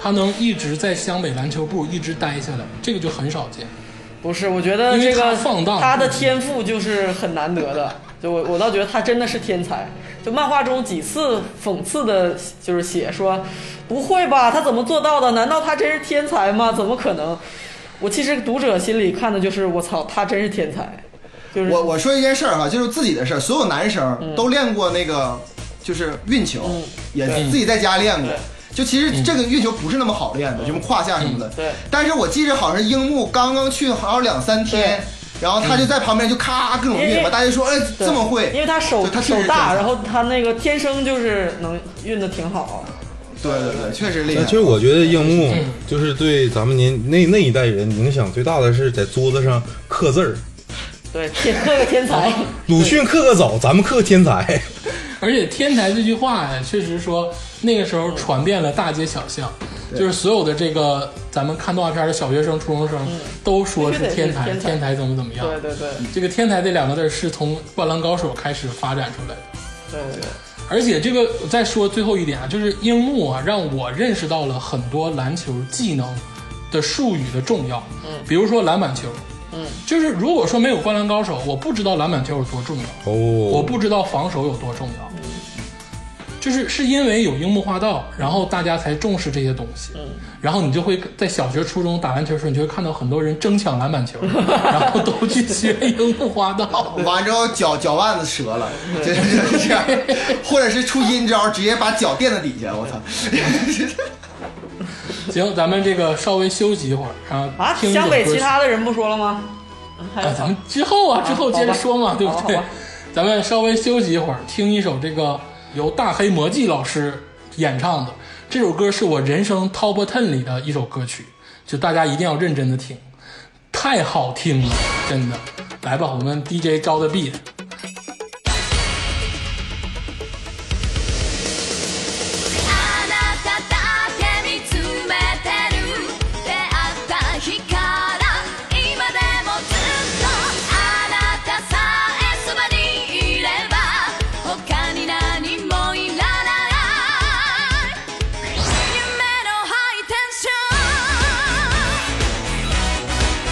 [SPEAKER 1] 他能一直在湘北篮球部一直待下来，这个就很少见。
[SPEAKER 2] 不是，我觉
[SPEAKER 1] 因
[SPEAKER 2] 得
[SPEAKER 1] 为
[SPEAKER 2] 这个
[SPEAKER 1] 他放荡
[SPEAKER 2] 他的天赋就是很难得的。就我我倒觉得他真的是天才。就漫画中几次讽刺的，就是写说，不会吧，他怎么做到的？难道他真是天才吗？怎么可能？我其实读者心里看的就是，我操，他真是天才。就是
[SPEAKER 4] 我我说一件事儿哈，就是自己的事儿，所有男
[SPEAKER 2] 嗯
[SPEAKER 4] 生都练过那个，就是运球，也自己在家练过。就其实这个运球不是那么好练的，什么胯下什么的。
[SPEAKER 2] 嗯对
[SPEAKER 4] 但是我记着好像樱木刚刚去好像两三天
[SPEAKER 2] 对，嗯
[SPEAKER 4] 然后他就在旁边就咔各种
[SPEAKER 2] 因
[SPEAKER 4] 运，
[SPEAKER 2] 为
[SPEAKER 4] 吧，大家说哎
[SPEAKER 2] 对
[SPEAKER 4] 这么会，
[SPEAKER 2] 因为他手
[SPEAKER 4] 对他确
[SPEAKER 2] 手
[SPEAKER 4] 实是天
[SPEAKER 2] 大，
[SPEAKER 4] 才
[SPEAKER 2] 然后他那个天生就是能运的挺好。
[SPEAKER 4] 对对对，确实厉害
[SPEAKER 3] 那。其实我觉得樱木就是对咱们年那那一代人影响最大的是在桌子上刻字儿。
[SPEAKER 2] 对， 天刻个天
[SPEAKER 1] 哦
[SPEAKER 2] 才，
[SPEAKER 3] 鲁迅刻个早，咱们刻个天才。
[SPEAKER 1] 而且“天才”这句话呀，确实说那个时
[SPEAKER 2] 嗯
[SPEAKER 1] 候传遍了大街小巷，就是所有的这个咱们看动画片的小学生、初中生都说是天才，
[SPEAKER 2] 嗯必须得是天才
[SPEAKER 1] 天才怎么怎么样。
[SPEAKER 2] 对对对
[SPEAKER 1] 这个“天才”这两个字是从《灌篮高手》开始发展出来的。
[SPEAKER 2] 对对对。
[SPEAKER 1] 而且这个我再说最后一点啊，就是樱木啊，让我认识到了很多篮球技能的术语的重要。嗯，比如说篮板球。
[SPEAKER 2] 嗯，
[SPEAKER 1] 就是如果说没有灌篮高手，我不知道篮板球有多重要。
[SPEAKER 3] 哦，
[SPEAKER 1] 我
[SPEAKER 3] 我
[SPEAKER 1] 不知道防守有多重要，
[SPEAKER 2] 嗯
[SPEAKER 1] 就是是因为有樱木花道，然后大家才重视这些东西，
[SPEAKER 2] 嗯
[SPEAKER 1] 然后你就会在小学、初中打篮球的时候，你就会看到很多人争抢篮 板球，然后都去学樱木花道。
[SPEAKER 4] 哦完之后脚脚腕子折了，这这这样，或者是出阴招，直接把脚垫在底下，我操！
[SPEAKER 1] 行，咱们这个稍微休息一会儿，然后
[SPEAKER 2] 啊，
[SPEAKER 1] 听一首
[SPEAKER 2] 湘北
[SPEAKER 1] 歌
[SPEAKER 2] 其
[SPEAKER 1] 曲
[SPEAKER 2] 他的人不说了吗？还有
[SPEAKER 1] 啊，咱们之后啊，之后接着说嘛，
[SPEAKER 2] 好吧
[SPEAKER 1] 对不对
[SPEAKER 2] 好吧好吧？
[SPEAKER 1] 咱们稍微休息一会儿，听一首这个由大黑魔记老师演唱的这首歌，是我人生 Top Ten 里的一首歌曲，就大家一定要认真的听，太好听了，真的。来吧，我们 DJ 招的 beat。
[SPEAKER 5] 「あなただけ見つめてる」「出会った日から今でもずっと」「あなたさえそばにいれば他に何もいらない」「夢のハイテンション」「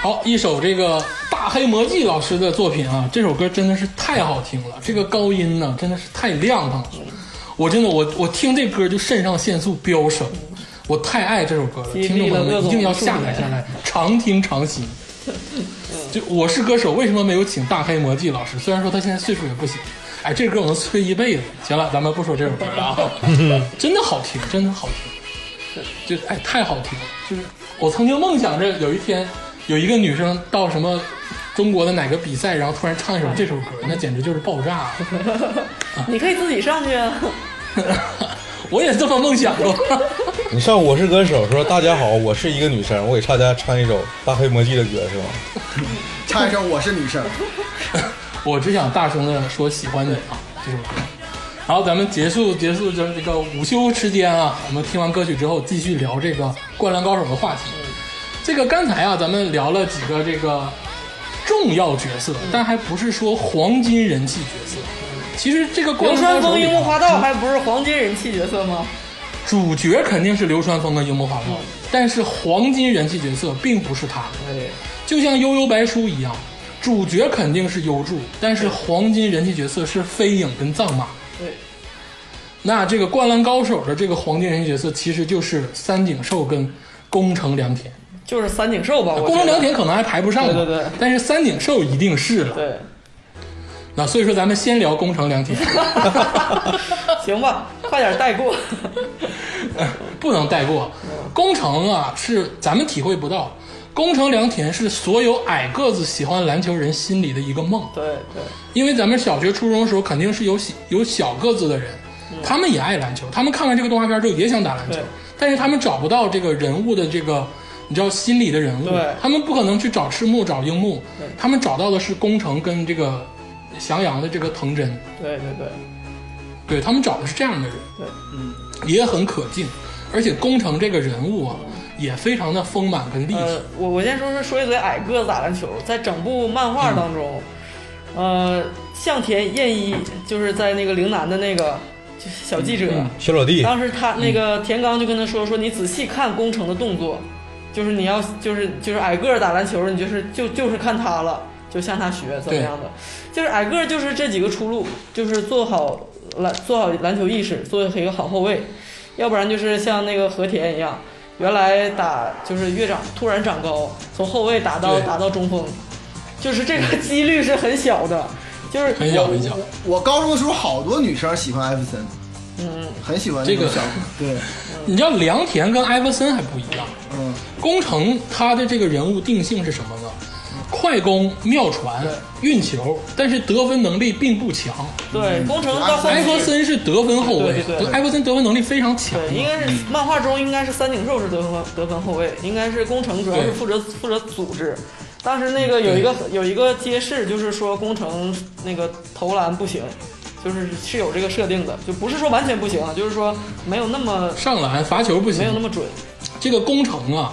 [SPEAKER 1] 好，一首这个大黑魔记老师的作品啊，这首歌真的是太好听了，这个高音呢、真的是太亮堂了，我真的我我听这歌就肾上腺素飙升，我太爱这首歌了，
[SPEAKER 2] 激
[SPEAKER 1] 听众
[SPEAKER 2] 励了
[SPEAKER 1] 朋友们
[SPEAKER 2] 各
[SPEAKER 1] 一
[SPEAKER 2] 种
[SPEAKER 1] 定要下载下来，常听常新。就我是歌手，为什么没有请大黑魔记老师？虽然说他现在岁数也不小，哎，这歌我能吹一辈子。行了，咱们不说这首歌了 啊，真的好听，真的好听。就哎太好听了，就是我曾经梦想着有一天有一个女生到什么中国的哪个比赛，然后突然唱一首这首歌，那简直就是爆炸！
[SPEAKER 2] 你可以自己上去啊。
[SPEAKER 1] 我也这么梦想过，
[SPEAKER 3] 你上《我是歌手》说：“大家好，我是一个女生，我给大家唱一首《大黑魔记》的歌，是吗
[SPEAKER 4] 唱一声我是女生，
[SPEAKER 1] 我只想大声的说喜欢你啊，这首歌。好，咱们结束结束这这个午休时间啊，我们听完歌曲之后继续聊这个《灌篮高手》的话题。这个刚才啊，咱们聊了几个这个重要角色，但还不是说黄金人气角色。其实这个《灌
[SPEAKER 2] 流
[SPEAKER 1] 篮高
[SPEAKER 2] 川
[SPEAKER 1] 手》
[SPEAKER 2] 枫、
[SPEAKER 1] 里
[SPEAKER 2] 樱
[SPEAKER 1] 啊
[SPEAKER 2] 木花道还不是黄金人气角色吗？
[SPEAKER 1] 主角肯定是流川枫跟樱木花道，但是黄金人气角色并不是他们，
[SPEAKER 2] 哎，
[SPEAKER 1] 就像悠悠白书一样，主角肯定是优助，但是黄金人气角色是飞影跟藏马。
[SPEAKER 2] 对，
[SPEAKER 1] 那这个《灌篮高手》的这个黄金人气角色其实就是三井寿跟宫城良田，
[SPEAKER 2] 就是三井寿吧，我觉得
[SPEAKER 1] 宫城良田可能还排不上吧，
[SPEAKER 2] 对对对
[SPEAKER 1] 但是三井寿一定是了。
[SPEAKER 2] 对，
[SPEAKER 1] 那所以说咱们先聊宫城良 田，
[SPEAKER 2] 行吧，快点带过。
[SPEAKER 1] 不能带过。宫城啊，是咱们体会不到。宫城良田是所有矮个子喜欢篮球人心里的一个梦，
[SPEAKER 2] 对对，
[SPEAKER 1] 因为咱们小学、初中的时候肯定是有喜有小个子的人，他们也爱篮球，他们看完这个动画片之后也想打篮球
[SPEAKER 2] 嗯对，
[SPEAKER 1] 但是他们找不到这个人物的这个。你知道心理的人物
[SPEAKER 2] 对，
[SPEAKER 1] 他们不可能去找赤木、找樱木，他们找到的是宫城跟这个翔阳的这个藤真，
[SPEAKER 2] 对对对
[SPEAKER 1] 对他们找的是这样的人，嗯
[SPEAKER 2] 对，
[SPEAKER 1] 也很可敬，而且宫城这个人物啊，也非常的丰满跟立体。
[SPEAKER 2] 呃，我我先说说说一嘴矮个子打篮球，在整部漫画当中，呃，向田彦一就是在那个陵南的那个就是小记者，？”
[SPEAKER 3] 小老
[SPEAKER 1] 啊
[SPEAKER 3] 弟，
[SPEAKER 2] 当时他
[SPEAKER 1] 嗯
[SPEAKER 2] 那个田刚就跟他说说你仔细看工程的动作，就是你要就是就是矮个儿打篮球，你就是就就是看他了，就向他学怎么样的，就是矮个儿就是这几个出路，就是做好篮做好篮球意识，做一个好后卫，要不然就是像那个和田一样，原来打就是越长突然长高，从后卫打到
[SPEAKER 1] 对嗯
[SPEAKER 2] 打到中锋，就是这个几率是很小的，就是
[SPEAKER 1] 很小很小，
[SPEAKER 4] 我高中的时候好多女生喜欢艾弗森，嗯，很喜欢那种
[SPEAKER 1] 这个
[SPEAKER 4] 小个， 对，
[SPEAKER 1] 你知道良田跟艾弗森还不一样，
[SPEAKER 4] 嗯，
[SPEAKER 1] 宫城他的这个人物定性是什么呢？快攻、妙传、运球，但是得分能力并不强。
[SPEAKER 2] 对工程到后
[SPEAKER 1] 艾弗
[SPEAKER 2] 期。
[SPEAKER 1] 森是得分后卫
[SPEAKER 2] 对，对对
[SPEAKER 1] 艾弗森得分能力非常强。
[SPEAKER 2] 对，应该是
[SPEAKER 1] 嗯
[SPEAKER 2] 漫画中应该是三井寿是得分得分后卫，应该是宫城主要是
[SPEAKER 1] 对
[SPEAKER 2] 负责负责组织。当时那个有一个有一个揭示，就是说宫城那个投篮不行，就是是有这个设定的，就不是说完全不行，啊就是说没有那么
[SPEAKER 1] 上篮罚球不
[SPEAKER 2] 没有那
[SPEAKER 1] 行。
[SPEAKER 2] 么准。
[SPEAKER 1] 这个宫城啊，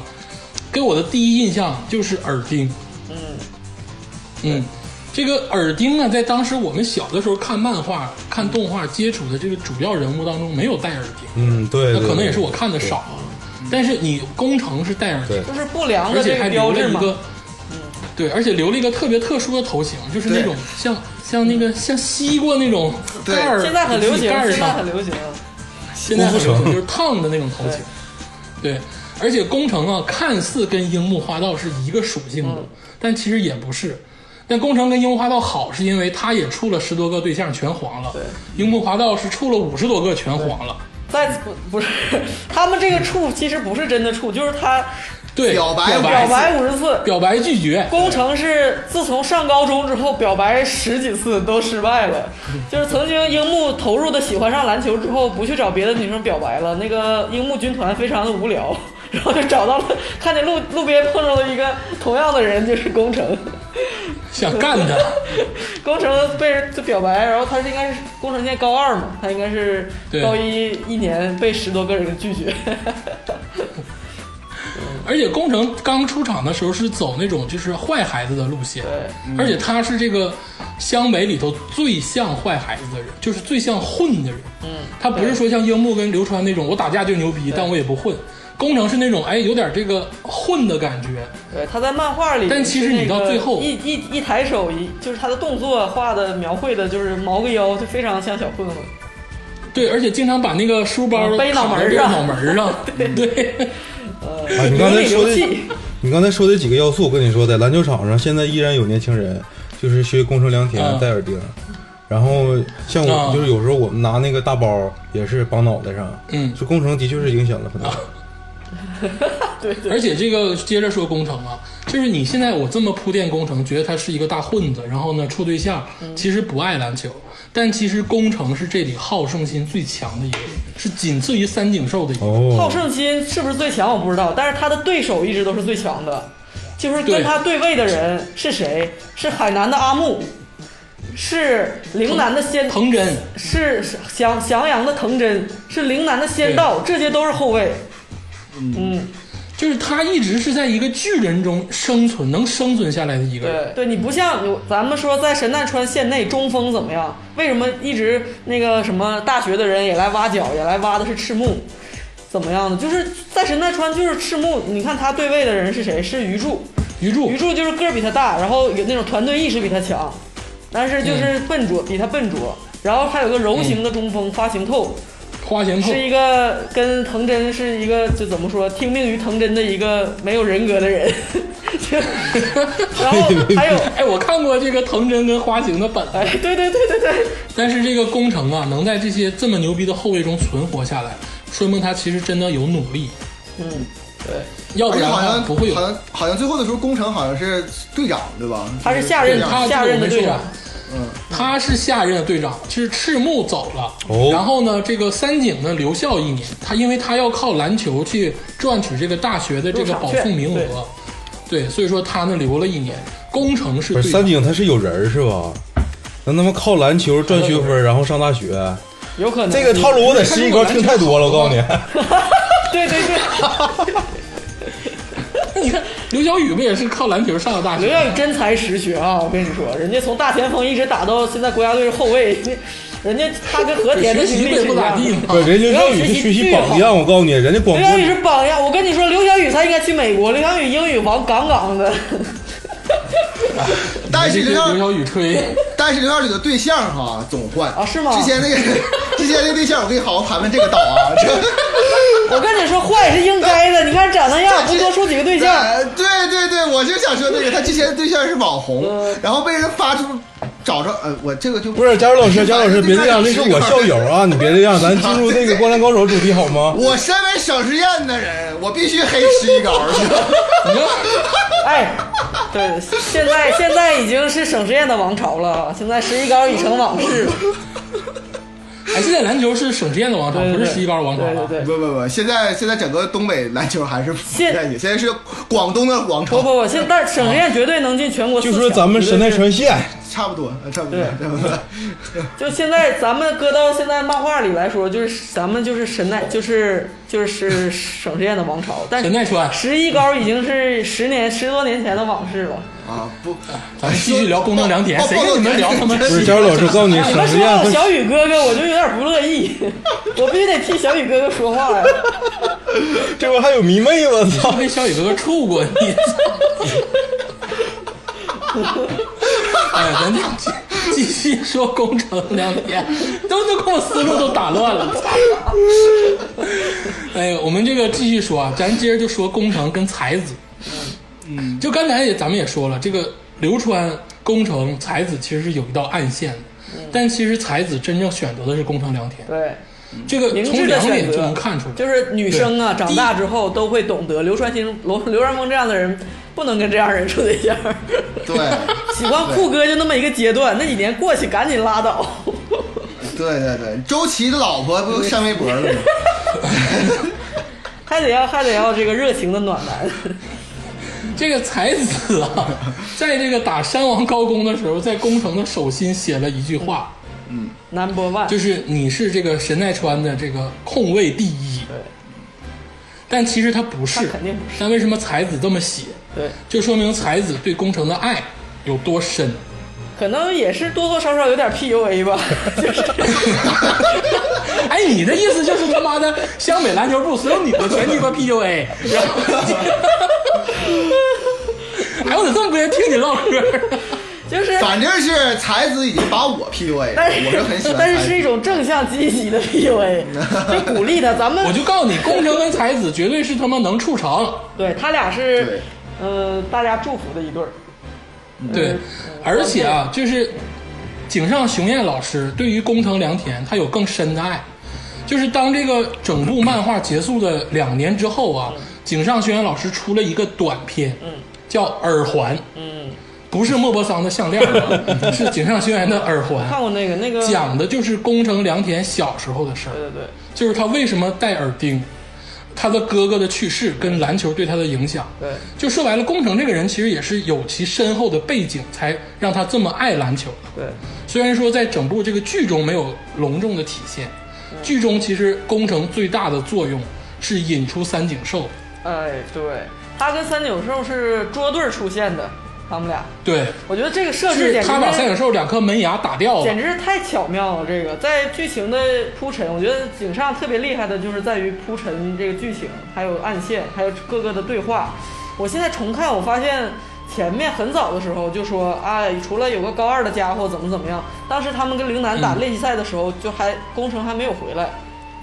[SPEAKER 1] 给我的第一印象就是耳钉。
[SPEAKER 2] 嗯，
[SPEAKER 1] 嗯，这个耳钉呢，在当时我们小的时候看漫画、看动画接触的这个主要人物当中，没有戴耳钉，
[SPEAKER 3] 嗯，对，
[SPEAKER 1] 那
[SPEAKER 3] 对
[SPEAKER 1] 可能也是我看的少啊。但是你工程是戴耳钉
[SPEAKER 3] 对，
[SPEAKER 2] 就是不良
[SPEAKER 1] 而
[SPEAKER 2] 的
[SPEAKER 1] 且
[SPEAKER 2] 这
[SPEAKER 1] 还
[SPEAKER 2] 个
[SPEAKER 1] 留
[SPEAKER 2] 标
[SPEAKER 1] 了
[SPEAKER 2] 志
[SPEAKER 1] 一
[SPEAKER 2] 嘛。
[SPEAKER 1] 个，对，而且留了一个特别特殊的头型，就是那种像像那个像西瓜那种
[SPEAKER 4] 对
[SPEAKER 1] 盖儿，
[SPEAKER 2] 现在很流行，
[SPEAKER 1] 盖儿
[SPEAKER 2] 现在
[SPEAKER 1] 上
[SPEAKER 2] 很流行。啊
[SPEAKER 1] 现在很流
[SPEAKER 3] 功
[SPEAKER 1] 行
[SPEAKER 3] 夫
[SPEAKER 1] 就是烫的那种头型，对，而且工程啊，看似跟樱木花道是一个属性的，但其实也不是。但工程跟樱木花道好，是因为他也处了十多个对象全黄了，樱木花道是处了五十多个全黄了，
[SPEAKER 2] 在不不是， 他们这个处其实不是真的处，就是他
[SPEAKER 1] 对，
[SPEAKER 4] 表白
[SPEAKER 2] 表
[SPEAKER 1] 表
[SPEAKER 2] 白五十次，
[SPEAKER 1] 表白拒绝，
[SPEAKER 2] 工程是自从上高中之后表白十几次都失败了，就是曾经樱木投入的喜欢上篮球之后，不去找别的女生表白了，那个樱木军团非常的无聊， 然后就找到了，看见路路边碰上了一个同样的人，就是工程，
[SPEAKER 1] 想干他，
[SPEAKER 2] 工程被人表白，然后他是应该是工程现在高二嘛，他应该是
[SPEAKER 1] 对
[SPEAKER 2] 高一一年被十多个人拒绝，
[SPEAKER 1] 而且工程刚出场的时候是走那种就是坏孩子的路线，
[SPEAKER 2] 对
[SPEAKER 1] 而且他是这个湘北里头最像坏孩子的人，就是最像混的人。嗯，他不是说像樱木跟流川那种，我打架就牛逼，但我也不混。工程是那种哎有点这个混的感觉，
[SPEAKER 2] 对，他在漫画里，
[SPEAKER 1] 但其实你到最后
[SPEAKER 2] 一一一抬手，一就是他的动作画的描绘的，就是毛个腰，就非常像小混混。
[SPEAKER 1] 对，而且经常把那个书包
[SPEAKER 2] 嗯背脑门
[SPEAKER 1] 卡在
[SPEAKER 2] 上
[SPEAKER 1] 脑门 上，对，
[SPEAKER 2] 呃
[SPEAKER 3] 啊，你刚
[SPEAKER 2] 流
[SPEAKER 3] 才说的
[SPEAKER 2] 里流气，
[SPEAKER 3] 你刚才说的几个要素，我跟你说，在篮球场上现在依然有年轻人，就是学工程良田、
[SPEAKER 1] 嗯
[SPEAKER 3] 戴耳钉，然后像
[SPEAKER 1] 嗯
[SPEAKER 3] 我、就是有时候我们拿那个大包也是绑脑袋上，
[SPEAKER 1] 嗯啊
[SPEAKER 3] 就工程的确是影响了很大。
[SPEAKER 1] 而且这个接着说工程啊，就是你现在我这么铺垫工程，觉得他是一个大混子，然后呢处对象，
[SPEAKER 2] 嗯
[SPEAKER 1] 其实不爱篮球，但其实工程是这里好胜心最强的一个，是仅次于三井寿的一个。
[SPEAKER 2] 好
[SPEAKER 3] 哦，
[SPEAKER 2] 胜心是不是最强我不知道，但是他的对手一直都是最强的，就是
[SPEAKER 1] 对
[SPEAKER 2] 跟他对位的人是谁？是海南的阿木，是陵南的仙，
[SPEAKER 1] 藤真，
[SPEAKER 2] 是是翔翔阳的藤真，是陵南的仙道，这些都是后卫。嗯，
[SPEAKER 1] 就是他一直是在一个巨人中生存，能生存下来的一个人。
[SPEAKER 2] 对对，你不像有咱们说在神奈川县内中锋怎么样？为什么一直那个什么大学的人也来挖角，也来挖的是赤木，怎么样呢？就是在神奈川就是赤木，你看他对位的人是谁？是鱼柱，
[SPEAKER 1] 鱼柱
[SPEAKER 2] 鱼，柱就是个儿比他大，然后有那种团队意识比他强，但是就是笨拙，比他笨拙。然后还有个柔型的中锋花形透，
[SPEAKER 1] 花形透
[SPEAKER 2] 是，一个跟藤真是一个就怎么说听命于藤真的一个没有人格的人。 然后还有。
[SPEAKER 1] 哎，我看过这个藤真跟花形的本子，
[SPEAKER 2] 哎，对对对对对，
[SPEAKER 1] 但是这个工程啊，能在这些这么牛逼的后卫中存活下来，说明他其实真的有努力，
[SPEAKER 2] 嗯，
[SPEAKER 1] 要不
[SPEAKER 4] 而且
[SPEAKER 1] 然
[SPEAKER 4] 好像
[SPEAKER 1] 他不会有
[SPEAKER 4] 好。像好像最后的时候，工程好像是队长对吧？
[SPEAKER 2] 他是下任
[SPEAKER 4] 队长
[SPEAKER 1] 他
[SPEAKER 2] 下任的队长，
[SPEAKER 4] 嗯，
[SPEAKER 1] 他是下任的队长，就是赤木走了，
[SPEAKER 3] 哦
[SPEAKER 1] 然后呢，这个三井呢留校一年，他因为他要靠篮球去赚取这个大学的这个保送名
[SPEAKER 2] 入
[SPEAKER 1] 额，对，所以说他呢留了一年。工程是
[SPEAKER 3] 不
[SPEAKER 1] 队
[SPEAKER 3] 是
[SPEAKER 1] 长
[SPEAKER 3] 三井他是有人儿是吧？能他妈靠篮球赚学分，然后上大学，
[SPEAKER 2] 有可能
[SPEAKER 3] 这个套路我在十一高听太多了，我告诉你。
[SPEAKER 2] 对对 对，
[SPEAKER 1] 你看刘晓宇不也是靠篮球上的大
[SPEAKER 2] 刘
[SPEAKER 1] 学？
[SPEAKER 2] 耀宇真才实学啊！我跟你说，人家从大前锋一直打到现在国家队是后卫， 人家人家他跟和田的
[SPEAKER 1] 学习
[SPEAKER 2] 经历
[SPEAKER 1] 也
[SPEAKER 2] 是
[SPEAKER 1] 不
[SPEAKER 2] 一
[SPEAKER 1] 咋
[SPEAKER 2] 样
[SPEAKER 1] 地
[SPEAKER 2] 的。
[SPEAKER 1] 嘛。
[SPEAKER 3] 不是，人家刘宇啊是学习榜样，我告诉你，人家广
[SPEAKER 2] 刘小宇
[SPEAKER 3] 播
[SPEAKER 2] 是榜样，我跟你说，刘小宇才应该去美国。刘小宇英语王杠杠的，
[SPEAKER 4] 但是
[SPEAKER 1] 这
[SPEAKER 4] 刘
[SPEAKER 1] 个刘晓
[SPEAKER 4] 耀，
[SPEAKER 1] 宇吹，
[SPEAKER 4] 但是刘耀里的对象哈总换
[SPEAKER 2] 啊是吗
[SPEAKER 4] 之前那个之前那个对象，我给你好好盘盘这个岛啊，这
[SPEAKER 2] 我跟你说，坏是应该的。你看长那样，不多处几个 对 象，
[SPEAKER 4] 对对对对，我就想说那个，他之前的对象是网红，
[SPEAKER 2] 嗯
[SPEAKER 4] 然后被人发出找着，呃，我这个就
[SPEAKER 3] 不是佳茹老师，佳茹老师别这样，那是我校友啊，你别这样，咱进入那个《灌篮高手》主题好吗？
[SPEAKER 4] 我身为省实验的人，我必须黑十一高。
[SPEAKER 2] 哎，对，现在现在已经是省实验的王朝了，现在十一高已成往 事了，
[SPEAKER 1] 哎，现在篮球是省实验的王朝，
[SPEAKER 2] 对
[SPEAKER 1] 不
[SPEAKER 2] 对对
[SPEAKER 1] 是十一高王朝
[SPEAKER 2] 对对
[SPEAKER 1] 了。
[SPEAKER 2] 对。
[SPEAKER 4] 不不不，现在现在整个东北篮球还是不
[SPEAKER 2] 现
[SPEAKER 4] 在你，现在是广东的王
[SPEAKER 2] 不
[SPEAKER 4] 朝，
[SPEAKER 2] 不不，现在省实验绝对能进全国四
[SPEAKER 3] 就
[SPEAKER 2] 强。
[SPEAKER 3] 说咱们神奈川县，
[SPEAKER 4] 差不多，呃差不多，
[SPEAKER 2] 对
[SPEAKER 4] 差不多。
[SPEAKER 2] 就现在咱们搁到现在漫画里来说，就是咱们就是神奈，就是就是是省实验的王朝，但
[SPEAKER 1] 沈
[SPEAKER 2] 是
[SPEAKER 1] 奈川，
[SPEAKER 2] 十一高已经是十年十多年前的往事 了。
[SPEAKER 4] 啊不，
[SPEAKER 1] 咱们继续聊工程良田，
[SPEAKER 4] 哦
[SPEAKER 1] 谁跟你们聊他妈
[SPEAKER 3] 不是
[SPEAKER 1] 十一
[SPEAKER 3] 佳茹老师，我告诉你，
[SPEAKER 2] 你们
[SPEAKER 3] 省实
[SPEAKER 2] 说
[SPEAKER 3] 验
[SPEAKER 2] 我
[SPEAKER 3] 和
[SPEAKER 2] 小雨哥哥，我就有点不乐 意，我必须得替小雨哥哥说话呀。
[SPEAKER 3] 这不还有迷妹，我操！
[SPEAKER 1] 跟小雨哥哥处过你？哎，咱就继续说工程良田，都都给我思路都打乱了。哎，我们这个继续说啊，咱接着就说工程跟才子。嗯，就刚才也咱们也说了，这个流川、工程、才子其实是有一道暗线的，
[SPEAKER 2] 嗯
[SPEAKER 1] 但其实才子真正选择的是工程良田，
[SPEAKER 2] 对，
[SPEAKER 1] 这个
[SPEAKER 2] 嗯明
[SPEAKER 1] 从
[SPEAKER 2] 智的
[SPEAKER 1] 两点
[SPEAKER 2] 选
[SPEAKER 1] 就
[SPEAKER 2] 择
[SPEAKER 1] 能看出来。
[SPEAKER 2] 就是女生啊，长大之后都会懂得，流川星、流流川枫这样的人不能跟这样人处对象。
[SPEAKER 4] 对。
[SPEAKER 2] 喜欢酷哥就那么一个阶段，那几年过去赶紧拉倒。
[SPEAKER 4] 对对对，周琦的老婆不上微博了 吗？
[SPEAKER 2] 还得要还得要这个热情的暖男，
[SPEAKER 1] 这个才子啊，在这个打山王高攻的时候，在工程的手心写了一句话，
[SPEAKER 2] 南博万
[SPEAKER 1] 就是你是这个神奈川的这个控卫第一。但其实他不是，
[SPEAKER 2] 他肯定不是
[SPEAKER 1] 但为什么才子这么写，
[SPEAKER 2] 对，
[SPEAKER 1] 就说明才子对工程的爱有多深。
[SPEAKER 2] 可能也是多多少少有点 PUA 吧，就是
[SPEAKER 1] 哎，你的意思就是他妈的湘北篮球部所有女的全鸡巴 PUA，然后， 哎，我咋这么不愿意听你唠嗑？
[SPEAKER 2] 就是，
[SPEAKER 4] 反正是才子已经把我 PUA，
[SPEAKER 2] 但是
[SPEAKER 4] 了，我是很喜欢
[SPEAKER 2] 但
[SPEAKER 4] 才
[SPEAKER 2] 是是一
[SPEAKER 4] 子。
[SPEAKER 2] 种正向积极的 PUA，就鼓励他。咱们
[SPEAKER 1] 我就告诉你，宫城跟才子绝对是他妈能处成，
[SPEAKER 2] 对他俩是
[SPEAKER 4] 对，
[SPEAKER 2] 呃，大家祝福的一对儿。嗯
[SPEAKER 1] 对，而且啊，就是井上雄彦老师对于宫城良田，他有更深的爱。就是当这个整部漫画结束的两年之后啊，
[SPEAKER 2] 嗯
[SPEAKER 1] 井上雄彦老师出了一个短片，叫《耳环》，
[SPEAKER 2] 嗯，
[SPEAKER 1] 不是莫泊桑的项链啊，是井上雄彦的耳
[SPEAKER 2] 看
[SPEAKER 1] 环，
[SPEAKER 2] 过那个那个，
[SPEAKER 1] 讲的就是宫城良田小时候的事儿
[SPEAKER 2] 对。对对，
[SPEAKER 1] 就是他为什么戴耳钉，他的哥哥的去世跟篮球对他的影响。
[SPEAKER 2] 对
[SPEAKER 1] 就说白了，工程这个人其实也是有其深厚的背景，才让他这么爱篮球的。
[SPEAKER 2] 对，
[SPEAKER 1] 虽然说在整部这个剧中没有隆重的体现，剧中其实工程最大的作用是引出三井寿。
[SPEAKER 2] 哎对，他跟三井寿是捉对儿出现的，他们俩，
[SPEAKER 1] 对，
[SPEAKER 2] 我觉得这个设置
[SPEAKER 1] 是
[SPEAKER 2] 简直
[SPEAKER 1] 他把三井寿两颗门牙打掉
[SPEAKER 2] 简
[SPEAKER 1] 了。
[SPEAKER 2] 直是太巧妙了！这个在剧情的铺陈，我觉得井上特别厉害的就是在于铺陈这个剧情，还有暗线，还有各个的对话。我现在重看，我发现前面很早的时候就说啊，除了有个高二的家伙怎么怎么样，当时他们跟陵南打练习赛的时候，就还工程哎还没有回来，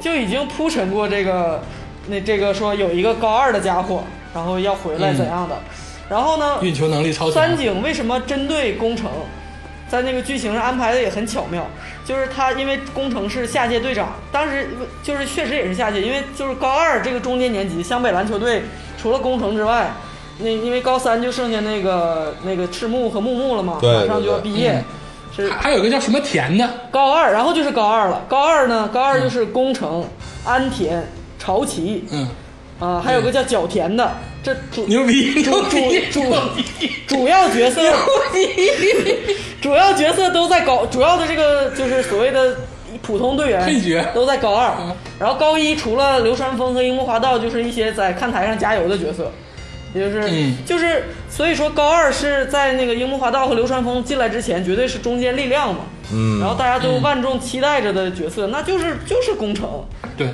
[SPEAKER 2] 就已经铺陈过这个，那这个说有一个高二的家伙，然后要回来
[SPEAKER 1] 嗯
[SPEAKER 2] 怎样的，然后呢，
[SPEAKER 1] 运球能力超强，
[SPEAKER 2] 三井为什么针对宫城，在那个剧情上安排的也很巧妙，就是他因为宫城是下届队长，当时就是确实也是下届，因为就是高二这个中间年级，湘北篮球队除了宫城之外，那因为高三就剩下那个那个赤木和木木了嘛，
[SPEAKER 3] 对
[SPEAKER 2] 马
[SPEAKER 3] 嗯
[SPEAKER 2] 上就要毕业，是
[SPEAKER 1] 还还有一个叫什么田的，
[SPEAKER 2] 高二，然后就是高二了，高二呢，高二就是宫城、安田、朝崎
[SPEAKER 1] 嗯，
[SPEAKER 2] 啊、还
[SPEAKER 3] 嗯
[SPEAKER 2] 有个叫角田的，这主
[SPEAKER 1] 牛逼，
[SPEAKER 2] 主
[SPEAKER 1] 牛逼，
[SPEAKER 2] 主
[SPEAKER 1] 牛逼
[SPEAKER 2] 主要角色，主要角色都在高，主要的这个就是所谓的普通队员，
[SPEAKER 1] 配角
[SPEAKER 2] 都在高二
[SPEAKER 1] 嗯，
[SPEAKER 2] 然后高一除了流川枫和樱木花道，就是一些在看台上加油的角色，也就是、
[SPEAKER 1] 嗯
[SPEAKER 2] 就是所以说高二是在那个樱木花道和流川枫进来之前，绝对是中坚力量嘛，
[SPEAKER 3] 嗯
[SPEAKER 2] 然后大家都万众期待着的角色，那就是就是工程，
[SPEAKER 1] 对，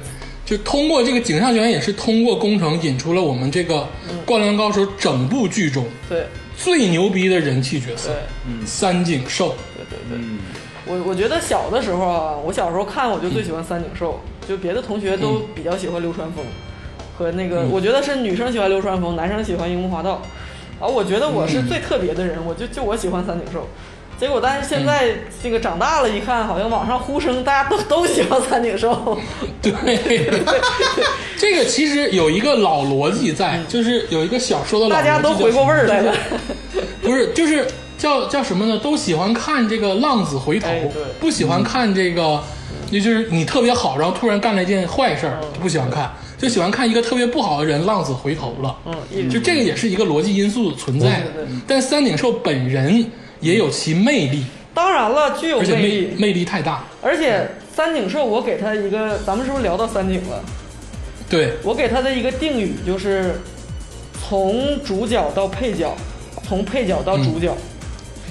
[SPEAKER 1] 就通过这个井上学院也是通过工程引出了我们这个《灌篮高手》整部剧中
[SPEAKER 2] 对
[SPEAKER 1] 最牛逼的人气角色
[SPEAKER 2] 对。
[SPEAKER 1] 三井寿。
[SPEAKER 2] 对对对，我我觉得小的时候啊，我小时候看我就最喜欢三井寿，就别的同学都
[SPEAKER 1] 嗯
[SPEAKER 2] 比较喜欢流川枫，和那个、我觉得是女生喜欢流川枫，男生喜欢樱木花道，啊，我觉得我
[SPEAKER 1] 嗯
[SPEAKER 2] 是最特别的人，我就就我喜欢三井寿。结果，但
[SPEAKER 1] 嗯
[SPEAKER 2] 是现在这个长大了，一看好像网上呼声，大家都都喜欢三井 寿。
[SPEAKER 1] 对，这个其实有一个老逻辑在，就是有一个小说的老逻
[SPEAKER 2] 嗯大
[SPEAKER 1] 辑叫
[SPEAKER 2] 家
[SPEAKER 1] 什么，
[SPEAKER 2] 都回过味儿来了。
[SPEAKER 1] 不是，就是叫叫什么呢？都喜欢看这个浪子回头，
[SPEAKER 2] 哎对嗯
[SPEAKER 1] 不喜欢看这个，也就是你特别好，然后突然干了一件坏事儿，就不喜欢看，就喜欢看一个特别不好的人浪子回头了。
[SPEAKER 2] 嗯，一
[SPEAKER 1] 就这个也是一个逻辑因素存在的
[SPEAKER 2] 对对对。
[SPEAKER 1] 但三井寿本人也有其魅力，
[SPEAKER 2] 当然了，具有
[SPEAKER 1] 而且
[SPEAKER 2] 魅
[SPEAKER 1] 魅
[SPEAKER 2] 力，
[SPEAKER 1] 魅力太大。
[SPEAKER 2] 而且三井寿，我给他一个，咱们是不是聊到三井了？
[SPEAKER 1] 对，
[SPEAKER 2] 我给他的一个定语就是，从主角到配角，从配角到主角，
[SPEAKER 1] 嗯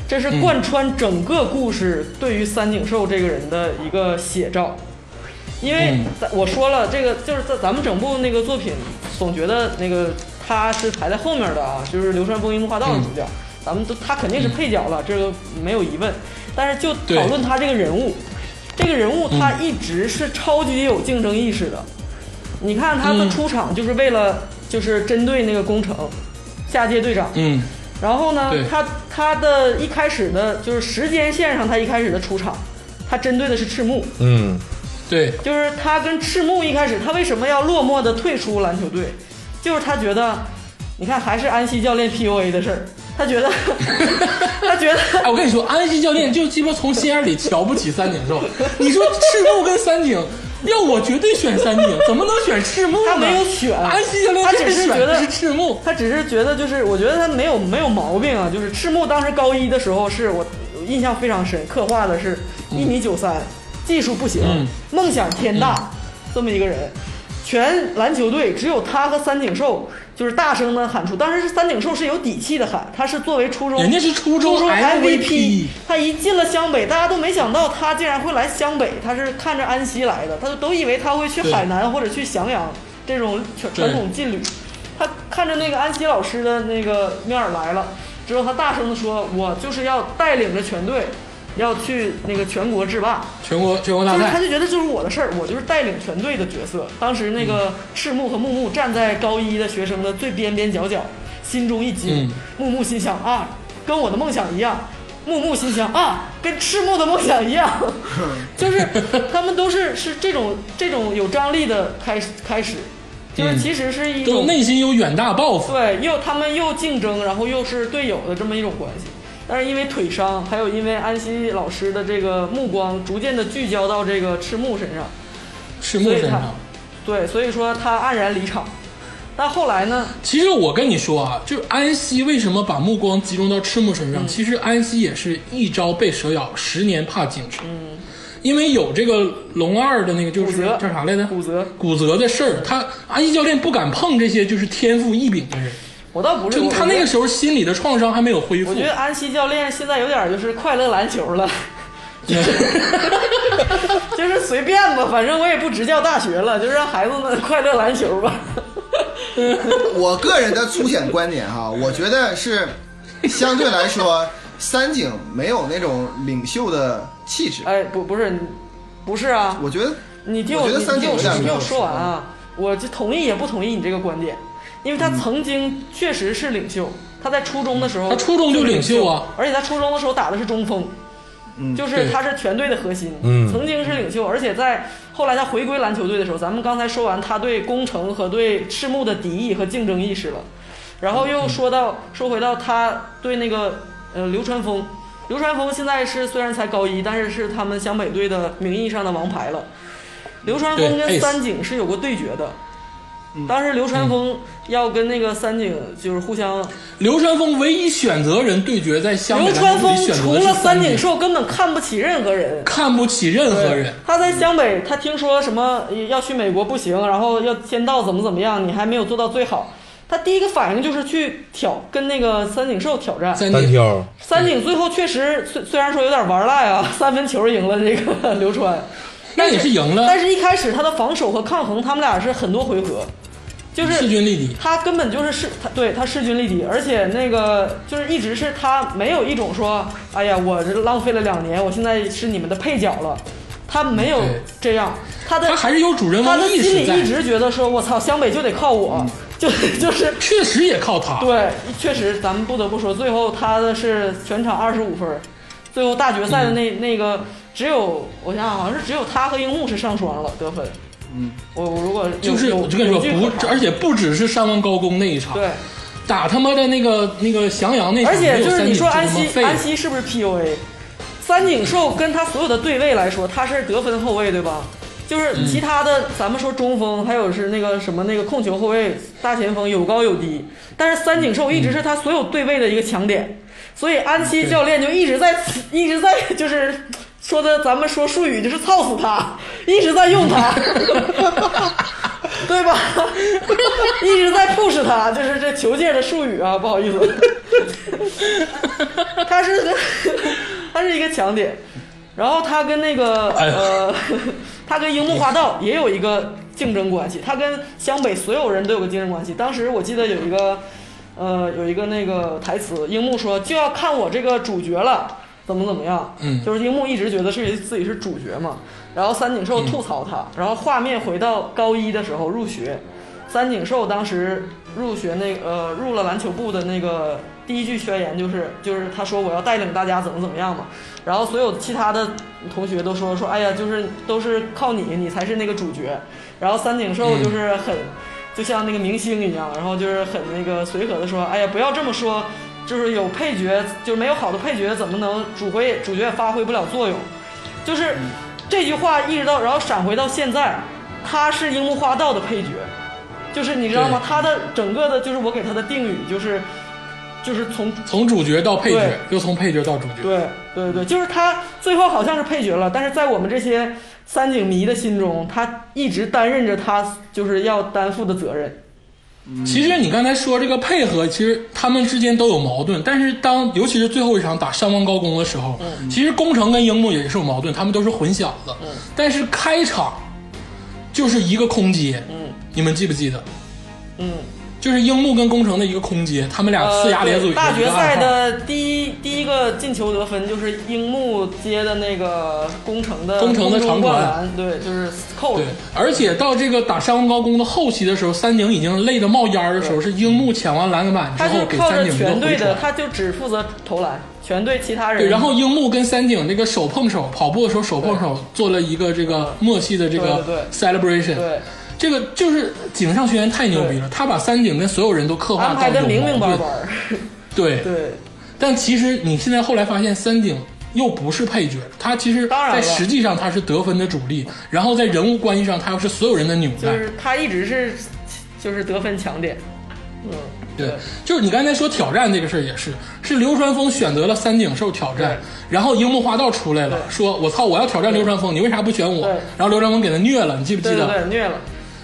[SPEAKER 2] 这是贯穿整个故事对于三井寿这个人的一个写照。因为
[SPEAKER 1] 嗯
[SPEAKER 2] 咱我说了，这个就是在咱们整部那个作品，总觉得那个他是排在后面的啊，就是流川枫、樱木花道的主角，
[SPEAKER 1] 嗯
[SPEAKER 2] 咱们都他肯定是配角了，这个没有疑问。但是就
[SPEAKER 1] 对
[SPEAKER 2] 讨论他这个人物，这个人物他一直是超级有竞争意识的。你看他的
[SPEAKER 1] 嗯
[SPEAKER 2] 出场就是为了就是针对那个工程下届队长，
[SPEAKER 1] 嗯，
[SPEAKER 2] 然后呢
[SPEAKER 1] 对，
[SPEAKER 2] 他他的一开始的就是时间线上，他一开始的出场，他针对的是赤木，
[SPEAKER 3] 嗯，
[SPEAKER 1] 对，
[SPEAKER 2] 就是他跟赤木一开始他为什么要落寞的退出篮球队，就是他觉得，你看还是安西教练 PUA 的事儿，他觉得 他觉得
[SPEAKER 1] 哎，我跟你说，安西教练就鸡巴从心眼里瞧不起三井寿。你说赤木跟三井，要我绝对选三井，怎么能选赤木呢？
[SPEAKER 2] 他没有选
[SPEAKER 1] 安西教练
[SPEAKER 2] 他
[SPEAKER 1] 这
[SPEAKER 2] 只
[SPEAKER 1] 个
[SPEAKER 2] 是
[SPEAKER 1] 选
[SPEAKER 2] 觉得
[SPEAKER 1] 的是赤木。
[SPEAKER 2] 他只是觉得就是，我觉得他没有没有毛病啊。就是赤木当时高一的时候，是我印象非常深，刻画的是一米九三，技术不行
[SPEAKER 1] 嗯，
[SPEAKER 2] 梦想天大，这么一个人。全篮球队只有他和三井寿就是大声的喊出，当时是三井寿是有底气的喊，他是作为初中，
[SPEAKER 1] 人家是初中
[SPEAKER 2] 中
[SPEAKER 1] MVP
[SPEAKER 2] 他一进了湘北，大家都没想到他竟然会来湘北，他是看着安西来的，他都以为他会去
[SPEAKER 1] 对
[SPEAKER 2] 海南或者去襄阳这种传
[SPEAKER 1] 对
[SPEAKER 2] 传统劲旅。他看着那个安西老师的那个面儿来了之后，他大声的说：“我就是要带领着全队，要去那个全国制霸。”
[SPEAKER 1] 全国全国
[SPEAKER 2] 就
[SPEAKER 1] 大
[SPEAKER 2] 是他
[SPEAKER 1] 赛，
[SPEAKER 2] 就觉得这是我的事儿，我就是带领全队的角色。当时那
[SPEAKER 1] 嗯
[SPEAKER 2] 个赤木和木木站在高一的学生的最边边角角，心中一惊
[SPEAKER 1] 嗯。
[SPEAKER 2] 木木心想啊，跟我的梦想一样。木木心想啊，跟赤木的梦想一 样，就是他们都是是这种这种有张力的开始开始，就是
[SPEAKER 1] 嗯
[SPEAKER 2] 其实是一
[SPEAKER 1] 都
[SPEAKER 2] 种
[SPEAKER 1] 内心有远大抱负。
[SPEAKER 2] 对，又他们又竞争，然后又是队友的这么一种关系。但是因为腿伤，还有因为安西老师的这个目光逐渐的聚焦到这个赤木身上，
[SPEAKER 1] 赤木身
[SPEAKER 2] 所以他
[SPEAKER 1] 上，
[SPEAKER 2] 对，所以说他黯然离场。但后来呢？
[SPEAKER 1] 其实我跟你说啊，就是安西为什么把目光集中到赤木身上？
[SPEAKER 2] 嗯
[SPEAKER 1] 其实安西也是一朝被蛇咬，十年怕井绳。嗯，因为有这个龙二的那个就是
[SPEAKER 2] 骨折
[SPEAKER 1] 叫啥来着？
[SPEAKER 2] 骨折
[SPEAKER 1] 骨折的事儿，他安西教练不敢碰这些就是天赋异禀的人，
[SPEAKER 2] 我倒不是
[SPEAKER 1] 就
[SPEAKER 2] 我
[SPEAKER 1] 他
[SPEAKER 2] 觉
[SPEAKER 1] 那个
[SPEAKER 2] 得
[SPEAKER 1] 时候心理的创伤还没有恢复
[SPEAKER 2] 我。觉得安西教练现在有点就是快乐篮球了，就是随便吧，反正我也不执教大学了，就让孩子们快乐篮球吧。
[SPEAKER 4] 我个人的粗浅观点哈，我觉得是相对来说，三井没有那种领袖的气质。
[SPEAKER 2] 哎，不，不是，你不是啊，
[SPEAKER 4] 我觉得，
[SPEAKER 2] 你听
[SPEAKER 4] 我觉得
[SPEAKER 2] 你
[SPEAKER 4] 三
[SPEAKER 2] 听
[SPEAKER 4] 井
[SPEAKER 2] 我
[SPEAKER 4] 有点
[SPEAKER 2] 你
[SPEAKER 4] 没
[SPEAKER 2] 听
[SPEAKER 4] 有嗯
[SPEAKER 2] 我说完啊，我就同意也不同意你这个观点，因为他曾经确实是领袖，他在初中的时候，
[SPEAKER 1] 嗯他初中就领袖啊，
[SPEAKER 2] 而且他初中的时候打的是中锋。就是
[SPEAKER 4] 嗯
[SPEAKER 1] 对
[SPEAKER 2] 他是全队的核心，
[SPEAKER 3] 嗯
[SPEAKER 2] 曾经是领袖，而且在后来他回归篮球队的时候，咱们刚才说完他对宫城和对赤木的敌意和竞争意识了，然后又说到说回到他对那个呃流川枫，流川枫现在是虽然才高一，但是是他们湘北队的名义上的王牌了。流川枫
[SPEAKER 1] 对
[SPEAKER 2] 跟
[SPEAKER 1] ，ace 嗯
[SPEAKER 2] 三井是有过对决的，当时流川枫要跟那个三井就是互相，
[SPEAKER 1] 流川枫唯一选择人对决在湘北
[SPEAKER 2] 流川
[SPEAKER 1] 篮球
[SPEAKER 2] 枫
[SPEAKER 1] 里选
[SPEAKER 2] 除
[SPEAKER 1] 择的
[SPEAKER 2] 了
[SPEAKER 1] 是
[SPEAKER 2] 三井
[SPEAKER 1] 井，
[SPEAKER 2] 寿根本看不起任何人。
[SPEAKER 1] 看不起任何人。
[SPEAKER 2] 他在湘北，他听说什么呃要去美国不行，然后要签到怎么怎么样，你还没有做到最好。他第一个反应就是去挑跟那个三井寿挑战。
[SPEAKER 1] 三
[SPEAKER 3] 嗯单
[SPEAKER 1] 井
[SPEAKER 3] 挑，
[SPEAKER 2] 三井最后确实虽虽然说有点玩赖啊，三分球赢了这个 流川，
[SPEAKER 1] 嗯那也是赢了
[SPEAKER 2] 但，是一开始他的防守和抗衡，他们俩是很多回合，就是
[SPEAKER 1] 势均力敌。
[SPEAKER 2] 他根本就是势，他对他势均力敌，而且那个就是一直是他没有一种说，哎呀，我这浪费了两年，我现在是你们的配角了，他没有
[SPEAKER 1] 对
[SPEAKER 2] 这样，他的
[SPEAKER 1] 他还是有主人
[SPEAKER 2] 他的
[SPEAKER 1] 翁意
[SPEAKER 2] 心
[SPEAKER 1] 识
[SPEAKER 2] 里一
[SPEAKER 1] 在，嗯
[SPEAKER 2] 直觉得说，我操，湘北就得靠我，就就是
[SPEAKER 1] 确实也靠他。
[SPEAKER 2] 对，确实咱们不得不说，最后他的是全场二十五分儿，最后大决赛的
[SPEAKER 1] 嗯
[SPEAKER 2] 那、那个只有我想想，好像是只有他和樱木是上双了得分。
[SPEAKER 4] 嗯，
[SPEAKER 2] 我我如果有
[SPEAKER 1] 就是
[SPEAKER 2] 有
[SPEAKER 1] 我就跟你说，
[SPEAKER 2] 有据可
[SPEAKER 1] 不，
[SPEAKER 2] 查
[SPEAKER 1] 而且不只是山王高工那一场，
[SPEAKER 2] 对。
[SPEAKER 1] 打他妈的那个那个襄阳那场，
[SPEAKER 2] 而且
[SPEAKER 1] 没有
[SPEAKER 2] 就是
[SPEAKER 1] 三
[SPEAKER 2] 你
[SPEAKER 1] 井
[SPEAKER 2] 说
[SPEAKER 1] 就他
[SPEAKER 2] 安
[SPEAKER 1] 妈
[SPEAKER 2] 西
[SPEAKER 1] 废，了
[SPEAKER 2] 安西是不是 PUA？三井寿跟他所有的对位来说，他是得分后卫对吧？
[SPEAKER 1] 嗯
[SPEAKER 2] 就是其他的，咱们说中锋，还有是那个什么那个控球后卫、大前锋，有高有低。但是三井寿一直是他所有对位的一个强点，所以安西教练就一直在一直在就是说的咱们说术语就是操死他，一直在用他， 对吧？ 一直在 push 他，就是这球界的术语啊，不好意思。 他是个他是一个强点，然后他跟那个
[SPEAKER 1] 哎呦
[SPEAKER 2] 呃，他跟樱木花道也有一个竞争关系，他跟湘北所有人都有个竞争关系。当时我记得有一个呃有一个那个台词，樱木说就要看我这个主角了，怎么怎么样，
[SPEAKER 1] 嗯
[SPEAKER 2] 就是樱木一直觉得是自己是主角嘛，然后三井寿吐槽他，然后画面回到高一的时候入学。三井寿当时入学那个呃入了篮球部的那个第一句宣言就是就是他说我要带领大家怎么怎么样嘛，然后所有其他的同学都说说哎呀就是都是靠你你才是那个主角，然后三井寿就是很、就像那个明星一样，然后就是很那个随和的说哎呀不要这么说，就是有配角就是没有好的配角怎么能主挥主角也发挥不了作用，就是这句话一直到然后闪回到现在，他是樱木花道的配角。就是你知道吗？
[SPEAKER 1] 对
[SPEAKER 2] 他的整个的，就是我给他的定语就是，就是从
[SPEAKER 1] 从主角到配角
[SPEAKER 2] 对，
[SPEAKER 1] 又从配角到主角，
[SPEAKER 2] 对对对，就是他最后好像是配角了，但是在我们这些三井迷的心中，他一直担任着他就是要担负的责任。
[SPEAKER 1] 其实你刚才说这个配合，其实他们之间都有矛盾，但是当尤其是最后一场打山王高工的时候，
[SPEAKER 2] 嗯
[SPEAKER 1] 其实宫城跟樱木也是有矛盾，他们都是混响子，但是开场就是一个空接，
[SPEAKER 2] 嗯
[SPEAKER 1] 你们记不记得？
[SPEAKER 2] 嗯，
[SPEAKER 1] 就是樱木跟宫城的一个空接，他们 俩呲牙咧嘴、
[SPEAKER 2] 呃对大决赛的第一第一个进球得分就是樱木接的那个工程的
[SPEAKER 1] 宫城的长传
[SPEAKER 2] 空中灌篮，对，就是扣
[SPEAKER 1] 对
[SPEAKER 2] 的。，
[SPEAKER 1] 而且到这个打山王高工的后期的时候，三井已经累得冒烟儿的时候，是樱木抢完篮板之
[SPEAKER 2] 他
[SPEAKER 1] 后
[SPEAKER 2] 就
[SPEAKER 1] 给
[SPEAKER 2] 靠
[SPEAKER 1] 三
[SPEAKER 2] 着
[SPEAKER 1] 井一
[SPEAKER 2] 全
[SPEAKER 1] 个
[SPEAKER 2] 队
[SPEAKER 1] 回
[SPEAKER 2] 的，
[SPEAKER 1] 传。
[SPEAKER 2] 他就只负责投篮，全队其他人
[SPEAKER 1] 对，然后樱木跟三井这个手碰手，跑步的时候手碰手做了一个这个默契的这
[SPEAKER 2] 对对
[SPEAKER 1] 个 celebration，
[SPEAKER 2] 对
[SPEAKER 1] 这个就是井上学员太牛逼了，他把三井跟所有人都刻画
[SPEAKER 2] 安
[SPEAKER 1] 到
[SPEAKER 2] 排的
[SPEAKER 1] 有
[SPEAKER 2] 明明白
[SPEAKER 1] 矛
[SPEAKER 2] 白
[SPEAKER 1] 盾。
[SPEAKER 2] 儿，
[SPEAKER 1] 对，
[SPEAKER 2] 对。
[SPEAKER 1] 但其实你现在后来发现三井又不是配角，他其实
[SPEAKER 2] 当然
[SPEAKER 1] 在
[SPEAKER 2] 了
[SPEAKER 1] 实际上他是得分的主力，然后在人物关系上他又是所有人的纽带
[SPEAKER 2] 就。是他一直是就是得分强点，嗯，
[SPEAKER 1] 对，就是你刚才说挑战这个事儿也是，是流川枫选择了三井寿挑战
[SPEAKER 2] 对，
[SPEAKER 1] 然后樱木花道出来了，
[SPEAKER 2] 对
[SPEAKER 1] 说我操，我要挑战流川枫，你为啥不选我
[SPEAKER 2] 对？
[SPEAKER 1] 然后流川枫给他虐了，你记不记
[SPEAKER 2] 对对
[SPEAKER 1] 得？
[SPEAKER 2] 对，虐了。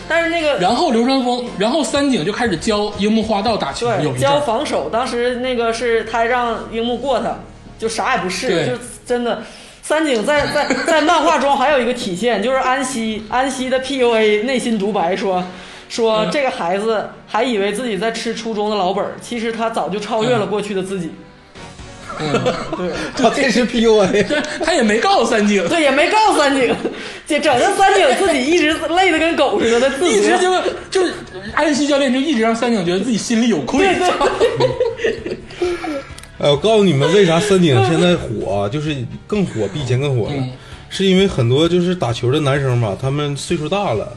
[SPEAKER 2] 但是那个
[SPEAKER 1] 然后流川枫，然后三井就开始教樱木花道打球，有
[SPEAKER 2] 对
[SPEAKER 1] 一阵儿
[SPEAKER 2] 教防守，当时那个是他让樱木过他，就啥也不
[SPEAKER 1] 对
[SPEAKER 2] 是，就真的。三井在在在漫画中还有一个体现，就是安西安西的 PUA 内心独白说说
[SPEAKER 1] 嗯
[SPEAKER 2] 这个孩子还以为自己在吃初中的老本儿，其实他早就超越了过去的自己。
[SPEAKER 1] 嗯
[SPEAKER 2] 对。
[SPEAKER 3] 他哦这是 PUA。
[SPEAKER 1] 对，他也没告诉三 井，
[SPEAKER 2] 对，也没告诉三井，这整个三井自己一直累得跟狗似的，自己
[SPEAKER 1] 一直就就是安西教练就一直让三井觉得自己心里有愧，
[SPEAKER 2] 对对
[SPEAKER 3] 哎，我告诉你们，为啥三井现在火啊，就是更火，比以前更火了，
[SPEAKER 1] 嗯
[SPEAKER 3] 是因为很多就是打球的男生吧，他们岁数大了。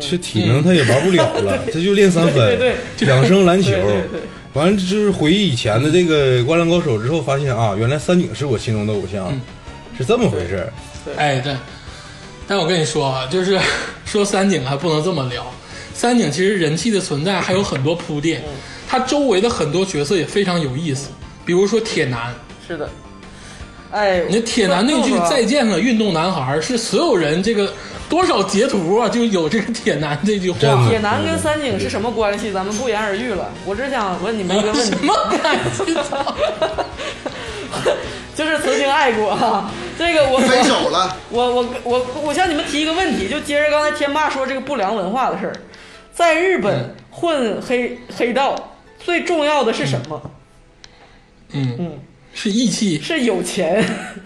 [SPEAKER 3] 其实体能他也玩不了了，他就练三分，
[SPEAKER 2] 嗯对对
[SPEAKER 3] 养生篮球
[SPEAKER 2] 对对对。
[SPEAKER 3] 完了就是回忆以前的这个《灌篮高手》之后，发现啊，原来三井是我心中的偶像，
[SPEAKER 2] 嗯
[SPEAKER 3] 是这么回事儿。
[SPEAKER 1] 哎，对。但我跟你说啊，就是 说三井还不能这么聊。三井其实人气的存在还有很多铺垫，
[SPEAKER 2] 嗯
[SPEAKER 1] 他周围的很多角色也非常有意思，比如说铁男，
[SPEAKER 2] 是的。哎，
[SPEAKER 1] 你铁男那句
[SPEAKER 2] 说
[SPEAKER 1] “再见了，运动男孩”是所有人这个多少截图啊，就有这个铁男这句
[SPEAKER 3] 真
[SPEAKER 1] 话
[SPEAKER 4] 啊
[SPEAKER 3] 的。
[SPEAKER 2] 铁男跟三井是什么关系，咱们不言而喻了。我只想问你们一个问
[SPEAKER 1] 什
[SPEAKER 2] 题，
[SPEAKER 1] 么感情？
[SPEAKER 2] 就是曾经爱过哈，这个我
[SPEAKER 4] 分手了，
[SPEAKER 2] 我我我我向你们提一个问题，就接着刚才天霸说这个不良文化的事儿，在日
[SPEAKER 4] 嗯
[SPEAKER 2] 本混黑黑道最重要的是什么？
[SPEAKER 1] 嗯，
[SPEAKER 2] 嗯，
[SPEAKER 1] 是义气。
[SPEAKER 2] 是有钱。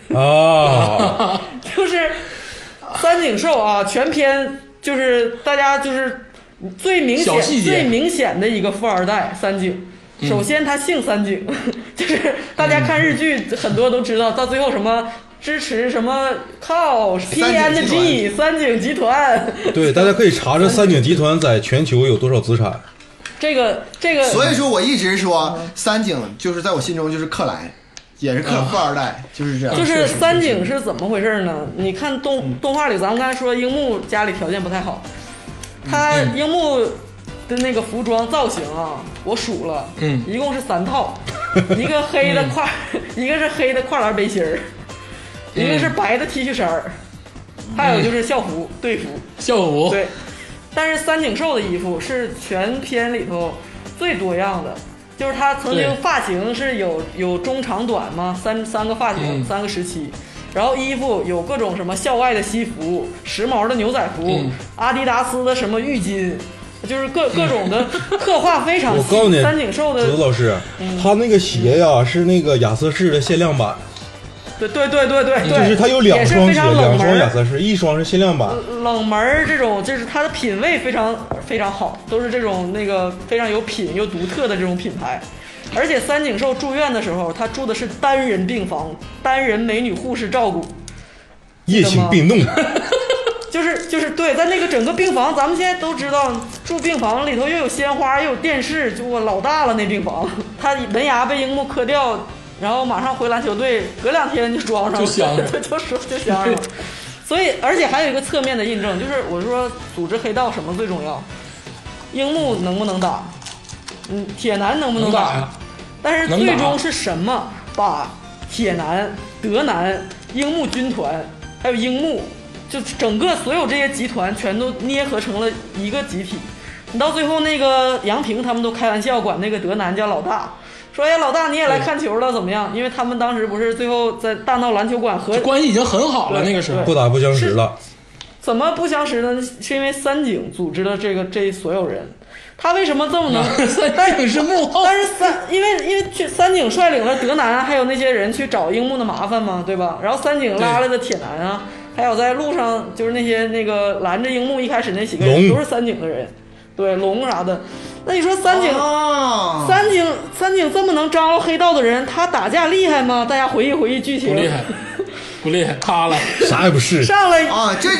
[SPEAKER 3] 啊，
[SPEAKER 2] 就是三井寿啊，全篇就是大家就是最明
[SPEAKER 1] 小
[SPEAKER 2] 显、
[SPEAKER 1] 细节
[SPEAKER 2] 最明显的一个富二代三井。
[SPEAKER 4] 嗯
[SPEAKER 2] 首先，他姓三井， 就是大家看日剧
[SPEAKER 4] 嗯
[SPEAKER 2] 很多都知道，到最后什么支持什么靠 P
[SPEAKER 4] 三
[SPEAKER 2] N
[SPEAKER 4] 井集团
[SPEAKER 2] G 三井集团，
[SPEAKER 3] 对，大家可以查查三井集团在全球有多少资产。
[SPEAKER 2] 这个这个，
[SPEAKER 4] 所以说我一直说三井就是在我心中就是克莱，也是克富二
[SPEAKER 1] 哦
[SPEAKER 4] 代，就是这样。
[SPEAKER 2] 就是三井是怎么回事呢？你看动动画里，咱们刚才说樱木家里条件不太好，他樱木的那个服装造型啊，我数了，
[SPEAKER 1] 嗯
[SPEAKER 2] 一共是三套，一个黑的跨， 一个是黑的跨栏背心儿，一个是白的 T 恤衫儿，还有就是校服队服，
[SPEAKER 1] 校服，
[SPEAKER 2] 对。但是三井寿的衣服是全片里头最多样的，就是他曾经
[SPEAKER 1] 对
[SPEAKER 2] 发型是有有中长短嘛，三三个发型、
[SPEAKER 1] 嗯
[SPEAKER 2] 三个时期，然后衣服有各种什么校外的西服、时髦的牛仔服、
[SPEAKER 1] 嗯
[SPEAKER 2] 阿迪达斯的什么浴巾，就是各各 种的刻画非常
[SPEAKER 3] 我
[SPEAKER 2] 细。
[SPEAKER 3] 告诉你，
[SPEAKER 2] 三井寿
[SPEAKER 3] 子
[SPEAKER 2] 的，
[SPEAKER 3] 老师，
[SPEAKER 2] 嗯
[SPEAKER 3] 他那个鞋呀是那个亚瑟士的限量版，
[SPEAKER 2] 对对对对对，
[SPEAKER 3] 就是它有两
[SPEAKER 2] 也是
[SPEAKER 3] 双
[SPEAKER 2] 非
[SPEAKER 3] 鞋，
[SPEAKER 2] 常冷
[SPEAKER 3] 两
[SPEAKER 2] 门
[SPEAKER 3] 双
[SPEAKER 2] 儿嗯
[SPEAKER 3] 亚瑟士，一双是限量版。
[SPEAKER 2] 冷门儿这种，就是它的品味非常非常好，都是这种那个非常有品又独特的这种品牌。而且三井寿住院的时候，他住的是单人病房，单人美女护士照顾，
[SPEAKER 3] 夜情并动，
[SPEAKER 2] 就是就是对，在那个整个病房，咱们现在都知道，住病房里头又有鲜花，又有电视，就我老大了那病房，他门牙被樱木磕掉，然后马上回篮球队，隔两天就装上了，
[SPEAKER 1] 就镶上
[SPEAKER 2] 就就说就镶 上了。所以，而且还有一个侧面的印证，就是我说组织黑道什么最重要？樱木能不能打？嗯，铁男能不
[SPEAKER 1] 能
[SPEAKER 2] 能
[SPEAKER 1] 打呀？
[SPEAKER 2] 但是
[SPEAKER 1] 能
[SPEAKER 2] 最
[SPEAKER 1] 打
[SPEAKER 2] 终是什么把铁男、德男、樱木军团还有樱木就整个所有这些集团全都捏合成了一个集体。你到最后，那个杨平他们都开玩笑管那个德南叫老大，说：“哎，老大你也来看球了，怎么样？”因为他们当时不是最后在大闹篮球馆和
[SPEAKER 1] 关系已经很好了，
[SPEAKER 2] 对
[SPEAKER 1] 那个时候
[SPEAKER 3] 不打不相识 了。
[SPEAKER 2] 怎么不相识呢？是因为三井组织了这个这所有人，他为什么这 么能？
[SPEAKER 1] 三井是幕后，
[SPEAKER 2] 但是三，因为因为去三井率领了德南还有那些人去找樱木的麻烦嘛，对吧？然后三井拉来的铁男啊，还有在路上就是那些那个拦着樱木一开始那几个人
[SPEAKER 3] 龙
[SPEAKER 2] 都是三井的人，对龙啥的。那你说三井、
[SPEAKER 4] 啊，
[SPEAKER 2] 三井三井这么能张罗黑道的人，他打架厉害吗？大家回忆回忆剧情，
[SPEAKER 1] 不厉害，不厉害，塌了。
[SPEAKER 3] 啥也不是，
[SPEAKER 2] 上来
[SPEAKER 4] 啊，这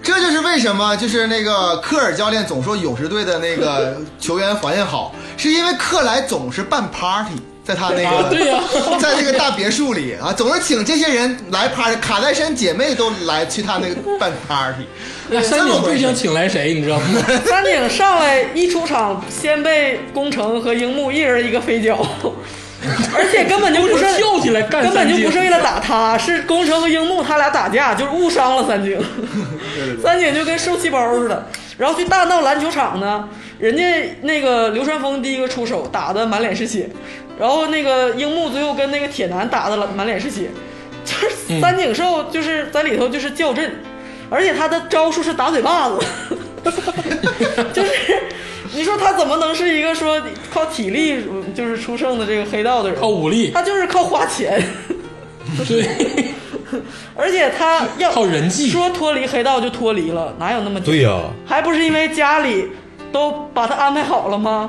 [SPEAKER 4] 这就是为什么就是那个科尔教练总说勇士队的 那个球员环境好，是因为克莱总是办 party。在他那个，
[SPEAKER 1] 啊对呀
[SPEAKER 4] 在那个大别墅里啊，总是请这些人来 party，卡戴珊姐妹都来去他那个办 party，
[SPEAKER 1] 那三井最想请来谁，你知道吗？
[SPEAKER 2] 三井上来一出场，先被宫城和樱木一人一个飞脚，而且根本就不是
[SPEAKER 1] 跳起来干
[SPEAKER 2] 根
[SPEAKER 1] 三
[SPEAKER 2] 本
[SPEAKER 1] 井，
[SPEAKER 2] 就不是为了打他，是宫城和樱木他俩打架，就是误伤了 三井。三井就跟受气包似的，然后去大闹篮球场呢，人家那个流川枫第一个出手，打的满脸是血，然后那个樱木最后跟那个铁男打的满脸是血，
[SPEAKER 1] 嗯
[SPEAKER 2] 就是三井寿就是在里头就是较劲，而且他的招数是打嘴巴子， 就是。你说他怎么能是一个说靠体力就是出胜的这个黑道的 人？
[SPEAKER 1] 靠武力，
[SPEAKER 2] 他就是靠花钱，
[SPEAKER 1] 对，
[SPEAKER 2] 而且他 要
[SPEAKER 1] 靠人际
[SPEAKER 2] 说脱离黑道就脱离了，哪有那么久
[SPEAKER 3] 对呀、
[SPEAKER 2] 还不是因为家里都把他安排好了吗？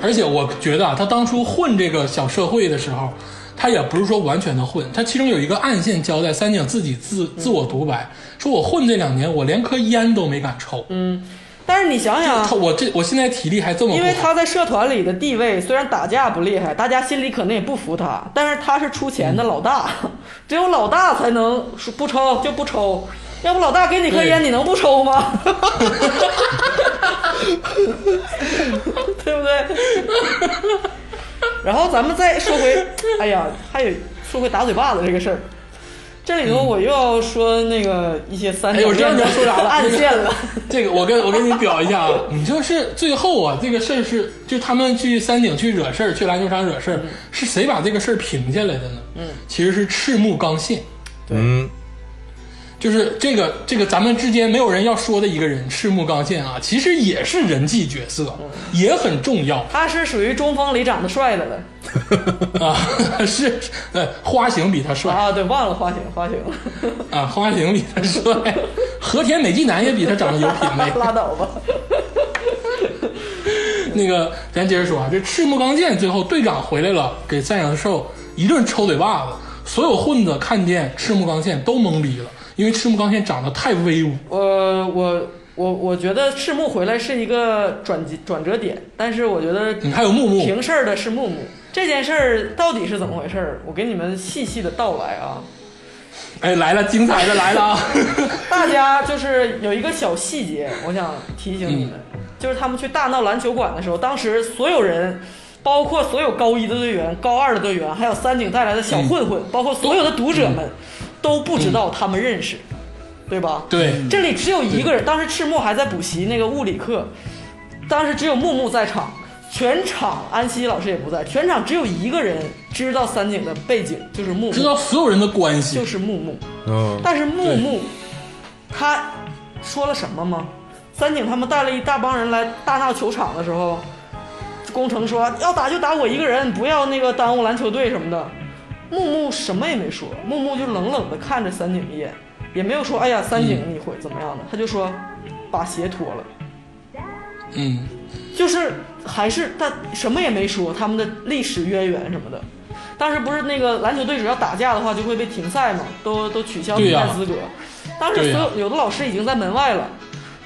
[SPEAKER 1] 而且我觉得啊，他当初混这个小社会的时候，他也不是说完全的混，他其中有一个暗线交代，三井自己自
[SPEAKER 2] 嗯
[SPEAKER 1] 自我独白，说我混这两年，我连颗烟都没敢抽，嗯，
[SPEAKER 2] 但是你想想啊
[SPEAKER 1] 他，我这我现在体力还这么
[SPEAKER 2] 因
[SPEAKER 1] 不
[SPEAKER 2] 为
[SPEAKER 1] 好，
[SPEAKER 2] 他在社团里的地位，虽然打架不厉害，大家心里可能也不服他，但是他是出钱的 老大，只有老大才能说不抽就不抽，要不老大给你颗
[SPEAKER 1] 对
[SPEAKER 2] 烟，你能不抽吗？ 对不对？然后咱们再说回，哎呀，还有说回打嘴巴子这个事儿。这里头我又要说那个一些三
[SPEAKER 1] 哎
[SPEAKER 2] 角
[SPEAKER 1] 我知道
[SPEAKER 2] 恋
[SPEAKER 1] 你
[SPEAKER 2] 的
[SPEAKER 1] 要说啥了
[SPEAKER 2] 暗线 了，
[SPEAKER 1] 这个我跟我跟你表一下啊，你就是最后啊，这个事儿是就他们去三井去惹事儿，去篮球场惹事儿，
[SPEAKER 2] 嗯
[SPEAKER 1] 是谁把这个事儿平下来的呢？嗯，其实是赤木刚宪。
[SPEAKER 3] 嗯，
[SPEAKER 1] 就是这个这个咱们之间没有人要说的一个人，赤木刚宪啊，其实也是人际角色，也很重要
[SPEAKER 2] 他是属于中锋里长得帅的了。
[SPEAKER 1] 啊。 是，呃，花形比他帅
[SPEAKER 2] 啊，对，忘了花型，花型，
[SPEAKER 1] 啊，花形比他帅，和田美纪男也比他长得有品
[SPEAKER 2] 拉
[SPEAKER 1] 位。
[SPEAKER 2] 倒吧。
[SPEAKER 1] 那个，咱接着说啊，这赤木刚宪最后队长回来了，给三井寿一顿抽嘴巴子，所有混子看见赤木刚宪都懵逼了，因为赤木刚宪长得太威武。
[SPEAKER 2] 我我我我觉得赤木回来是一个转机转折点，但是我觉得
[SPEAKER 1] 嗯你还有木木，
[SPEAKER 2] 平事儿的是木木。这件事儿到底是怎么回事儿？我给你们细细的道来啊。
[SPEAKER 1] 哎，来了，精彩的来了啊！
[SPEAKER 2] 大家就是有一个小细节，我想提醒你们，就是他们去大闹篮球馆的时候，当时所有人，包括所有高一的队员、高二的队员，还有三井带来的小混混，包括所有的读者们，都不知道他们认识，对吧？
[SPEAKER 1] 对，
[SPEAKER 2] 这里只有一个人，当时赤木还在补习那个物理课，当时只有木木在场，全场安西老师也不在，全场只有一个人知道三井的背景，就是木
[SPEAKER 1] 知
[SPEAKER 2] 木，
[SPEAKER 1] 道所有人的关系
[SPEAKER 2] 就，是木木。
[SPEAKER 3] 嗯，
[SPEAKER 2] 但是木木，他说了什么吗？三井他们带了一大帮人来大闹球场的时候，工程说要打就打我一个人，不要那个耽误篮球队什么的。木木什么也没说，木木就冷冷的看着三井一眼，也没有说哎呀三井你会怎么样的，他就说把鞋脱了。
[SPEAKER 1] 嗯。
[SPEAKER 2] 就是还是他什么也没说，他们的历史渊源什么的。当时不是那个篮球队只要打架的话就会被停赛嘛，都都取消
[SPEAKER 1] 对
[SPEAKER 2] 比赛
[SPEAKER 1] 呀
[SPEAKER 2] 资格。当时所
[SPEAKER 1] 对呀
[SPEAKER 2] 有、有的老师已经在门外了，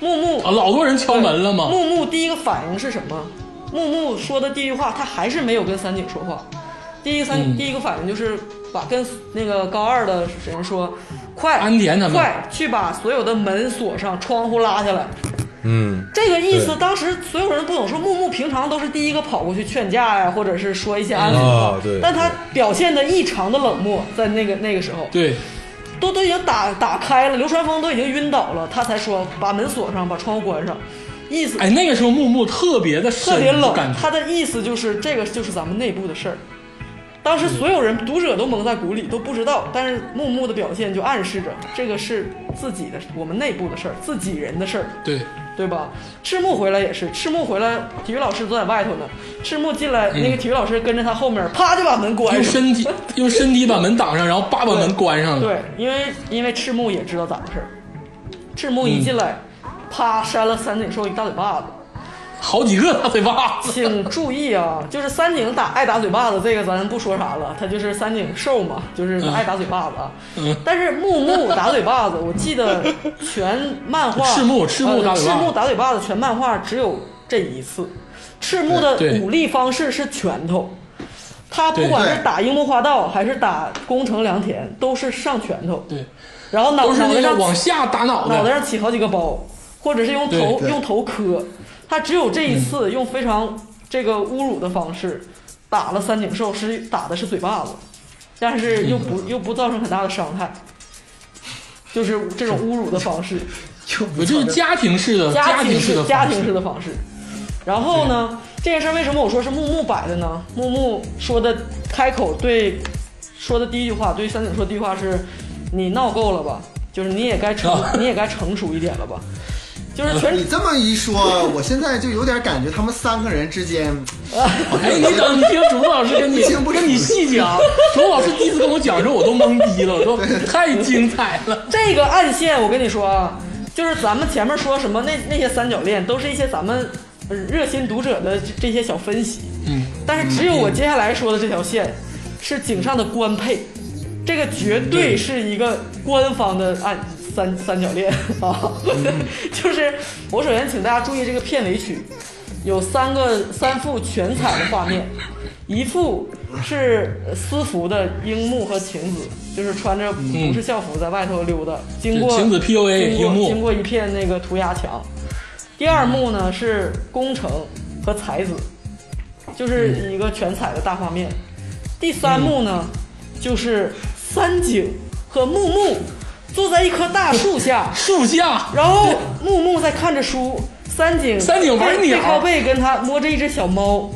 [SPEAKER 2] 木木
[SPEAKER 1] 啊，老多人敲门了嘛。
[SPEAKER 2] 木木第一个反应是什么？木木说的第一句话，他还是没有跟三井说话。第一三、
[SPEAKER 1] 嗯
[SPEAKER 2] 第一个反应就是把跟那个高二的人说，快
[SPEAKER 1] 安田他们
[SPEAKER 2] 快去把所有的门锁上，窗户拉下来。
[SPEAKER 3] 嗯，
[SPEAKER 2] 这个意思，
[SPEAKER 3] 对
[SPEAKER 2] 当时所有人不懂，说木木平常都是第一个跑过去劝架呀，或者是说一些安抚的话，
[SPEAKER 3] 哦对
[SPEAKER 2] 但他表现的异常的冷漠，在那个那个时候，
[SPEAKER 1] 对，
[SPEAKER 2] 都都已经打打开了，流川枫都已经晕倒了，他才说把门锁上，把窗户关上，意思
[SPEAKER 1] 哎，那个时候木木特别的
[SPEAKER 2] 特别冷
[SPEAKER 1] 感。
[SPEAKER 2] 他
[SPEAKER 1] 觉。
[SPEAKER 2] 的意思就是这个就是咱们内部的事儿。当时
[SPEAKER 1] 嗯
[SPEAKER 2] 所有人读者都蒙在鼓里，都不知道。但是木木的表现就暗示着这个是自己的，我们内部的事儿，自己人的事儿。
[SPEAKER 1] 对，
[SPEAKER 2] 对吧？赤木回来也是，赤木回来，体育老师坐在外头呢。赤木进来，那个体育老师跟着他后面，啪就把门关
[SPEAKER 1] 用
[SPEAKER 2] 上。
[SPEAKER 1] 身体 用身体把门挡上，然后叭把门关上了。
[SPEAKER 2] 对，因为因为赤木也知道咋回事儿。赤木一进来，啪扇了三井寿一大嘴巴子。
[SPEAKER 1] 好几个大嘴巴子。
[SPEAKER 2] 请注 意啊，就是三井打爱打嘴巴子，这个咱不说啥了，他就是三井寿嘛，就是爱打嘴巴子啊。
[SPEAKER 1] 嗯
[SPEAKER 2] 但是木木打嘴巴子，我记得全漫画
[SPEAKER 1] 赤木赤木打嘴巴子
[SPEAKER 2] 呃赤木打嘴巴子全漫画只有这一次。赤木的
[SPEAKER 1] 对对
[SPEAKER 2] 武力方式是拳头，他不
[SPEAKER 1] 对
[SPEAKER 2] 管是
[SPEAKER 4] 对
[SPEAKER 2] 打樱木花道还是打宫城良田，都是上拳头，
[SPEAKER 1] 对，
[SPEAKER 2] 然后脑
[SPEAKER 1] 都是
[SPEAKER 2] 脑
[SPEAKER 1] 那
[SPEAKER 2] 袋
[SPEAKER 1] 个
[SPEAKER 2] 上
[SPEAKER 1] 往下打脑
[SPEAKER 2] 脑袋
[SPEAKER 1] 袋。
[SPEAKER 2] 上起好几个包，或者是用头
[SPEAKER 4] 对对
[SPEAKER 2] 用头磕。他只有这一次用非常这个侮辱的方式打了三井寿，是打的是嘴巴子，但是又不
[SPEAKER 4] 嗯
[SPEAKER 2] 又不造成很大的伤害，就是这种侮辱的方式。
[SPEAKER 4] 就不
[SPEAKER 1] 我这是家庭式的，
[SPEAKER 2] 家庭
[SPEAKER 1] 庭式的
[SPEAKER 2] 家
[SPEAKER 1] 方式
[SPEAKER 2] 庭式的方式。然后呢，这件事儿为什么我说是木木摆的呢？木木说的开口对说的第一句话，对三井说的第一句话是：“你闹够了吧？就是你也该成，
[SPEAKER 1] 啊
[SPEAKER 2] 你也该成熟一点了吧？”就是全
[SPEAKER 4] 你这么一说，我现在就有点感觉他们三个人之间， 好像
[SPEAKER 1] 哎，
[SPEAKER 4] 有
[SPEAKER 1] 你
[SPEAKER 4] 点
[SPEAKER 1] 等你听竹子老师跟你
[SPEAKER 4] 听不清
[SPEAKER 1] 跟你 细讲，竹子老师第一次跟我讲的时候，我都懵逼了，我说太精彩了。
[SPEAKER 2] 这个暗线，我跟你说啊，就是咱们前面说什么那那些三角恋，都是一些咱们呃热心读者的这这些小分析。
[SPEAKER 1] 嗯，
[SPEAKER 2] 但是只有我接下来说的这条线是井上的官配，这个绝对是一个官方的按三三角恋啊，
[SPEAKER 1] 嗯
[SPEAKER 2] 就是我首先请大家注意这个片尾曲，有三个三幅全彩的画面，一幅是私服的樱木和晴子，就是穿着不是校服在外头溜达，经过
[SPEAKER 1] 晴子 PUA
[SPEAKER 2] 经
[SPEAKER 1] 樱
[SPEAKER 2] 过经
[SPEAKER 1] 木，，
[SPEAKER 2] 过一片那个涂鸦墙。第二幕呢是宫城和才子，就是一个全彩的大画面。第三幕呢、就是三井和木木坐在一棵大树下
[SPEAKER 1] 树下
[SPEAKER 2] 然后木木在看着书，三井
[SPEAKER 1] 三井玩
[SPEAKER 2] 背
[SPEAKER 1] 鸟
[SPEAKER 2] 背靠背跟他摸着一只小猫。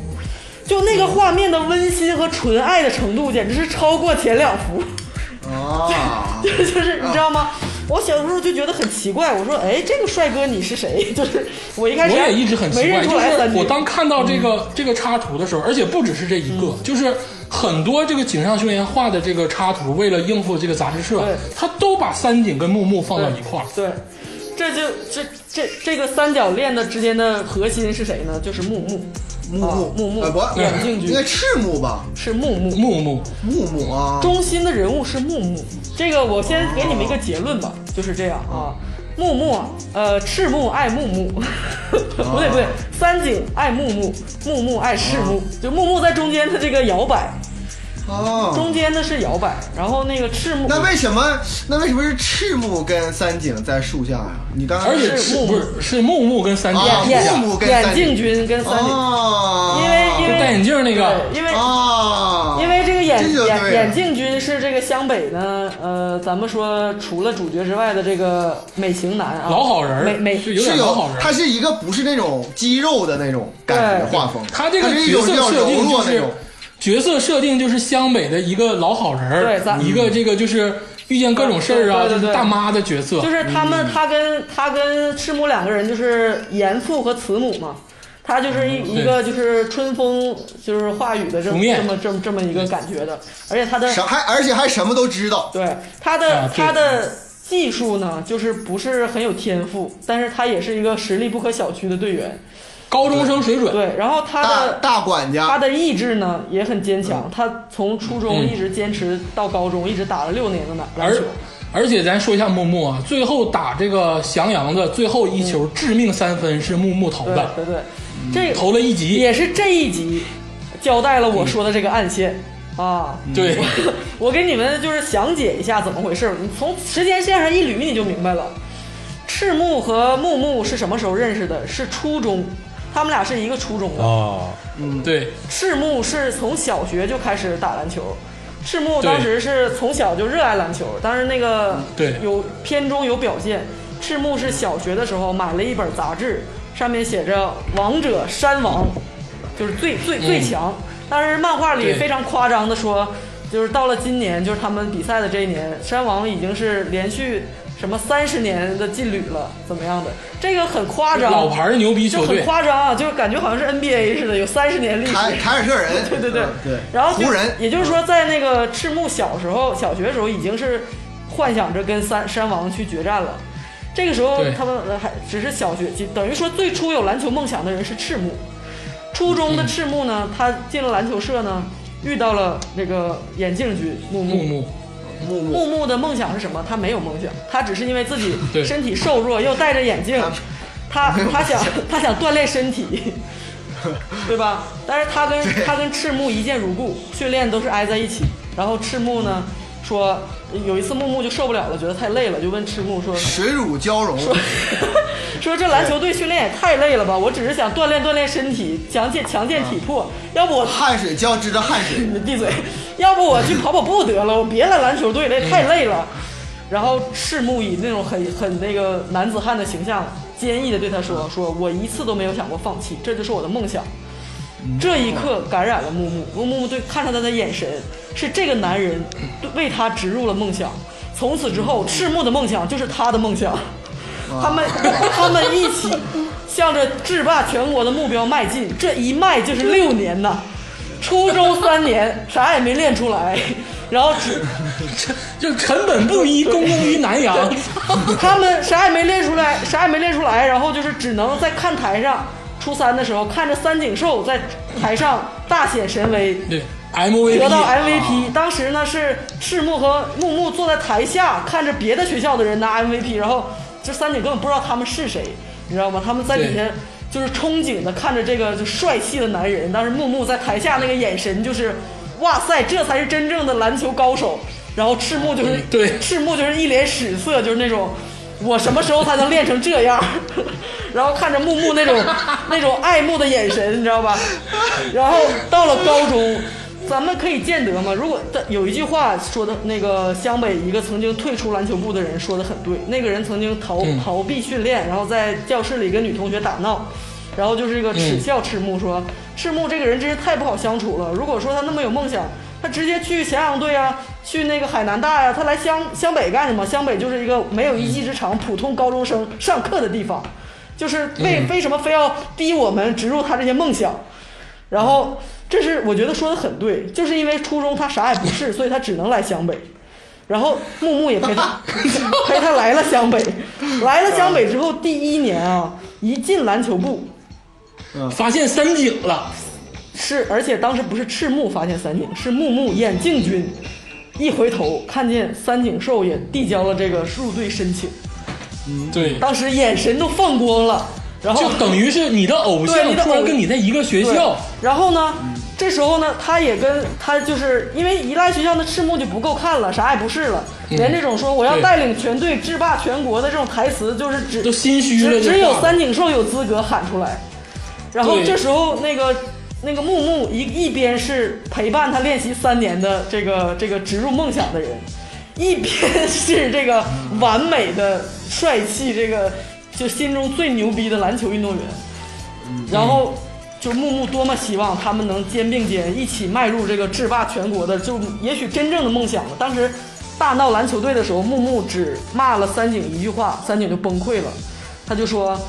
[SPEAKER 2] 就那个画面的温馨和纯爱的程度，简直是超过前两幅。
[SPEAKER 4] 啊，
[SPEAKER 2] 就是你知道
[SPEAKER 1] 啊
[SPEAKER 2] 吗？我小时候就觉得很奇怪，我说，哎，这个帅哥你是谁？ 就是我一开
[SPEAKER 1] 我
[SPEAKER 2] 始
[SPEAKER 1] 也一直很奇
[SPEAKER 2] 没
[SPEAKER 1] 怪，
[SPEAKER 2] 认
[SPEAKER 1] 就
[SPEAKER 2] 出来
[SPEAKER 1] 是
[SPEAKER 2] 三井
[SPEAKER 1] 我当看到这
[SPEAKER 4] 嗯
[SPEAKER 1] 个、这个插图的时候，而且不只是这一个，
[SPEAKER 2] 嗯
[SPEAKER 1] 就是很多这个井上雄彦画的这个插图，为了应付这个杂志社
[SPEAKER 2] 对，
[SPEAKER 1] 他都把三井跟木木放到一块儿。
[SPEAKER 2] 对，这就这这这个三角恋的之间的核心是谁呢？就是木木，
[SPEAKER 4] 木
[SPEAKER 2] 啊
[SPEAKER 4] 木
[SPEAKER 2] 木木
[SPEAKER 4] 呃不，
[SPEAKER 2] 眼镜
[SPEAKER 4] 应
[SPEAKER 2] 剧
[SPEAKER 4] 该赤木吧，
[SPEAKER 2] 是木木，
[SPEAKER 1] 木木，
[SPEAKER 4] 木木啊，
[SPEAKER 2] 中心的人物是木木。这个我先给你们一个结论吧，就是这样啊。木木啊，呃，赤木爱木木，
[SPEAKER 4] 哦
[SPEAKER 2] 不对不对，三井爱木木，木木爱赤木，
[SPEAKER 4] 哦
[SPEAKER 2] 就木木在中间，他这个摇摆，
[SPEAKER 4] 啊。
[SPEAKER 2] 中间的是摇摆，然后那个赤木
[SPEAKER 4] 那为什么？那为什么是赤木跟三井在树下呀、你刚才
[SPEAKER 1] 而且
[SPEAKER 2] 啊是
[SPEAKER 1] 是
[SPEAKER 2] 木木
[SPEAKER 1] 不是是木木跟三井
[SPEAKER 4] 啊
[SPEAKER 1] 树
[SPEAKER 2] 眼
[SPEAKER 1] 下
[SPEAKER 4] 木木跟
[SPEAKER 2] 眼
[SPEAKER 4] 三
[SPEAKER 2] 镜君跟三井，
[SPEAKER 4] 啊，
[SPEAKER 2] 因为因为
[SPEAKER 1] 戴眼镜那个
[SPEAKER 2] 对，因为
[SPEAKER 4] 哦啊，
[SPEAKER 2] 因为这个眼
[SPEAKER 4] 这就对了
[SPEAKER 2] 眼眼镜君是这个湘北呢，呃，咱们说除了主角之外的这个美型男啊，
[SPEAKER 1] 老好人儿，
[SPEAKER 2] 美美
[SPEAKER 1] 就有
[SPEAKER 4] 是
[SPEAKER 1] 点老好
[SPEAKER 4] 有
[SPEAKER 1] 人，儿。
[SPEAKER 4] 他是一个不是那种肌肉的那种感觉
[SPEAKER 2] 对
[SPEAKER 4] 画风，
[SPEAKER 1] 他这个
[SPEAKER 4] 是一
[SPEAKER 1] 角
[SPEAKER 4] 种比
[SPEAKER 1] 色
[SPEAKER 4] 较
[SPEAKER 1] 设
[SPEAKER 4] 柔
[SPEAKER 1] 定就
[SPEAKER 4] 弱那
[SPEAKER 1] 是
[SPEAKER 4] 种。
[SPEAKER 1] 角色设定就是湘北的一个老好人
[SPEAKER 2] 对咱
[SPEAKER 1] 儿，一个这个就是遇见各种事儿啊，
[SPEAKER 2] 对对对
[SPEAKER 1] 就是大妈的角色
[SPEAKER 2] 就。是他
[SPEAKER 1] 嗯
[SPEAKER 2] 们，他跟他跟赤木两个人就是严父和慈母嘛，他就是一
[SPEAKER 1] 嗯对
[SPEAKER 2] 一个就是春风就是话语的这
[SPEAKER 1] 拂
[SPEAKER 2] 么
[SPEAKER 1] 面
[SPEAKER 2] 这么这么这么一个感觉的，而且他的
[SPEAKER 4] 啥还而且还什么都知道，
[SPEAKER 2] 对他的、
[SPEAKER 1] 啊对
[SPEAKER 2] 他的技术呢，就是不是很有天赋，但是他也是一个实力不可小觑的队员，
[SPEAKER 1] 高中生水准，
[SPEAKER 2] 对，然后他
[SPEAKER 4] 大
[SPEAKER 2] 的
[SPEAKER 4] 大管
[SPEAKER 2] 他
[SPEAKER 1] 啊
[SPEAKER 4] 家
[SPEAKER 2] 的意志呢也很坚
[SPEAKER 1] 嗯
[SPEAKER 2] 强，他从初中一直坚持到高中，一直打了六年的篮篮
[SPEAKER 1] 而
[SPEAKER 2] 球。
[SPEAKER 1] 而且咱说一下木木啊，最后打这个翔阳的最后一球致命三分是木木投
[SPEAKER 2] 对
[SPEAKER 1] 的，
[SPEAKER 2] 对对，这
[SPEAKER 1] 投了一级，
[SPEAKER 2] 也是这一集交代了我说的这个暗线
[SPEAKER 1] 嗯
[SPEAKER 2] 啊。
[SPEAKER 1] 对，
[SPEAKER 2] 我给你们就是详解一下怎么回事，你从时间线上一捋你就明白了。赤木和木木是什么时候认识的？是初中，他们俩是一个初中的。
[SPEAKER 3] 啊，
[SPEAKER 1] 对，
[SPEAKER 2] 赤木是从小学就开始打篮球，赤木
[SPEAKER 1] 对嗯
[SPEAKER 2] 当时是从小就热爱篮球，当时那个
[SPEAKER 1] 对
[SPEAKER 2] 有片中有表现。赤木是小学的时候买了一本杂志，上面写着“王者山王”，就是最最最强。但是漫画里
[SPEAKER 1] 嗯对
[SPEAKER 2] 非常夸张的说，就是到了今年，就是他们比赛的这一年，山王已经是连续什么三十年的劲旅了，怎么样的？这个很夸张，
[SPEAKER 1] 老牌牛逼
[SPEAKER 2] 就
[SPEAKER 1] 球
[SPEAKER 2] 很
[SPEAKER 1] 队，
[SPEAKER 2] 夸张啊，就是感觉好像是 NBA 似的，有三十年历史。
[SPEAKER 4] 凯凯尔特人，
[SPEAKER 2] 对对对
[SPEAKER 4] 嗯对，
[SPEAKER 2] 然后就
[SPEAKER 4] 湖人
[SPEAKER 2] 也就是说，在那个赤木小时候，小学的时候已经是幻想着跟三山王去决战了。这个时候
[SPEAKER 1] 对
[SPEAKER 2] 他们呃还只是小学，就等于说最初有篮球梦想的人是赤木。初中
[SPEAKER 4] 嗯
[SPEAKER 2] 的赤木呢，他进了篮球社呢，遇到了那个眼镜局木
[SPEAKER 1] 木
[SPEAKER 2] 木。
[SPEAKER 1] 木，
[SPEAKER 4] 木木
[SPEAKER 2] 木木的梦想是什么？他没有梦想，他只是因为自己
[SPEAKER 1] 对
[SPEAKER 2] 身体瘦弱，又戴着眼镜，他他想他想锻炼身体，对吧？但是他跟他跟赤木一见如故，训练都是挨在一起。然后赤木呢说，有一次木木就受不了了，觉得太累了，就问赤木说
[SPEAKER 4] 水乳交融，
[SPEAKER 2] 说这篮球队训练也太累了吧？我只是想锻炼锻炼身体，强健强健体魄，要不我
[SPEAKER 4] 汗水交织着汗水，
[SPEAKER 2] 你闭嘴！ 要不我去跑跑步得了，我别来篮球队了，也太累了。然后赤木以那种很很那个男子汉的形象，坚毅的对他说：“说我一次都没有想过放弃，这就是我的梦想。”这一刻感染了木木，木木对看着他的眼神，是这个男人对为他植入了梦想。从此之后，赤木的梦想就是他的梦想。他们他们一起向着制霸全国的目标迈进，这一迈就是六年呐。初中三年，啥也没练出来，然后只
[SPEAKER 1] 就成本不一，公公于南洋。
[SPEAKER 2] 他们啥也没练出来，啥也没练出来，然后就是只能在看台上，初三的时候看着三井寿在台上大显神威，
[SPEAKER 1] 对
[SPEAKER 2] 得到
[SPEAKER 1] ，MVP，
[SPEAKER 2] MVP。当时呢是赤木和木木坐在台下看着别的学校的人拿 MVP，然后这三井根本不知道他们是谁，你知道吗？他们在底下
[SPEAKER 1] 对
[SPEAKER 2] 就是憧憬的看着这个就帅气的男人，但是木木在台下那个眼神就是，哇塞，这才是真正的篮球高手。然后赤木就是
[SPEAKER 1] 对对
[SPEAKER 2] 赤木就是一脸屎色，就是那种我什么时候才能练成这样？ 然后看着木木那种那种爱慕的眼神，你知道吧？然后到了高中，咱们可以见得嘛。如果但有一句话说的，那个湘北一个曾经退出篮球部的人说的很对，那个人曾经逃
[SPEAKER 1] 嗯
[SPEAKER 2] 逃避训练，然后在教室里跟女同学打闹。然后就是这个
[SPEAKER 1] 嗯
[SPEAKER 2] 耻笑赤木说，赤木这个人真是太不好相处了。如果说他那么有梦想，他直接去咸阳队啊，去那个海南大呀、他来湘湘北干什么？湘北就是一个没有一技之长、普通高中生上课的地方，就是为、为什么非要逼我们植入他这些梦想？然后这是我觉得说的很对，就是因为初中他啥也不是，所以他只能来湘北。然后木木也陪他陪他来了湘北，来了湘北之后第一年啊，一进篮球部
[SPEAKER 1] 发现三井了，
[SPEAKER 2] 是，而且当时不是赤木发现三井，是木木眼镜君，一回头看见三井寿也递交了这个入队申请，
[SPEAKER 1] 对，
[SPEAKER 2] 当时眼神都放光了，然后
[SPEAKER 1] 就等于是你的偶
[SPEAKER 2] 对
[SPEAKER 1] 像
[SPEAKER 2] 你的偶
[SPEAKER 1] 突然跟你在一个学
[SPEAKER 2] 对
[SPEAKER 1] 校，
[SPEAKER 2] 然后呢，
[SPEAKER 1] 嗯
[SPEAKER 2] 这时候呢，他也跟他就是因为一来学校的赤木就不够看了，啥也不是了，连这种说我要
[SPEAKER 1] 嗯对
[SPEAKER 2] 带领全队制霸全国的这种台词，就是只
[SPEAKER 1] 都心虚了
[SPEAKER 2] 只
[SPEAKER 1] 就
[SPEAKER 2] 只有
[SPEAKER 1] 挂了
[SPEAKER 2] 三井寿有资格喊出来。然后
[SPEAKER 1] 对
[SPEAKER 2] 这时候那个那个木木一一边是陪伴他练习三年的这个这个植入梦想的人，一边是这个完美的帅气这个就心中最牛逼的篮球运动员。然后就木木多么希望他们能肩并肩一起迈入这个制霸全国的，就也许真正的梦想了。当时大闹篮球队的时候，木木只骂了三井一句话，三井就崩溃了，他就说。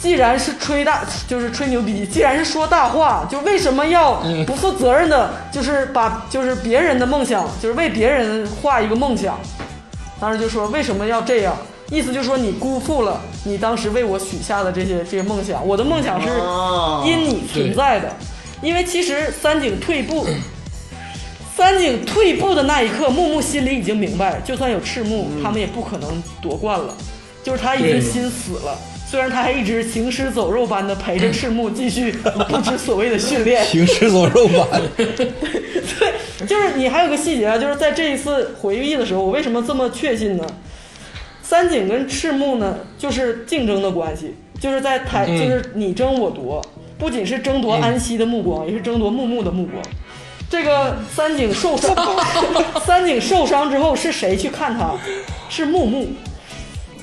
[SPEAKER 2] 既然是吹大，就是吹牛逼；既然是说大话，就为什么要不负责任的，就是把就是别人的梦想，就是为别人画一个梦想，当时就说为什么要这样？意思就是说你辜负了你当时为我许下的这些这些梦想。我的梦想是
[SPEAKER 4] 啊
[SPEAKER 2] 因你存在的，因为其实三井退步，三井退步的那一刻，木木心里已经明白，就算有赤木，他们也不可能夺冠了，就是他已经
[SPEAKER 1] 对
[SPEAKER 2] 心死了。虽然他还一直行尸走肉般的陪着赤木继续不知所谓的训 练，
[SPEAKER 3] 行尸走肉版，
[SPEAKER 2] 对，就是你还有个细节啊，就是在这一次回忆的时候，我为什么这么确信呢？三井跟赤木呢，就是竞争的关系，就是在台，就是你争我夺，不仅是争夺安西的目光，也是争夺木木的目光。这个三井受伤，三井受伤之后是谁去看他？是木木。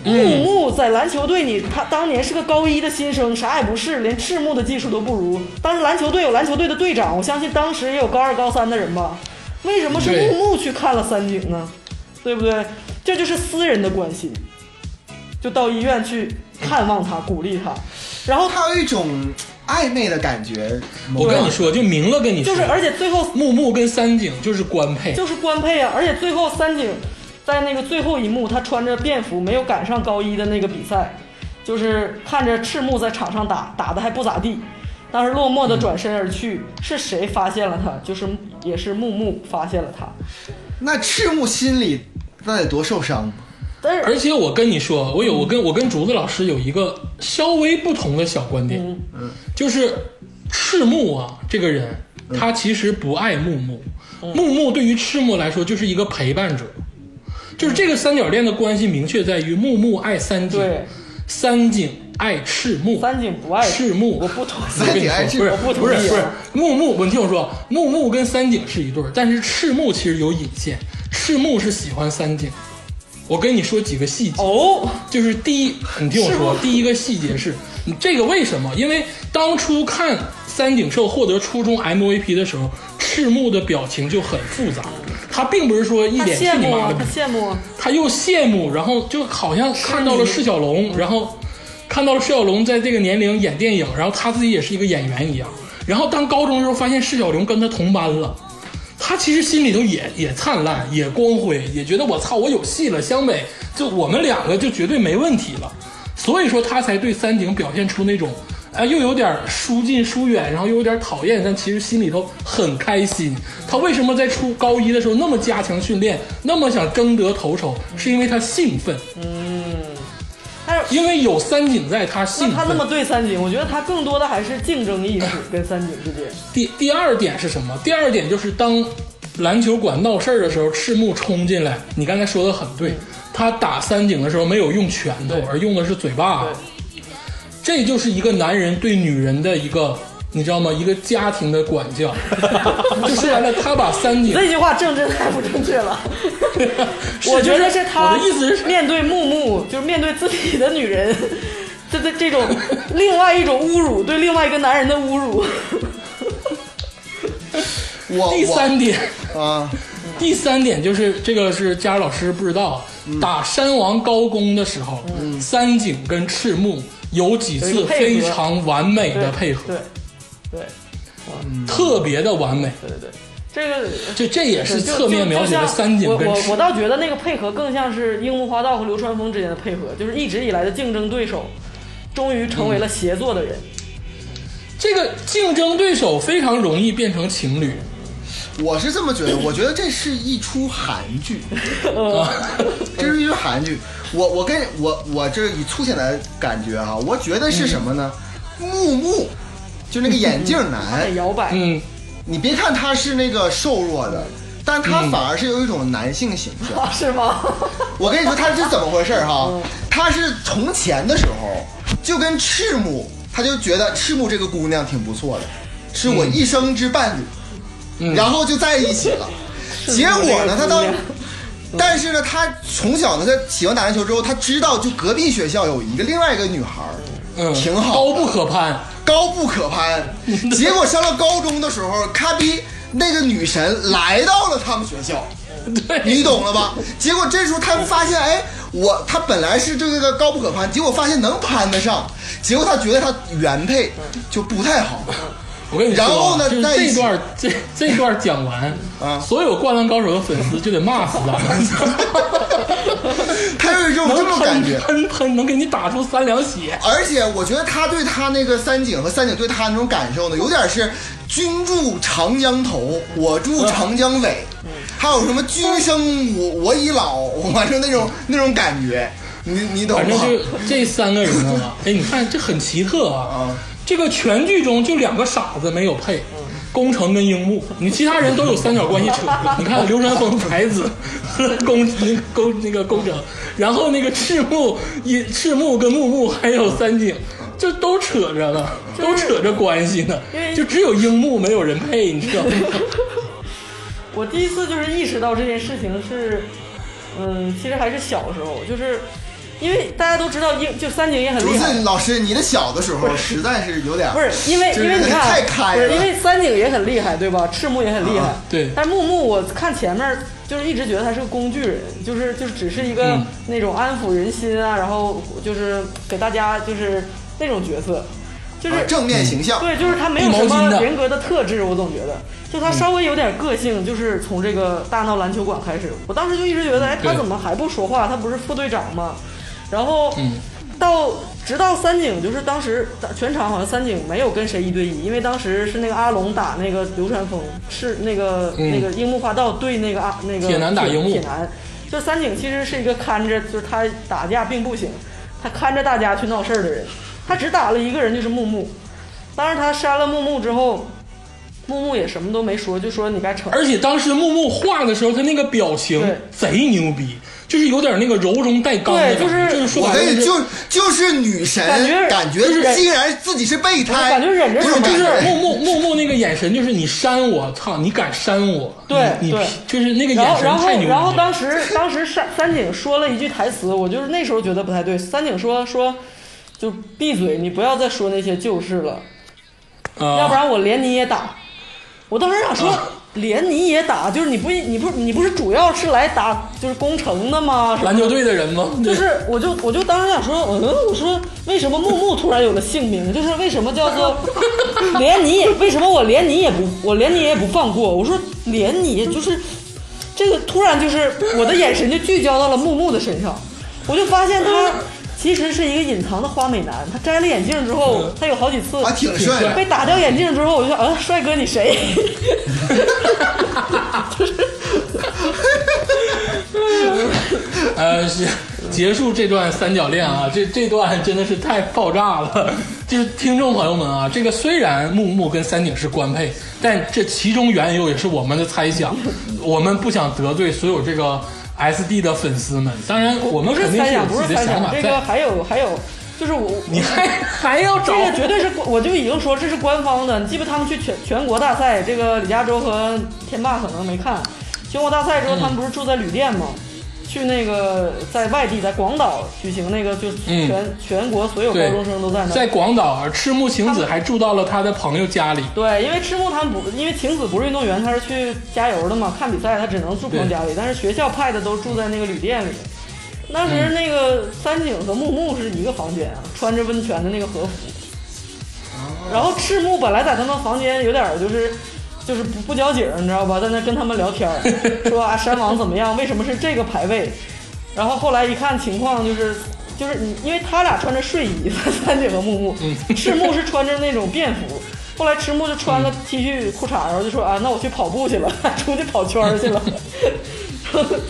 [SPEAKER 2] 木木在篮球队里，他当年是个高一的新生，啥也不是，连赤木的技术都不如。但是篮球队有篮球队的队长，我相信当时也有高二、高三的人吧？为什么是
[SPEAKER 1] 对
[SPEAKER 2] 木木去看了三井呢？对不对？这就是私人的关心，就到医院去看望他，鼓励他，然后
[SPEAKER 4] 他有一种暧昧的感觉。
[SPEAKER 1] 我跟你说，就明了跟你说，
[SPEAKER 2] 就是，而且最后
[SPEAKER 1] 木木跟三井就是官配，
[SPEAKER 2] 就是官配啊，而且最后三井在那个最后一幕，他穿着便服没有赶上高一的那个比赛，就是看着赤木在场上打，打的还不咋地，但是落寞的转身而去。是谁发现了他？就是也是木木发现了他，
[SPEAKER 4] 那赤木心里那得多受伤？
[SPEAKER 2] 但是
[SPEAKER 1] 而且我跟你说，我有我跟我跟竹子老师有一个稍微不同的小观点，嗯，就是赤木啊这个人，他其实不爱木木，
[SPEAKER 2] 嗯
[SPEAKER 1] 木木对于赤木来说就是一个陪伴者，就是这个三角恋的关系明确在于木木爱三井，
[SPEAKER 2] 对
[SPEAKER 1] 三井爱赤木，
[SPEAKER 2] 三井不爱
[SPEAKER 1] 赤木
[SPEAKER 2] 我不同意。
[SPEAKER 1] 我跟你
[SPEAKER 4] 三井爱赤
[SPEAKER 1] 说
[SPEAKER 2] 我不
[SPEAKER 1] 不
[SPEAKER 2] 同
[SPEAKER 1] 是
[SPEAKER 2] 意
[SPEAKER 1] 不
[SPEAKER 2] 啊
[SPEAKER 1] 是不是木木，你听我说，木木跟三井是一对儿，但是赤木其实有引线，赤木是喜欢三井。我跟你说几个细节，
[SPEAKER 2] 哦，
[SPEAKER 1] 就是第一，你听我说，第一个细节是，你这个为什么？因为当初看三井寿获得初中 MVP 的时候，赤木的表情就很复杂，他并不是说 一
[SPEAKER 2] 他
[SPEAKER 1] 脸
[SPEAKER 2] 羡
[SPEAKER 1] 是你
[SPEAKER 2] 慕
[SPEAKER 1] 妈
[SPEAKER 2] 啊，
[SPEAKER 1] 的
[SPEAKER 2] 他，羡慕啊，
[SPEAKER 1] 他又羡慕，然后就好像看到了释小
[SPEAKER 2] 嗯
[SPEAKER 1] 龙，然后看到了释小龙在这个年龄演电影，然后他自己也是一个演员一样。然后当高中的时候，发现释小龙跟他同班了，他其实心里头也也灿烂，也光辉，也觉得我操，我有戏了，湘北就我们两个就绝对没问题了。所以说他才对三井表现出那种，啊、又有点疏近疏远，然后又有点讨厌，但其实心里头很开心。他为什么在初高一的时候那么加强训练，那么想争得头筹，是因为他兴奋，
[SPEAKER 2] 但是。
[SPEAKER 1] 因为有三井在，他兴
[SPEAKER 2] 嗯那
[SPEAKER 1] 奋。
[SPEAKER 2] 他那么对三井，我觉得他更多的还是竞争意识跟三井之 间。
[SPEAKER 1] 第第二点是什么？第二点就是当篮球馆闹事儿的时候，赤木冲进来。你刚才说的很对，他打三井的时候没有用拳头
[SPEAKER 2] 嗯对，
[SPEAKER 1] 而用的是嘴巴
[SPEAKER 2] 对。
[SPEAKER 1] 这就是一个男人对女人的一个，你知道吗？一个家庭的管教。 就说白了，他把三井，
[SPEAKER 2] 这句话正正太不正确了。 我
[SPEAKER 1] 是
[SPEAKER 2] 觉得
[SPEAKER 1] 是
[SPEAKER 2] 是他
[SPEAKER 1] 我的意思是，
[SPEAKER 2] 面对木木，就是面对自己的女人，这这 这种另外一种侮辱，对另外一个男人的侮辱。
[SPEAKER 4] 我
[SPEAKER 1] 第三点，
[SPEAKER 4] 我啊，
[SPEAKER 1] 第三点就是这个是佳儿老师不知道，啊
[SPEAKER 2] 嗯
[SPEAKER 1] 打山王高攻的时候，三井跟赤木有几
[SPEAKER 2] 有一
[SPEAKER 1] 次
[SPEAKER 2] 个
[SPEAKER 1] 非
[SPEAKER 2] 配合
[SPEAKER 1] 常完美 的配合，
[SPEAKER 2] 对，对，
[SPEAKER 1] 特别的完美。
[SPEAKER 2] 对对对，这个
[SPEAKER 1] 这这也是
[SPEAKER 2] 就
[SPEAKER 1] 侧面
[SPEAKER 2] 就
[SPEAKER 1] 描写
[SPEAKER 2] 就
[SPEAKER 1] 了
[SPEAKER 2] 像
[SPEAKER 1] 三井
[SPEAKER 2] 我
[SPEAKER 1] 跟
[SPEAKER 2] 我
[SPEAKER 1] 赤
[SPEAKER 2] 我倒觉得那个配合更像是樱木花道和流川枫之间的配合，就是一直以来的竞争对手，终于成为了协作的人。
[SPEAKER 1] 这个竞争对手非常容易变成情侣。
[SPEAKER 4] 我是这么觉得，我觉得这是一出韩 剧，
[SPEAKER 2] 啊
[SPEAKER 1] 啊
[SPEAKER 4] 这是一出韩剧。我我跟我我这以粗浅的感觉哈、我觉得是什么呢？木木，就那个眼镜男
[SPEAKER 2] 在，摇摆，
[SPEAKER 1] 嗯，
[SPEAKER 4] 你别看他是那个瘦弱的，但他
[SPEAKER 1] 嗯
[SPEAKER 4] 反而是有一种男性形象。
[SPEAKER 2] 是吗？
[SPEAKER 4] 我跟你说他是怎么回事儿哈？
[SPEAKER 2] 嗯
[SPEAKER 4] 他是从前的时候就跟赤木，他就觉得赤木这个姑娘挺不错的，是我
[SPEAKER 2] 嗯
[SPEAKER 4] 一生之伴侣，然后就在一起 了。结果呢，他当
[SPEAKER 2] 这个姑娘，
[SPEAKER 4] 但是呢，他从小呢，他喜欢打篮球之后，他知道就隔壁学校有一个另外一个女孩儿，
[SPEAKER 1] 嗯，
[SPEAKER 4] 挺好
[SPEAKER 1] 高不可攀。
[SPEAKER 4] 高不可攀。结果上了高中的时候，咔比那个女神来到了他们学校。
[SPEAKER 1] 对，
[SPEAKER 4] 你懂了吧？结果这时候他发现，哎，我他本来是这个高不可攀，结果发现能攀得上，结果他觉得他原配就不太好。
[SPEAKER 1] 我跟你说啊，
[SPEAKER 4] 然后呢
[SPEAKER 1] 就是
[SPEAKER 4] 在一
[SPEAKER 1] 这
[SPEAKER 4] 起
[SPEAKER 1] 段这这段讲完，
[SPEAKER 4] 啊
[SPEAKER 1] 所有《灌篮高手》的粉丝就得骂死咱 们。
[SPEAKER 4] 他有一种这
[SPEAKER 1] 能
[SPEAKER 4] 种
[SPEAKER 1] 喷
[SPEAKER 4] 感觉，
[SPEAKER 1] 喷喷，能给你打出三两血。
[SPEAKER 4] 而且我觉得他对他那个三井和三井对他那种感受
[SPEAKER 2] 嗯
[SPEAKER 4] 呢，有点是“君住长江头，我住长江尾”，
[SPEAKER 2] 嗯
[SPEAKER 4] 还有什么“君生我我已老”，反正那种那种感觉，你你懂
[SPEAKER 1] 反正
[SPEAKER 4] 吗？
[SPEAKER 1] 就这三个人啊，哎，你看这很奇特啊。
[SPEAKER 4] 啊
[SPEAKER 1] 这个全剧中就两个傻子没有配，宫城跟樱木，你其他人都有三角关系扯。你看流川枫、才子 和宫那个宫那个宫城，然后那个赤木也赤木跟木木还有三井，就都扯着呢，都扯着关系呢
[SPEAKER 2] 因为，
[SPEAKER 1] 就只有樱木没有人配，你知道吗？
[SPEAKER 2] 我第一次就是意识到这件事情是，嗯，其实还是小时候，就是因为大家都知道英就三井也很
[SPEAKER 4] 竹
[SPEAKER 2] 厉害
[SPEAKER 4] 子，老师，你的小的时候实在是有点呃
[SPEAKER 2] 不是因为
[SPEAKER 4] 就是
[SPEAKER 2] 因为你看啊，
[SPEAKER 4] 太开
[SPEAKER 2] 不
[SPEAKER 4] 了，
[SPEAKER 2] 是因为三井也很厉害，对吧？赤木也很厉害，
[SPEAKER 4] 啊
[SPEAKER 1] 对
[SPEAKER 2] 但是木木，我看前面就是一直觉得他是个工具人，就是就是只是一个
[SPEAKER 1] 嗯
[SPEAKER 2] 那种安抚人心啊，然后就是给大家就是那种角色，就是、
[SPEAKER 4] 啊正面形象。
[SPEAKER 2] 对，就是他没有
[SPEAKER 1] 一毛
[SPEAKER 2] 什
[SPEAKER 1] 巾
[SPEAKER 2] 么
[SPEAKER 1] 的
[SPEAKER 2] 人格的特质，我总觉得，就他稍微有点个性，就是从这个大闹篮球馆开始，我当时就一直觉得，哎，他
[SPEAKER 1] 对
[SPEAKER 2] 怎么还不说话？他不是副队长吗？然后，
[SPEAKER 1] 嗯
[SPEAKER 2] 到直到三井，就是当时全场好像三井没有跟谁一对一，因为当时是那个阿龙打那个流川枫，是那个、
[SPEAKER 1] 嗯
[SPEAKER 2] 那个樱木花道对那个阿、那个
[SPEAKER 1] 铁男打樱木
[SPEAKER 2] 嗯铁男，就三井其实是一个看着，就是他打架并不行，他看着大家去闹事儿的人，他只打了一个人，就是木木。当时他杀了木木之后，木木也什么都没说，就说你该惩。
[SPEAKER 1] 而且当时木木画的时候，他那个表情
[SPEAKER 2] 对
[SPEAKER 1] 贼牛逼，就是有点那个柔中带刚的感觉，
[SPEAKER 2] 对就是
[SPEAKER 1] 就是说
[SPEAKER 4] 我
[SPEAKER 1] 白
[SPEAKER 4] 跟
[SPEAKER 1] 了
[SPEAKER 4] 你就就是女神，
[SPEAKER 2] 感觉
[SPEAKER 4] 感觉
[SPEAKER 2] 就是
[SPEAKER 4] 竟然自己是备胎，
[SPEAKER 2] 感觉忍着
[SPEAKER 4] 不
[SPEAKER 2] 什
[SPEAKER 4] 是
[SPEAKER 2] 么
[SPEAKER 1] 就
[SPEAKER 4] 感
[SPEAKER 1] 是
[SPEAKER 4] 觉哎
[SPEAKER 1] 木木木木那个眼神，就是你扇我，操，你敢扇我？
[SPEAKER 2] 对
[SPEAKER 1] 你你
[SPEAKER 2] 对
[SPEAKER 1] 就是那个
[SPEAKER 2] 然
[SPEAKER 1] 眼
[SPEAKER 2] 后，
[SPEAKER 1] 神
[SPEAKER 2] 然后
[SPEAKER 1] 太牛，逼
[SPEAKER 2] 然后
[SPEAKER 1] 了。
[SPEAKER 2] 当时，当时三三井说了一句台词，我就是那时候觉得不太对。三井说说，就闭嘴，你不要再说那些旧事了，
[SPEAKER 1] 啊
[SPEAKER 2] 要不然我连你也打。我当时想说，连你也打，就是你不你不你不是主要是来打就是攻城的吗？什么
[SPEAKER 1] 篮球队的人吗？
[SPEAKER 2] 就
[SPEAKER 1] 对
[SPEAKER 2] 是，我就我就当时想说，嗯，我说为什么木木突然有了姓名？就是为什么叫 做连你也？为什么我连你也不我连你也不放过？我说连你就是这个突然就是我的眼神就聚焦到了木木的身上，我就发现
[SPEAKER 1] 嗯
[SPEAKER 2] 他其实是一个隐藏的花美男。他摘了眼镜之后，
[SPEAKER 1] 嗯
[SPEAKER 2] 他有好几次
[SPEAKER 4] 啊挺帅的。
[SPEAKER 2] 被打掉眼镜之后，我就说，啊，帅哥你谁？
[SPEAKER 1] 呃，是结束这段三角恋啊，这这段真的是太爆炸了。 就是听众朋友们啊，这个虽然木木跟三井是官配，但这其中缘由也是我们的猜想，我们不想得罪所有这个 S D 的粉丝们。当然，我们
[SPEAKER 2] 不是
[SPEAKER 1] 肯定
[SPEAKER 2] 猜
[SPEAKER 1] 有
[SPEAKER 2] 想，不
[SPEAKER 1] 自
[SPEAKER 2] 是
[SPEAKER 1] 己的
[SPEAKER 2] 猜
[SPEAKER 1] 想
[SPEAKER 2] 想，
[SPEAKER 1] 法
[SPEAKER 2] 这个
[SPEAKER 1] 在。
[SPEAKER 2] 还有还有就是我
[SPEAKER 1] 你 还还要
[SPEAKER 2] 这
[SPEAKER 1] 找
[SPEAKER 2] 个绝对是，我就已经说这是官方的。你记不？他们去全全国大赛，这个李佳洲和天霸可能没看。全国大赛之后，他们不是住在旅店吗？去那个在外地，在广岛举行那个，就是全、全国所有高
[SPEAKER 1] 对
[SPEAKER 2] 中生都在那儿。
[SPEAKER 1] 在广岛，赤木晴子还住到了他的朋友家里。
[SPEAKER 2] 对，因为赤木他们不，因为晴子不是运动员，他是去加油的嘛，看比赛他只能住朋友家里，但是学校派的都住在那个旅店里。当时那个三井和木木是一个房间啊，穿着温泉的那个和服。然后赤木本来在他们房间有点儿就是。就是不不交警，你知道吧？在那跟他们聊天儿，说啊，山王怎么样？为什么是这个排位？然后后来一看情况，就是就是你，因为他俩穿着睡衣，三井和木木， 赤木是穿着那种便服。后来赤木就穿了 T 恤裤衩，然后就说啊，那我去跑步去了， 出去跑圈儿去了。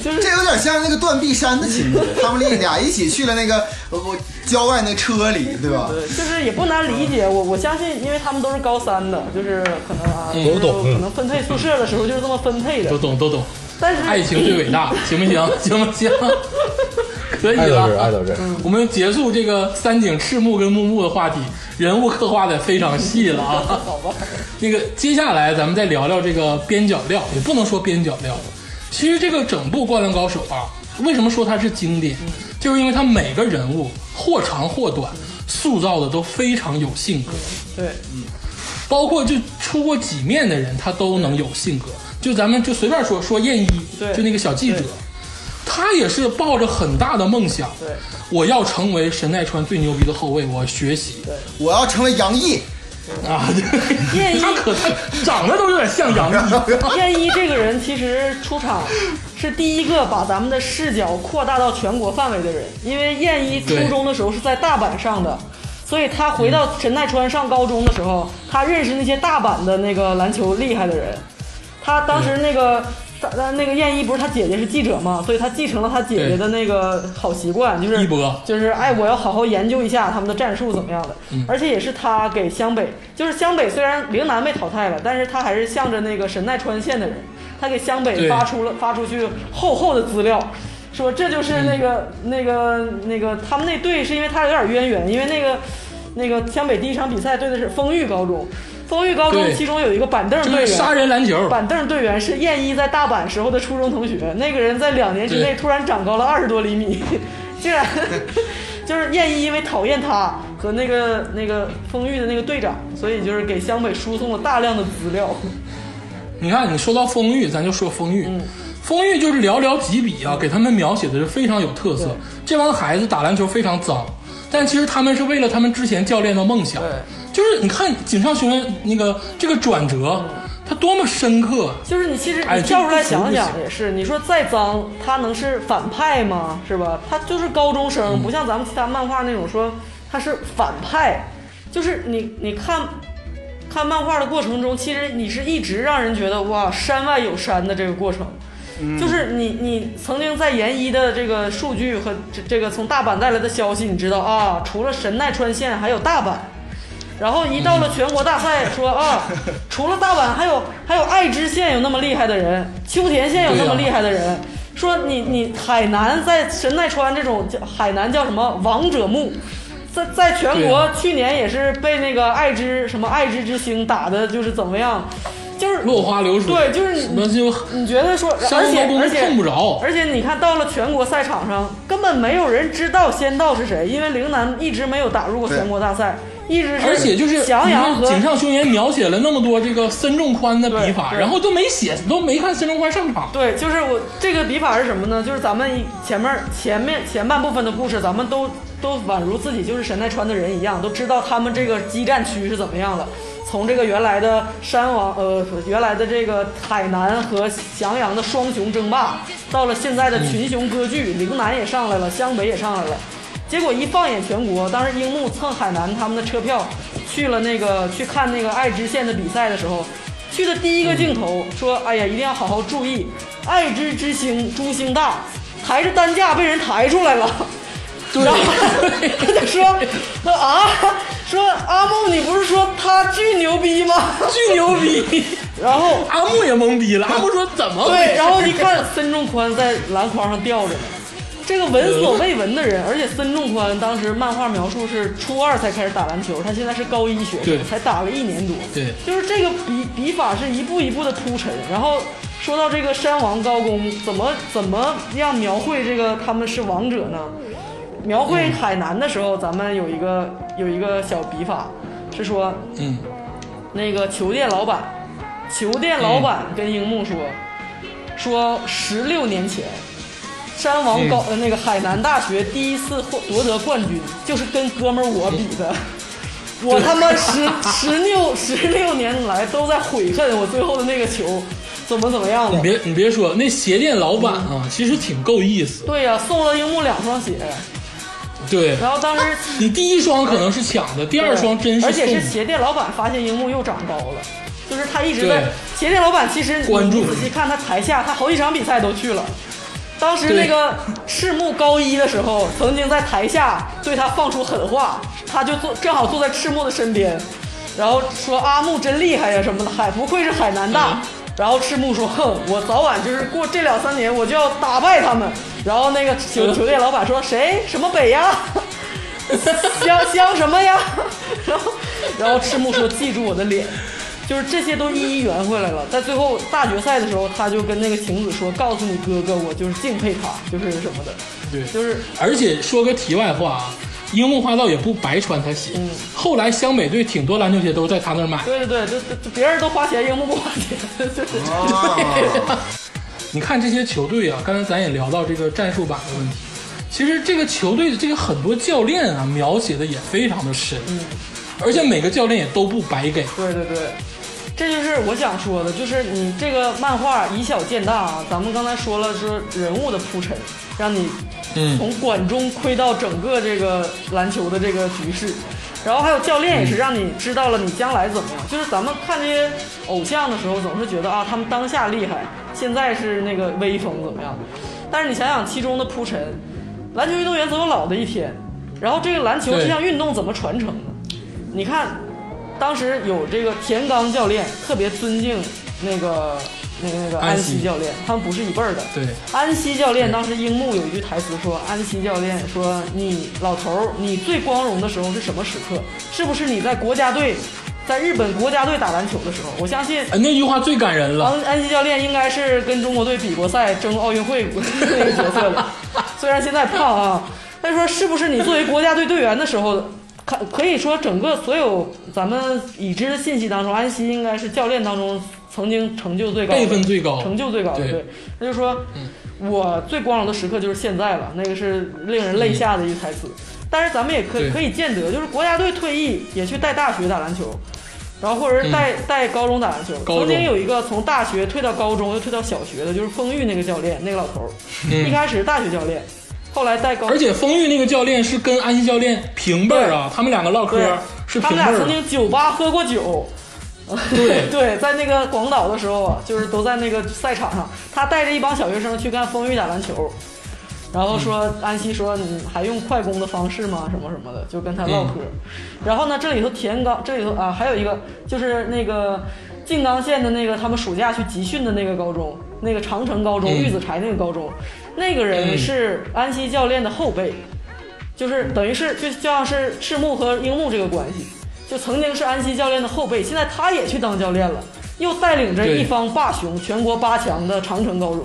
[SPEAKER 2] 就是
[SPEAKER 4] 这有点像那个断臂山的情节，他们俩一起去了那个呃我郊外那车里，对吧？
[SPEAKER 2] 呃就是也不难理解，我我相信，因为他们都是高三的，就是可能啊，
[SPEAKER 1] 嗯
[SPEAKER 2] 就是
[SPEAKER 3] 都懂
[SPEAKER 2] 可能分配宿舍的时候就是这么分配的
[SPEAKER 1] 都。懂都懂，
[SPEAKER 2] 但是
[SPEAKER 1] 爱情最伟大，行不行？ 行不行？可以
[SPEAKER 3] 爱到这
[SPEAKER 1] 了
[SPEAKER 3] 儿，爱到这
[SPEAKER 2] 嗯
[SPEAKER 3] 儿。
[SPEAKER 1] 我们结束这个三井赤木跟木木的话题，人物刻画的非常细了 啊。
[SPEAKER 2] 好吧，
[SPEAKER 1] 那个接下来咱们再聊聊这个边角料，也不能说边角料，其实这个整部《灌篮高手》啊，为什么说它是经典，
[SPEAKER 3] 嗯
[SPEAKER 1] 就是因为它每个人物或长或短，塑造的都非常有性格。
[SPEAKER 2] 对，
[SPEAKER 1] 包括就出过几面的人，他都能有性格。就咱们就随便说说燕一
[SPEAKER 2] 对，
[SPEAKER 1] 就那个小记者
[SPEAKER 2] 对，
[SPEAKER 1] 他也是抱着很大的梦想，
[SPEAKER 2] 对
[SPEAKER 1] 我要成为神奈川最牛逼的后卫，我学习
[SPEAKER 4] 我要成为杨毅，
[SPEAKER 1] 啊，对
[SPEAKER 2] 燕一
[SPEAKER 1] 他可他长得都有点像杨 毅，
[SPEAKER 2] 燕一这个人其实出场是第一个把咱们的视角扩大到全国范围的人，因为燕一初中的时候是在大阪上的，所以他回到神奈川上高中的时候，他认识那些大阪的那个篮球厉害的人。他当时那个。那那个燕一不是他姐姐是记者嘛，所以他继承了他姐姐的那个好习惯，就是
[SPEAKER 1] 嗯一博
[SPEAKER 2] 就是哎，我要好好研究一下他们的战术怎么样的。
[SPEAKER 1] 嗯
[SPEAKER 2] 而且也是他给湘北，就是湘北虽然陵南被淘汰了，但是他还是向着那个神奈川县的人，他给湘北
[SPEAKER 1] 对
[SPEAKER 2] 发出了发出去厚厚的资料。说这就是那个、
[SPEAKER 1] 嗯
[SPEAKER 2] 那个那个他们那队是因为他有点渊源，因为那个那个湘北第一场比赛对的是丰裕高中，丰裕高中
[SPEAKER 1] 对
[SPEAKER 2] 其中有一个板凳
[SPEAKER 1] 就
[SPEAKER 2] 队
[SPEAKER 1] 是
[SPEAKER 2] 员
[SPEAKER 1] 杀，人篮球，
[SPEAKER 2] 板凳队员是燕一在大阪时候的初中同学，那个人在两年之内
[SPEAKER 1] 对
[SPEAKER 2] 突然长高了二十多厘米， 竟然就是燕一因为讨厌他和那个那个丰裕的那个队长，所以就是给湘北输送了大量的资料。
[SPEAKER 1] 你看，你说到丰裕，咱就说丰裕。
[SPEAKER 2] 嗯
[SPEAKER 1] 丰裕就是寥寥几笔啊，给他们描写的是非常有特色
[SPEAKER 2] 对。
[SPEAKER 1] 这帮孩子打篮球非常脏，但其实他们是为了他们之前教练的梦想
[SPEAKER 2] 对。
[SPEAKER 1] 就是你看井上雄彦那个这个转折，
[SPEAKER 2] 嗯
[SPEAKER 1] 他多么深刻。
[SPEAKER 2] 就是你其实
[SPEAKER 1] 哎
[SPEAKER 2] 你跳出来想
[SPEAKER 1] 这个
[SPEAKER 2] 想
[SPEAKER 1] 不行
[SPEAKER 2] 也是，你说再脏，他能是反派吗？是吧？他就是高中生，不像咱们其他漫画那种说他是反派，就是你你看。看漫画的过程中，其实你是一直让人觉得哇，山外有山的这个过程，
[SPEAKER 1] 嗯
[SPEAKER 2] 就是你你曾经在研一的这个数据和这这个从大阪带来的消息，你知道啊，除了神奈川县还有大阪，然后一到了全国大赛，说啊，除了大阪，还有还有爱知县有那么厉害的人，秋田县有那么厉害的人。
[SPEAKER 1] 啊
[SPEAKER 2] 说你你海南在神奈川这种叫海南叫什么王者墓，在在全国
[SPEAKER 1] 对啊
[SPEAKER 2] 去年也是被那个爱知什么爱知之星打的，就是怎么样，就是
[SPEAKER 1] 落花流水，
[SPEAKER 2] 对，就是
[SPEAKER 1] 什
[SPEAKER 2] 你
[SPEAKER 1] 么就
[SPEAKER 2] 你觉得说，
[SPEAKER 1] 山东高
[SPEAKER 2] 而且
[SPEAKER 1] 工
[SPEAKER 2] 而且
[SPEAKER 1] 碰不着
[SPEAKER 2] 而且你看到了全国赛场上，根本没有人知道仙道是谁，因为陵南一直没有打入过全国大赛，一直是
[SPEAKER 1] 而且就是
[SPEAKER 2] 翔阳
[SPEAKER 1] 你
[SPEAKER 2] 和
[SPEAKER 1] 看井上雄彦描写了那么多这个身重宽的笔法，
[SPEAKER 2] 对对
[SPEAKER 1] 然后都没写，都没看身重宽上场。
[SPEAKER 2] 对，就是我这个笔法是什么呢？就是咱们一前面前面前半部分的故事，咱们都都宛如自己就是神奈川的人一样，都知道他们这个激战区是怎么样的。从这个原来的山王，呃，原来的这个海南和襄阳的双雄争霸，到了现在的群雄割据，陵南也上来了，湘北也上来了。结果一放眼全国，当时樱木蹭海南他们的车票去了那个去看那个爱知县的比赛的时候，去的第一个镜头说：“哎呀，一定要好好注意，爱知之星朱星大，抬着担架被人抬出来了。”然后他就说：“说啊，说阿木，你不是说他巨牛逼吗
[SPEAKER 1] 巨牛逼！？”
[SPEAKER 2] 然后
[SPEAKER 1] 阿木也懵逼了，阿木说怎么回事？
[SPEAKER 2] 对，然后一看孙仲宽在篮筐上吊着呢，这个闻所未闻的人，而且孙仲宽当时漫画描述是初二才开始打篮球，他现在是高一学
[SPEAKER 1] 对
[SPEAKER 2] 生，才打了一年多。
[SPEAKER 1] 对
[SPEAKER 2] 就是这个笔笔法是一步一步的铺陈。然后说到这个山王高工，怎么怎么样描绘这个他们是王者呢？描
[SPEAKER 1] 嗯
[SPEAKER 2] 绘海南的时候，咱们有一个有一个小笔法，是说
[SPEAKER 1] 嗯，
[SPEAKER 2] 那个球店老板，球店老板
[SPEAKER 1] 嗯
[SPEAKER 2] 跟樱木说，说十六年前，山
[SPEAKER 1] 嗯
[SPEAKER 2] 王高、呃那个海南大学第一次获夺得冠军，就是跟哥们儿我比的。 我他妈十十六十六年来都在悔恨我最后的那个球，怎么怎么样
[SPEAKER 1] 你
[SPEAKER 2] 的。
[SPEAKER 1] 别你别说，那鞋店老板啊，其实挺够意思。
[SPEAKER 2] 对呀、送了樱木两双鞋，
[SPEAKER 1] 对，
[SPEAKER 2] 然后当时
[SPEAKER 1] 你第一双可能是抢的，第二双真是
[SPEAKER 2] 而且
[SPEAKER 1] 送
[SPEAKER 2] 是
[SPEAKER 1] 的。
[SPEAKER 2] 鞋店老板发现樱木又长高了，就是他一直在
[SPEAKER 1] 对
[SPEAKER 2] 鞋店老板其实
[SPEAKER 1] 关注
[SPEAKER 2] 你仔细看他台下，他好几场比赛都去了。当时那个赤木高一的时候，曾经在台下对他放出狠话，他就坐正好坐在赤木的身边，然后说阿木真厉害呀什么的，海不愧是海南大。然后赤木说：“哼，我早晚就是过这两三年，我就要打败他们。”然后那个球球店老板说：“谁什么北呀？”香香什么呀？然后，然后赤木说：“记住我的脸。”就是这些都一一圆回来了。在最后大决赛的时候，他就跟那个晴子说：“告诉你哥哥，我就是敬佩他，就是什么的，
[SPEAKER 1] 对，
[SPEAKER 2] 就是
[SPEAKER 1] 而且说个题外话啊，樱木花道也不白穿他鞋。
[SPEAKER 2] 嗯
[SPEAKER 1] 后来湘北队挺多篮球鞋都是在他那儿买。
[SPEAKER 2] 对对对，就就就别人都花钱， 樱木不花钱，就是
[SPEAKER 4] 啊，
[SPEAKER 1] 你看这些球队啊，刚才咱也聊到这个战术板的问题。其实这个球队的这个很多教练啊，描写的也非常的深，
[SPEAKER 2] 嗯
[SPEAKER 1] 而且每个教练也都不白给。
[SPEAKER 2] 对对对，这就是我想说的，就是你这个漫画以小见大啊。咱们刚才说了，说人物的铺陈，让你
[SPEAKER 1] 嗯
[SPEAKER 2] 从管中窥到整个这个篮球的这个局势，然后还有教练也是让你知道了你将来怎么样。就是咱们看这些偶像的时候，总是觉得啊，他们当下厉害，现在是那个威风怎么样？但是你想想其中的铺陈，篮球运动员总有老的一天，然后这个篮球
[SPEAKER 1] 对
[SPEAKER 2] 这项运动怎么传承呢？你看，当时有这个田刚教练特别尊敬那个那个那个安
[SPEAKER 1] 安西
[SPEAKER 2] 西教练，他们不是一辈儿的。
[SPEAKER 1] 对，
[SPEAKER 2] 安西教练当时樱木有一句台词说：“安西教练说，你老头儿，你最光荣的时候是什么时刻？是不是你在国家队在日本国家队打篮球的时候，我相信
[SPEAKER 1] 哎，那句话最感人了。
[SPEAKER 2] 安安西教练应该是跟中国队比过 赛、争奥运会那个角色的，虽然现在胖啊，但是说是不是你作为国家队队员的时候，看可以说整个所有咱们已知的信息当中，安西应该是教练当中曾经成就最高的、
[SPEAKER 1] 辈分最高
[SPEAKER 2] 成就最高的
[SPEAKER 1] 对嗯
[SPEAKER 2] 对。那就说，我最光荣的时刻就是现在了，那个是令人泪下的一个台词。但是咱们也可
[SPEAKER 1] 对
[SPEAKER 2] 可以见得，就是国家队退役也去带大学打篮球，然后或者是带、带高中打篮球。
[SPEAKER 1] 嗯高中
[SPEAKER 2] 曾经有一个从大学退到高中又退到小学的，就是丰裕那个教练，那个老头儿，
[SPEAKER 1] 嗯
[SPEAKER 2] 一开始是大学教练，后来带高，
[SPEAKER 1] 而且丰裕那个教练是跟安西教练平辈儿啊，他们两个唠嗑
[SPEAKER 2] 对
[SPEAKER 1] 儿是
[SPEAKER 2] 他
[SPEAKER 1] 平
[SPEAKER 2] 们
[SPEAKER 1] 辈
[SPEAKER 2] 俩
[SPEAKER 1] 儿
[SPEAKER 2] 曾
[SPEAKER 1] 的。
[SPEAKER 2] 经酒吧喝过酒。
[SPEAKER 1] 对
[SPEAKER 2] 对，在那个广岛的时候啊，就是都在那个赛场上，他带着一帮小学生去看丰裕打篮球，然
[SPEAKER 1] 嗯
[SPEAKER 2] 后说、安西说你还用快攻的方式吗？什么什么的，就跟他唠
[SPEAKER 1] 嗯
[SPEAKER 2] 嗑。然后呢，这里头田刚，这里头啊还有一个就是那个静冈县的那个他们暑假去集训的那个高中，那个长城高中、
[SPEAKER 1] 嗯
[SPEAKER 2] 玉子柴那个高中，那个人
[SPEAKER 1] 嗯
[SPEAKER 2] 是安西教练的后辈。就是等于是就像是赤木和樱木这个关系，就曾经是安西教练的后辈，现在他也去当教练了，又带领着
[SPEAKER 1] 对
[SPEAKER 2] 一方霸雄全国八强的长城高中。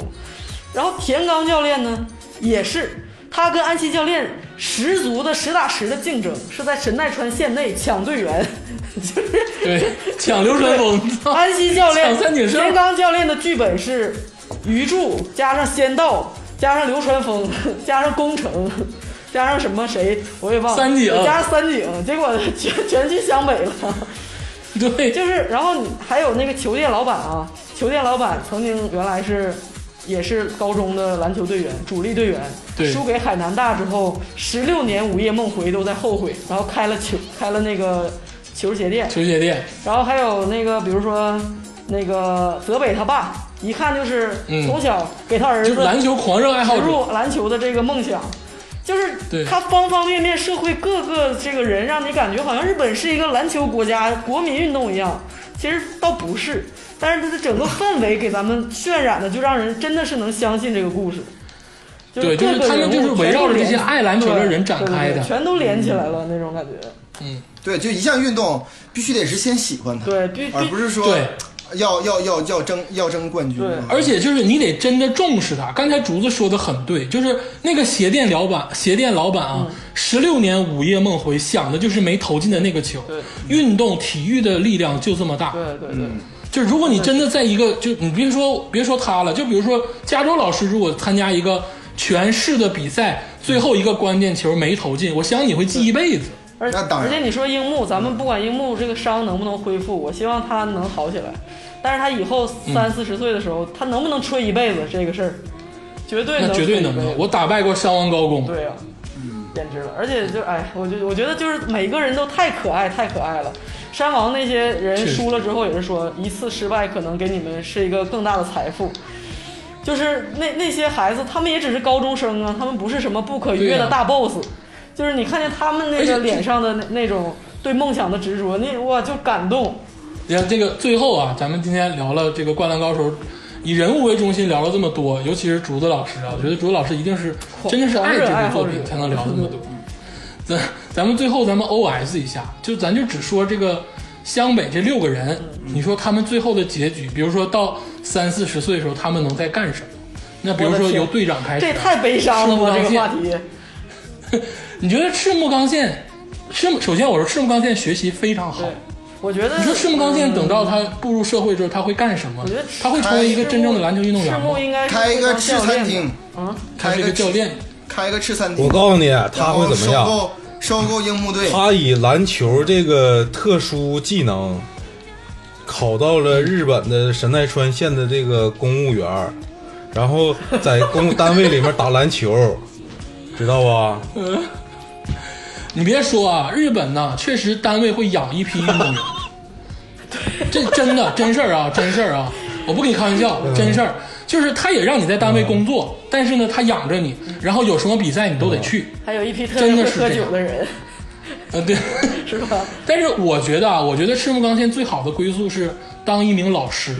[SPEAKER 2] 然后田刚教练呢，也是他跟安西教练十足的实打实的竞争，是在神奈川县内抢队员， 就是
[SPEAKER 1] 对，抢流川枫，啊
[SPEAKER 2] 安西教练、
[SPEAKER 1] 抢三井寿
[SPEAKER 2] 田刚教练的剧本是鱼柱加上仙道加上流川枫 加上宫城 加上什么谁我也忘了，
[SPEAKER 1] 三井
[SPEAKER 2] 加上三井，结果全全去湘北了。
[SPEAKER 1] 对，
[SPEAKER 2] 就是，然后你还有那个球店老板啊，球店老板曾经原来是也是高中的篮球队员，主力队员，
[SPEAKER 1] 对
[SPEAKER 2] 输给海南大之后，十六年午夜梦回都在后悔，然后开了球开了那个球鞋店，
[SPEAKER 1] 球鞋店，
[SPEAKER 2] 然后还有那个，比如说那个泽北他爸，一看就是
[SPEAKER 1] 嗯
[SPEAKER 2] 从小给他儿
[SPEAKER 1] 就
[SPEAKER 2] 子
[SPEAKER 1] 是篮球狂热爱好
[SPEAKER 2] 植
[SPEAKER 1] 者，
[SPEAKER 2] 入篮球的这个梦想，就是
[SPEAKER 1] 对
[SPEAKER 2] 他方方面面，社会各个这个人，让你感觉好像日本是一个篮球国家、国民运动一样，其实倒不是。但是它的整个氛围给咱们渲染的，就让人真的是能相信这个故事。
[SPEAKER 1] 对就是
[SPEAKER 2] 各个
[SPEAKER 1] 他们
[SPEAKER 2] 人物
[SPEAKER 1] 就是围
[SPEAKER 2] 全都
[SPEAKER 1] 绕着这些
[SPEAKER 2] 连
[SPEAKER 1] 爱篮球的嗯人
[SPEAKER 2] 对
[SPEAKER 1] 展
[SPEAKER 2] 对对
[SPEAKER 1] 开的
[SPEAKER 2] 全都连起来了那种感觉。
[SPEAKER 4] 对，就一项运动必须得是先喜欢它，
[SPEAKER 2] 对必必
[SPEAKER 4] 而不是说
[SPEAKER 1] 对
[SPEAKER 4] 要要要要争要争冠军
[SPEAKER 2] 对
[SPEAKER 4] 啊。
[SPEAKER 1] 而且就是你得真的重视他。刚才竹子说的很对，就是那个鞋店老板，鞋店老板
[SPEAKER 2] 嗯
[SPEAKER 1] 啊，十六、年午夜梦回想的就是没投进的那个球。
[SPEAKER 2] 对
[SPEAKER 1] 运动体育的力量就这么大。
[SPEAKER 2] 对对对。
[SPEAKER 1] 就是如果你真的在一个，就你别说别说他了，就比如说加州老师，如果参加一个全市的比赛，最后一个关键球没投进，我相信你会记一辈子。
[SPEAKER 2] 而
[SPEAKER 4] 那当然
[SPEAKER 2] 而且你说樱木，咱们不管樱木这个伤能不能恢复，我希望他能好起来。但是他以后三四十岁的时候，他能不能吹一辈子这个事儿，绝对
[SPEAKER 1] 那
[SPEAKER 2] 能，
[SPEAKER 1] 绝对能的，我打败过山王高工。
[SPEAKER 2] 对呀、
[SPEAKER 1] 嗯
[SPEAKER 2] 简直了！而且就哎，我就我觉得就是每个人都太可爱，太可爱了。山王那些人
[SPEAKER 1] 是
[SPEAKER 2] 输了之后也是说，一次失败可能给你们是一个更大的财富。就是那那些孩子，他们也只是高中生啊，他们不是什么不可逾越
[SPEAKER 1] 对
[SPEAKER 2] 的
[SPEAKER 1] 呀
[SPEAKER 2] 大 boss。就是你看见他们那
[SPEAKER 1] 而且这
[SPEAKER 2] 个脸上的那那种对梦想的执着，那哇就感动。
[SPEAKER 1] 你看这个最后啊，咱们今天聊了这个《灌篮高手》，以人物为中心聊了这么多，尤其是竹子老师啊，我觉得竹子老师一定是真的是爱这部作品才能聊这么多。
[SPEAKER 2] 嗯
[SPEAKER 1] 咱咱们最后咱们 O S 一下，就咱就只说这个湘北这六个人，
[SPEAKER 2] 嗯
[SPEAKER 1] 你说他们最后的结局，比如说到三四十岁的时候，他们能在干什么？那比如说由队长开始
[SPEAKER 2] 这
[SPEAKER 1] 啊，
[SPEAKER 2] 也太悲伤了吧，
[SPEAKER 1] 赤木
[SPEAKER 2] 这
[SPEAKER 1] 刚
[SPEAKER 2] 个话
[SPEAKER 1] 宪，
[SPEAKER 2] 题。
[SPEAKER 1] 你觉得赤木刚宪，赤木首先我说赤木刚宪学习非常好
[SPEAKER 2] 对。，我觉得
[SPEAKER 1] 哎你说赤木刚
[SPEAKER 2] 嗯
[SPEAKER 1] 宪等到他步入社会之后，他会干什么
[SPEAKER 2] 我觉得？
[SPEAKER 1] 他会成为一个真正的篮球运动员
[SPEAKER 2] 赤木
[SPEAKER 1] 吗？
[SPEAKER 2] 应该是
[SPEAKER 4] 开一个
[SPEAKER 2] 当
[SPEAKER 4] 吃
[SPEAKER 2] 教练
[SPEAKER 4] 餐
[SPEAKER 2] 的
[SPEAKER 4] 厅，
[SPEAKER 2] 啊，
[SPEAKER 1] 他
[SPEAKER 4] 开
[SPEAKER 1] 是
[SPEAKER 4] 一
[SPEAKER 1] 一个
[SPEAKER 4] 个
[SPEAKER 1] 教，练，
[SPEAKER 4] 开一个吃餐厅，
[SPEAKER 3] 我告诉你，他会怎么
[SPEAKER 4] 然
[SPEAKER 3] 样？
[SPEAKER 4] 后收购收购樱木队，
[SPEAKER 3] 他以篮球这个特殊技能，考到了日本的神奈川县的这个公务员儿，然后在公单位里面打篮球，知道吧？
[SPEAKER 1] 你别说啊，日本呢确实单位会养一批运 动员，这真的真事儿啊，真事儿啊，我不跟你开玩笑，真事儿，就是他也让你在单位工作，但是呢他养着你，
[SPEAKER 2] 嗯
[SPEAKER 1] 然后有什么比赛你都得去，
[SPEAKER 2] 还有一批特别
[SPEAKER 1] 真
[SPEAKER 2] 会
[SPEAKER 1] 的是
[SPEAKER 2] 喝
[SPEAKER 1] 这样
[SPEAKER 2] 酒的人，
[SPEAKER 1] 呃对。
[SPEAKER 2] 是吧？
[SPEAKER 1] 但是我觉得啊，我觉得赤木刚宪最好的归宿是当一名老师。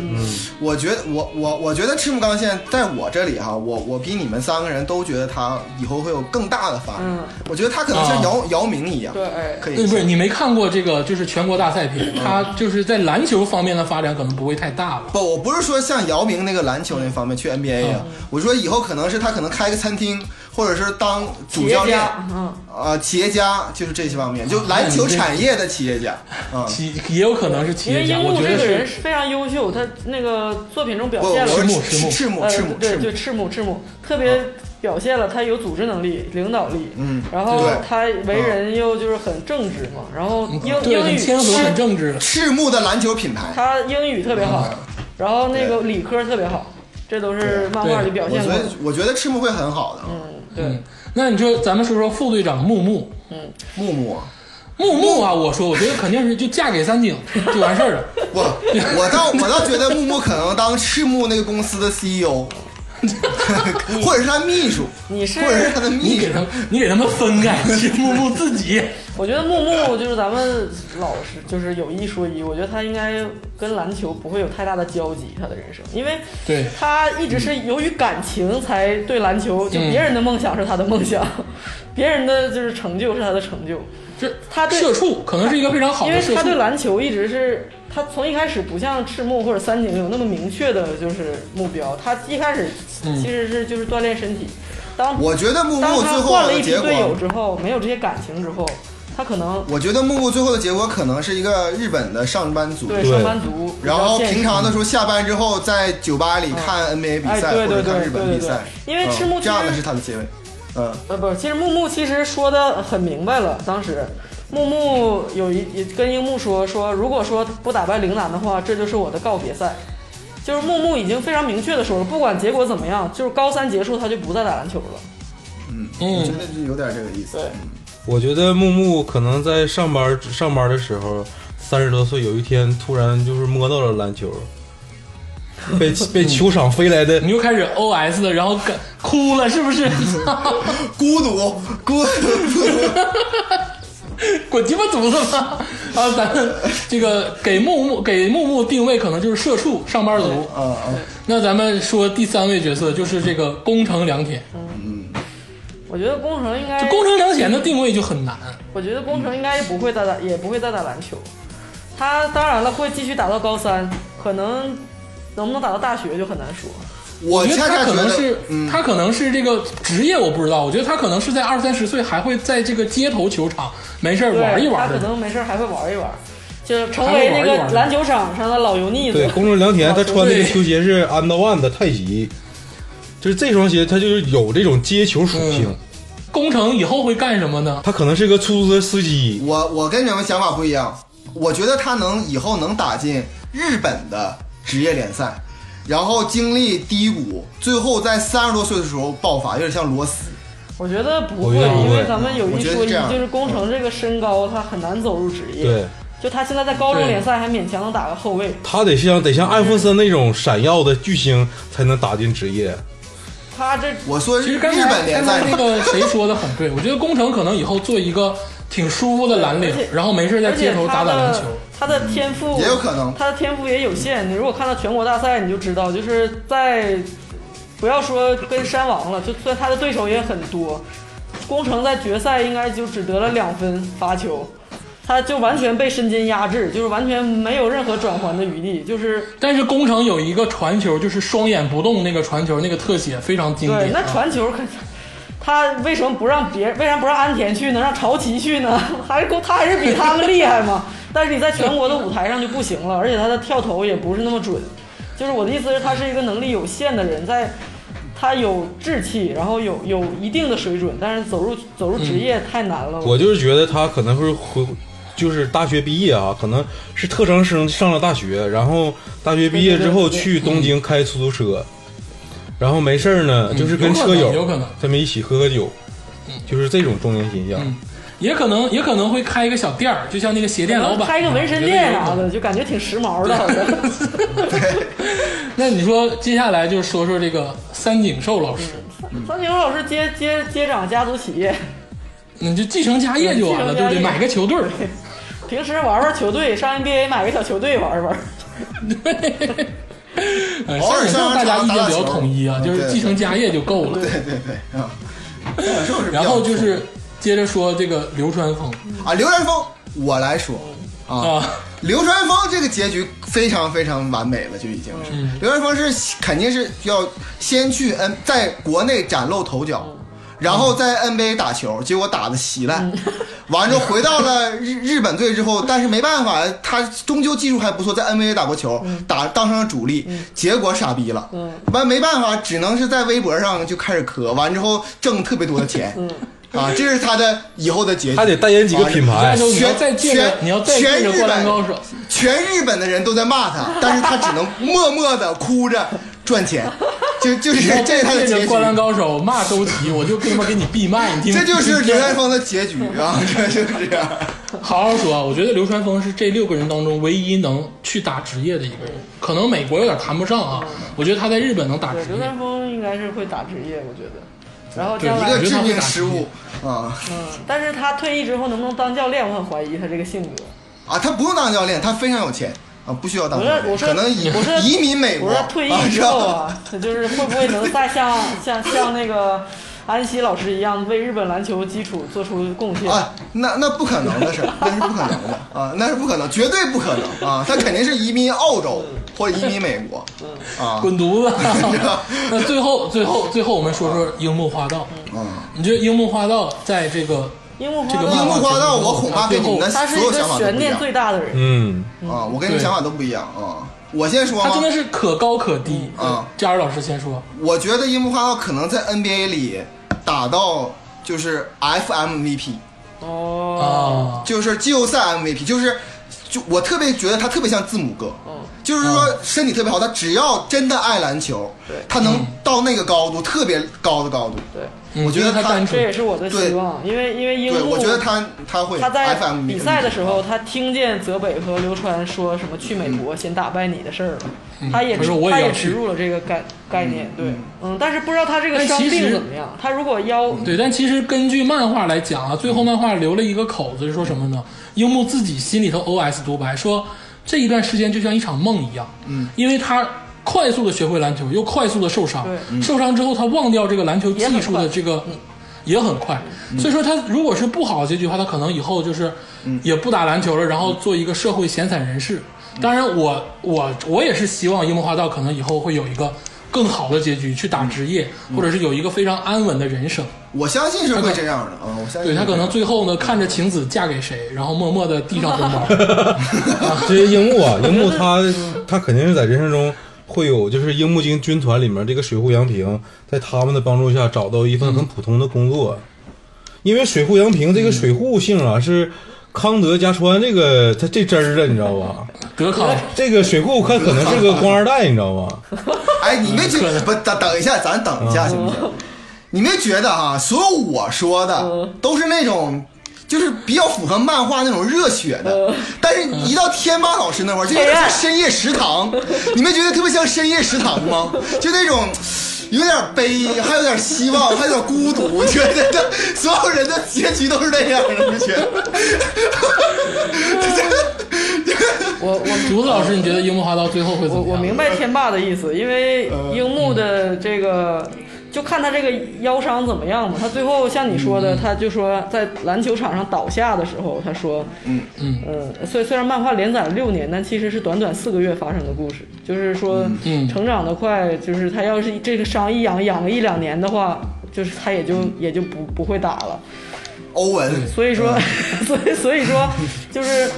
[SPEAKER 4] 我觉得我我我觉得赤木刚宪在我这里哈，我我比你们三个人都觉得他以后会有更大的发展。
[SPEAKER 2] 嗯
[SPEAKER 4] 我觉得他可能像
[SPEAKER 1] 啊
[SPEAKER 4] 姚、姚明一样，
[SPEAKER 2] 对嗯哎
[SPEAKER 4] 可以
[SPEAKER 1] 呃对，不是你没看过这个，就是全国大赛片，它就是在篮球方面的发展可能不会太大了。
[SPEAKER 4] 不，我不是说像姚明那个篮球那方面去
[SPEAKER 2] 嗯
[SPEAKER 4] NBA 啊，我说以后可能是他可能开个餐厅，或者是当主教
[SPEAKER 2] 企业
[SPEAKER 4] 练，
[SPEAKER 2] 家嗯
[SPEAKER 4] 啊，企业家就是这些方面，就篮球产业的企业家，
[SPEAKER 2] 嗯
[SPEAKER 4] 啊，
[SPEAKER 1] 企也有可能是企
[SPEAKER 2] 因为
[SPEAKER 1] 业家，
[SPEAKER 2] 樱
[SPEAKER 1] 我
[SPEAKER 2] 木
[SPEAKER 1] 觉
[SPEAKER 2] 这
[SPEAKER 1] 得
[SPEAKER 2] 个人
[SPEAKER 1] 是
[SPEAKER 2] 是非常优秀，他那个作品中表
[SPEAKER 4] 不，
[SPEAKER 2] 现
[SPEAKER 4] 我
[SPEAKER 2] 了
[SPEAKER 4] 说
[SPEAKER 1] 赤木
[SPEAKER 4] 赤赤木
[SPEAKER 2] 呃
[SPEAKER 4] 赤木
[SPEAKER 2] 对
[SPEAKER 4] 赤
[SPEAKER 2] 对
[SPEAKER 4] 木，
[SPEAKER 2] 赤木赤木特别表现了他有组织能力、领导力，
[SPEAKER 4] 嗯
[SPEAKER 2] 然后
[SPEAKER 4] 对嗯
[SPEAKER 2] 他为人又就是很正直嘛，然后英
[SPEAKER 1] 嗯对，
[SPEAKER 2] 英
[SPEAKER 1] 很
[SPEAKER 2] 语
[SPEAKER 1] 谦和，很正直。
[SPEAKER 4] 赤木的篮球品牌，
[SPEAKER 2] 他英语特别好，
[SPEAKER 4] 嗯
[SPEAKER 2] 然后那个理科特别好，这都是漫画里表
[SPEAKER 4] 我
[SPEAKER 2] 现
[SPEAKER 4] 觉
[SPEAKER 2] 过的
[SPEAKER 4] 得。我觉得赤木会很好的，
[SPEAKER 2] 嗯，对
[SPEAKER 1] 嗯，，那你说咱们说说副队长木木，
[SPEAKER 4] 木木，
[SPEAKER 1] 木木啊，我说我觉得肯定是就嫁给三井就完事 儿了。
[SPEAKER 4] 我我倒我倒觉得木木可能当赤木那个公司 的 CEO，或者是他秘书，
[SPEAKER 2] 你是
[SPEAKER 4] 或者是他的
[SPEAKER 1] 你
[SPEAKER 4] 秘书
[SPEAKER 1] 给，他们，你给他们分 开，其实木木自己。
[SPEAKER 2] 我觉得木木就是咱们老师，就是有一说一，我觉得他应该跟篮球不会有太大的交集，他的人生，因为
[SPEAKER 1] 对
[SPEAKER 2] 他一直是由于感情才对篮球，就
[SPEAKER 1] 嗯
[SPEAKER 2] 别人的梦想是他的梦想， 别人的就是成就是他的成就，
[SPEAKER 1] 这
[SPEAKER 2] 他对
[SPEAKER 1] 社畜可能是一个非常好
[SPEAKER 2] 因
[SPEAKER 1] 的
[SPEAKER 2] 为
[SPEAKER 1] 社
[SPEAKER 2] 他
[SPEAKER 1] 畜
[SPEAKER 2] 对，篮球一直是他从一开始不像赤木或者三井有那么明确的就是目标，他一开始
[SPEAKER 1] 嗯
[SPEAKER 2] 其实是就是锻炼身体，当
[SPEAKER 4] 我觉得木
[SPEAKER 2] 当
[SPEAKER 4] 木最
[SPEAKER 2] 他
[SPEAKER 4] 后
[SPEAKER 2] 换了
[SPEAKER 4] 的
[SPEAKER 2] 一批
[SPEAKER 4] 结
[SPEAKER 2] 队友
[SPEAKER 4] 果，
[SPEAKER 2] 之后，没有这些感情之后，他可能
[SPEAKER 4] 我觉得木木最后的结果可能是一个日本的上班族，
[SPEAKER 2] 对
[SPEAKER 3] 对
[SPEAKER 2] 上班族比较
[SPEAKER 4] 然后
[SPEAKER 2] 现实
[SPEAKER 4] 平常的时候下班之后在酒吧里看 NBA 比赛
[SPEAKER 2] 哎对
[SPEAKER 4] 或
[SPEAKER 2] 对
[SPEAKER 4] 者
[SPEAKER 2] 对
[SPEAKER 4] 看日本比赛，
[SPEAKER 2] 对对对因为赤木其
[SPEAKER 4] 嗯
[SPEAKER 2] 实
[SPEAKER 4] 这样的是他的结尾，嗯，
[SPEAKER 2] 呃，不，其实木木其实说的很明白了。当时木木有一跟樱木说说，如果说不打败陵南的话，这就是我的告别赛。就是木木已经非常明确的说了，不管结果怎么样，就是高三结束他就不再打篮球了。
[SPEAKER 4] 我
[SPEAKER 1] 嗯，
[SPEAKER 4] 觉得是有点这个意思
[SPEAKER 2] 对。，
[SPEAKER 3] 我觉得木木可能在上班上班的时候，三十多岁有一天突然就是摸到了篮球，被被球场飞来的
[SPEAKER 1] 你又开始 O S 了，然后感哭了，是不 是？
[SPEAKER 4] 孤独，孤独，
[SPEAKER 1] 滚鸡巴犊子吧！ 啊，咱们这个给木木给木木定位可能就是社畜上班族。
[SPEAKER 4] 嗯嗯，
[SPEAKER 1] 那咱们说第三位角色就是这个宫城良田，
[SPEAKER 4] 嗯
[SPEAKER 2] 我觉得工程应该
[SPEAKER 1] 就，宫城良田的定位就很难。
[SPEAKER 2] 我觉得工程应该也不会再打，也不会再打篮球。他当然了，会继续打到高三，可能能不能打到大学就很难说。
[SPEAKER 4] 我
[SPEAKER 1] 觉得
[SPEAKER 4] 恰
[SPEAKER 1] 他
[SPEAKER 4] 恰
[SPEAKER 1] 可
[SPEAKER 4] 觉
[SPEAKER 1] 能是
[SPEAKER 4] 得，嗯，
[SPEAKER 1] 他可能是这个职业我不知道，我觉得他可能是在二三十岁还会在这个街头球场没事儿
[SPEAKER 2] 对，
[SPEAKER 1] 玩一
[SPEAKER 2] 他
[SPEAKER 1] 玩
[SPEAKER 2] 可
[SPEAKER 1] 的。
[SPEAKER 2] 能没事儿还会玩一玩，就是成
[SPEAKER 1] 还
[SPEAKER 2] 为
[SPEAKER 1] 会
[SPEAKER 2] 那
[SPEAKER 1] 玩一
[SPEAKER 2] 个
[SPEAKER 1] 玩
[SPEAKER 2] 篮球场上的老油腻子。
[SPEAKER 3] 对，公众良田他穿那个
[SPEAKER 1] 对
[SPEAKER 3] 球鞋是 And One 的太极，就是这双鞋它就是有这种接球属性
[SPEAKER 1] 嗯，宫城以后会干什么呢？
[SPEAKER 3] 他可能是个出租车司机，
[SPEAKER 4] 我我跟你们想法不一样，我觉得他能以后能打进日本的职业联赛，然后经历低谷，最后在三十多岁的时候爆发，有点像罗斯。
[SPEAKER 2] 我觉得不
[SPEAKER 3] 我
[SPEAKER 2] 会，
[SPEAKER 3] 觉得不会
[SPEAKER 2] 因为咱们有
[SPEAKER 4] 我
[SPEAKER 2] 一
[SPEAKER 4] 觉得
[SPEAKER 2] 说
[SPEAKER 4] 是
[SPEAKER 2] 一，
[SPEAKER 4] 这样
[SPEAKER 2] 就是工程这个身高他很难走入职业。
[SPEAKER 3] 对，
[SPEAKER 2] 就他现在在高中
[SPEAKER 1] 对
[SPEAKER 2] 联赛还勉强能打个后卫，
[SPEAKER 3] 他得像得像艾弗森那种闪耀的巨星才能打进职业。
[SPEAKER 2] 他这
[SPEAKER 4] 我说
[SPEAKER 1] 其
[SPEAKER 4] 日
[SPEAKER 1] 实刚
[SPEAKER 4] 本
[SPEAKER 1] 才
[SPEAKER 4] 联
[SPEAKER 1] 刚
[SPEAKER 4] 赛
[SPEAKER 1] 才，那个谁说的很对，我觉得宫城可能以后做一个挺舒服的蓝领
[SPEAKER 2] 而且，
[SPEAKER 1] 然后没事在
[SPEAKER 2] 而且
[SPEAKER 1] 街头打
[SPEAKER 2] 他
[SPEAKER 1] 打篮
[SPEAKER 2] 的
[SPEAKER 1] 球。
[SPEAKER 2] 他的天赋
[SPEAKER 4] 嗯也有可能
[SPEAKER 2] 他的天赋也有限。你如果看到全国大赛，你就知道，就是在不要说跟山王了，就算他的对手也很多。工程在决赛应该就只得了两分罚球，他就完全被身金压制，就是完全没有任何转圜的余地，就是
[SPEAKER 1] 但是宫城有一个传球，就是双眼不动那个传球，那个特写非常经
[SPEAKER 2] 对，
[SPEAKER 1] 典。啊
[SPEAKER 2] 那传球可，他为什么不让别人？为啥不让安田去呢？让朝崎去呢？ 还是够他还是比他们厉害 嘛？但是你在全国的舞台上就不行了，而且他的跳投也不是那么准。就是我的意思是，他是一个能力有限的人，在他有志气，然后有有一定的水准，但是走入走入职
[SPEAKER 1] 嗯
[SPEAKER 2] 业太难了。
[SPEAKER 3] 我就是觉得他可能会回，就是大学毕业啊，可能是特长生上了大学，然后大学毕业之后
[SPEAKER 2] 对对对对
[SPEAKER 3] 去东京开出租车，然后没事儿呢，就是跟车
[SPEAKER 1] 嗯有可
[SPEAKER 3] 友
[SPEAKER 1] 能有可能
[SPEAKER 3] 他们一起喝喝酒，就是这种中年形象。
[SPEAKER 1] 嗯也可能也可能会开一个小店儿，就像那个鞋店老板嗯
[SPEAKER 2] 嗯开一个纹身店啊啥。的，就感觉挺时髦的，好像。
[SPEAKER 1] 那你说接下来就说说这个三井寿老师，
[SPEAKER 2] 嗯
[SPEAKER 1] 嗯
[SPEAKER 2] 三井老师接接接掌家族企业。
[SPEAKER 1] 你就继承家业就完了，
[SPEAKER 2] 嗯
[SPEAKER 1] 对
[SPEAKER 2] 继承家业
[SPEAKER 1] 不对？买个球队儿，
[SPEAKER 2] 平时玩玩球队，上 NBA 买个小球队玩玩。
[SPEAKER 1] 哎
[SPEAKER 4] 偶尔
[SPEAKER 1] 像我
[SPEAKER 4] 上
[SPEAKER 1] 这样大家意见
[SPEAKER 4] 上场打
[SPEAKER 1] 比
[SPEAKER 4] 打
[SPEAKER 1] 较
[SPEAKER 4] 球
[SPEAKER 1] 统一啊，
[SPEAKER 4] 嗯
[SPEAKER 1] 就是
[SPEAKER 4] 对
[SPEAKER 1] 继承家业就够了。
[SPEAKER 4] 对对对啊，感受是比较
[SPEAKER 1] 然后就是接着说这个流川枫
[SPEAKER 4] 啊，流川枫，我来说啊，
[SPEAKER 1] 啊，
[SPEAKER 4] 流川枫这个结局非常非常完美了，就已经是
[SPEAKER 1] 嗯
[SPEAKER 4] 流川枫是肯定是要先去 N 在国内崭露头角。然后在 NBA 打球，结果打的稀烂， 完之后回到了日日本队之后，但是没办法，他终究技术还不错，在 NBA 打过球，打当上了主力，结果傻逼了，完没办法，只能是在微博上就开始磕，完之后挣特别多的钱，啊，这是他的以后的结局，
[SPEAKER 3] 还得代言几个品
[SPEAKER 1] 下
[SPEAKER 3] 牌，
[SPEAKER 1] 周啊你要
[SPEAKER 4] 全
[SPEAKER 1] 再借着
[SPEAKER 4] 全
[SPEAKER 1] 你要再借
[SPEAKER 4] 哎全
[SPEAKER 1] 着《
[SPEAKER 4] 日
[SPEAKER 1] 灌篮
[SPEAKER 4] 本
[SPEAKER 1] 高手》，
[SPEAKER 4] 全日本的人都在骂他，但是他只能默默的哭着赚钱，就就是
[SPEAKER 1] 你要
[SPEAKER 4] 这
[SPEAKER 1] 再
[SPEAKER 4] 是他的
[SPEAKER 1] 借着
[SPEAKER 4] 结
[SPEAKER 1] 《
[SPEAKER 4] 局，
[SPEAKER 1] 灌篮高手》骂周琦，我就他妈给你闭麦，你听。
[SPEAKER 4] 这就是
[SPEAKER 1] 你听
[SPEAKER 4] 刘元峰的结局啊，这就是这样。
[SPEAKER 1] 好好说啊，我觉得流川枫是这六个人当中唯一能去打职业的一个人，可能美国有点谈不上啊，我觉得他在日本能打职
[SPEAKER 2] 嗯对，刘
[SPEAKER 1] 业
[SPEAKER 2] 三。峰应该是会打职业，我觉得。然后
[SPEAKER 1] 对
[SPEAKER 2] 将
[SPEAKER 4] 一
[SPEAKER 2] 来
[SPEAKER 4] 个，致命失误啊
[SPEAKER 2] 嗯，但是他退役之后能不能当教练，我很怀疑他这个性格。
[SPEAKER 4] 啊！他不用当教练，他非常有钱啊，不需要当教
[SPEAKER 2] 我
[SPEAKER 4] 练，
[SPEAKER 2] 说
[SPEAKER 4] 可能移
[SPEAKER 2] 我说
[SPEAKER 4] 移民美国
[SPEAKER 2] 我说退役之后啊，他 就是会不会能再像像像那个安西老师一样，为日本篮球基础做出贡
[SPEAKER 4] 是
[SPEAKER 2] 献？
[SPEAKER 4] 吧 啊，那那不可能的事儿，那是不可能的啊，那是不可能，绝对不可能啊！他肯定是移民澳洲或者移民美国啊
[SPEAKER 1] 滚犊子！
[SPEAKER 4] 啊
[SPEAKER 1] 那最后，最后，最后，我们说说樱木花道。
[SPEAKER 4] 啊！
[SPEAKER 1] 你觉得樱木花道在这个
[SPEAKER 2] 樱木
[SPEAKER 1] 这
[SPEAKER 2] 花
[SPEAKER 1] 个
[SPEAKER 4] 樱
[SPEAKER 1] 漫
[SPEAKER 4] 木
[SPEAKER 1] 画
[SPEAKER 2] 道，
[SPEAKER 4] 花道，我恐怕跟你们的
[SPEAKER 2] 他是
[SPEAKER 4] 所
[SPEAKER 2] 一
[SPEAKER 4] 有
[SPEAKER 2] 个
[SPEAKER 4] 想法都
[SPEAKER 2] 悬
[SPEAKER 4] 不一
[SPEAKER 2] 念
[SPEAKER 4] 样
[SPEAKER 2] 最大的人。
[SPEAKER 3] 嗯，
[SPEAKER 4] 啊！我跟你
[SPEAKER 1] 对
[SPEAKER 4] 们想法都不一样啊！我先说
[SPEAKER 1] 他真的
[SPEAKER 4] 吗？
[SPEAKER 1] 是可高可低
[SPEAKER 4] 嗯
[SPEAKER 1] 佳儿老师先说，
[SPEAKER 4] 我觉得樱木花道可能在 NBA 里打到就是 FMVP，嗯
[SPEAKER 1] 啊，
[SPEAKER 2] 哦，
[SPEAKER 4] 就是季后赛 MVP，就是就我特别觉得他特别像字母哥，
[SPEAKER 2] 嗯
[SPEAKER 4] 就是
[SPEAKER 1] 哦
[SPEAKER 4] 说身体特别好，他只要真的爱篮球
[SPEAKER 2] 对，
[SPEAKER 4] 他能到那个高度，特别高的高度。
[SPEAKER 2] 对，
[SPEAKER 1] 嗯
[SPEAKER 4] 我觉
[SPEAKER 1] 因
[SPEAKER 4] 得
[SPEAKER 1] 为他
[SPEAKER 4] 他
[SPEAKER 1] 单
[SPEAKER 2] 这也
[SPEAKER 1] 纯，
[SPEAKER 2] 是我的希望，因为因为樱
[SPEAKER 4] 对，
[SPEAKER 2] 木，
[SPEAKER 4] 我觉得他他会
[SPEAKER 2] 他在
[SPEAKER 4] FMVP
[SPEAKER 2] 比赛的时候，他听见泽北和流川说什么去美国先打败你的事儿了，他也
[SPEAKER 1] 他说我也
[SPEAKER 2] 他
[SPEAKER 1] 要
[SPEAKER 2] 也
[SPEAKER 1] 去
[SPEAKER 2] 植入了这个概概念，对，嗯，但是不知道他这个
[SPEAKER 1] 但
[SPEAKER 2] 伤
[SPEAKER 1] 其
[SPEAKER 2] 病
[SPEAKER 1] 实嗯
[SPEAKER 2] 怎么样，他如果腰
[SPEAKER 1] 对。但其实根据漫画来讲啊，最后漫画留了一个口子，是说什么呢？樱木自己心里头 OS 独白说，这一段时间就像一场梦一样，嗯，因为他。快速的学会篮球，又快速的受伤
[SPEAKER 2] 对，
[SPEAKER 1] 受伤之后他忘掉这个篮球技术的这个也很快，所以说他如果是不好的结局的话，他可能以后就是也不打篮球了，然后做一个社会闲散人士。当然我，我我也是希望樱木花道可能以后会有一个更好的结局，去打职业，或者是有一个非常安稳的人生。
[SPEAKER 4] 我相信是会这样的啊，我相信
[SPEAKER 1] 对他可能最后呢，看着晴子嫁给谁，然后默默的递上红 包。
[SPEAKER 3] 其实樱木啊，樱木他他肯定是在人生中会有，就是樱木军军团里面这个水户洋平，在他们的帮助下找到一份很普通的工作，因为水户洋平这个水户姓啊是康德家川这个他这真儿的，你知道吧？
[SPEAKER 1] 德康，
[SPEAKER 3] 这个水户他可能是个官二代，你知道吗？
[SPEAKER 4] 哎，你没觉
[SPEAKER 1] 可能
[SPEAKER 4] 不等等一下，咱等一下行不行？你没觉得哈、所有我说的都是那种。就是比较符合漫画那种热血的，但是一到天霸老师那块儿，就有点像深夜食堂，你们觉得特别像深夜食堂吗？就那种有点悲，还有点希望，还有点孤独，觉得这所有人的结局都是那样的，你不觉得？
[SPEAKER 2] 我我
[SPEAKER 1] 竹子老师，你觉得樱木花道最后会怎
[SPEAKER 2] 我
[SPEAKER 1] 么样？呃
[SPEAKER 2] 我明白天霸的意思，因为樱木的
[SPEAKER 1] 嗯
[SPEAKER 2] 这个。就看他这个腰伤怎么样嘛。他最后像你说
[SPEAKER 1] 嗯
[SPEAKER 2] 的，他就说在篮球场上倒下的时候，他说，嗯
[SPEAKER 1] 嗯
[SPEAKER 2] 呃，虽虽然漫画连载了六年，但其实是短短四个月发生的故事。就是说，
[SPEAKER 1] 嗯
[SPEAKER 2] 成长的快，就是他要是这个伤一养养个一两年的话，就是他也就也就不不会打了。
[SPEAKER 4] 欧文，
[SPEAKER 2] 所以说，
[SPEAKER 1] 嗯
[SPEAKER 2] 所以所以说，就是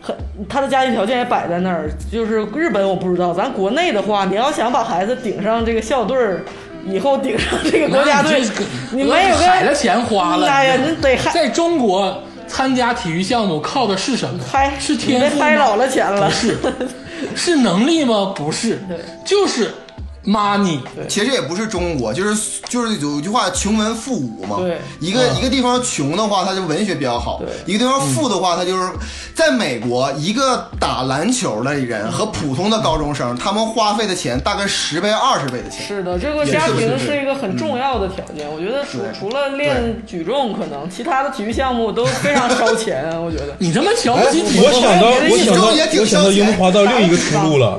[SPEAKER 2] 很他的家庭条件也摆在那儿。就是日本我不知道，咱国内的话，你要想把孩子顶上这个校队儿，以后顶上这个国家队
[SPEAKER 1] 那你这，
[SPEAKER 2] 你没有个
[SPEAKER 1] 海的钱花了，
[SPEAKER 2] 哎呀，你得嗨
[SPEAKER 1] 在中国参加体育项目靠的是什么？
[SPEAKER 2] 嗨，
[SPEAKER 1] 是
[SPEAKER 2] 你
[SPEAKER 1] 天
[SPEAKER 2] 得
[SPEAKER 1] 赋吗
[SPEAKER 2] 嗨老了钱了
[SPEAKER 1] 不。是，是能力吗？不是，就是 money，
[SPEAKER 4] 其实也不是中国，就是就是有一句话“穷文富武”嘛。
[SPEAKER 2] 对嗯
[SPEAKER 4] 一个、一个地方穷的话，它就文学比较好；
[SPEAKER 2] 对嗯
[SPEAKER 4] 一个地方富的话，它就是在美国，一个打篮球的人和普通的高中生，他们花费的钱大概十倍、二十倍的 钱。
[SPEAKER 2] 是的，这个家
[SPEAKER 4] 也
[SPEAKER 2] 庭
[SPEAKER 4] 是
[SPEAKER 2] 是一个很重要的条件。我觉得除
[SPEAKER 4] 对
[SPEAKER 2] 除了练举重，可能其他的体育项目都非常烧钱啊。我觉得
[SPEAKER 1] 你他妈瞧
[SPEAKER 3] 哎，
[SPEAKER 1] 不起体育
[SPEAKER 3] 我想到我想
[SPEAKER 4] 你这也
[SPEAKER 3] 到
[SPEAKER 4] 挺
[SPEAKER 3] 我想到
[SPEAKER 4] 消遣
[SPEAKER 3] 樱木花道另一个出路了，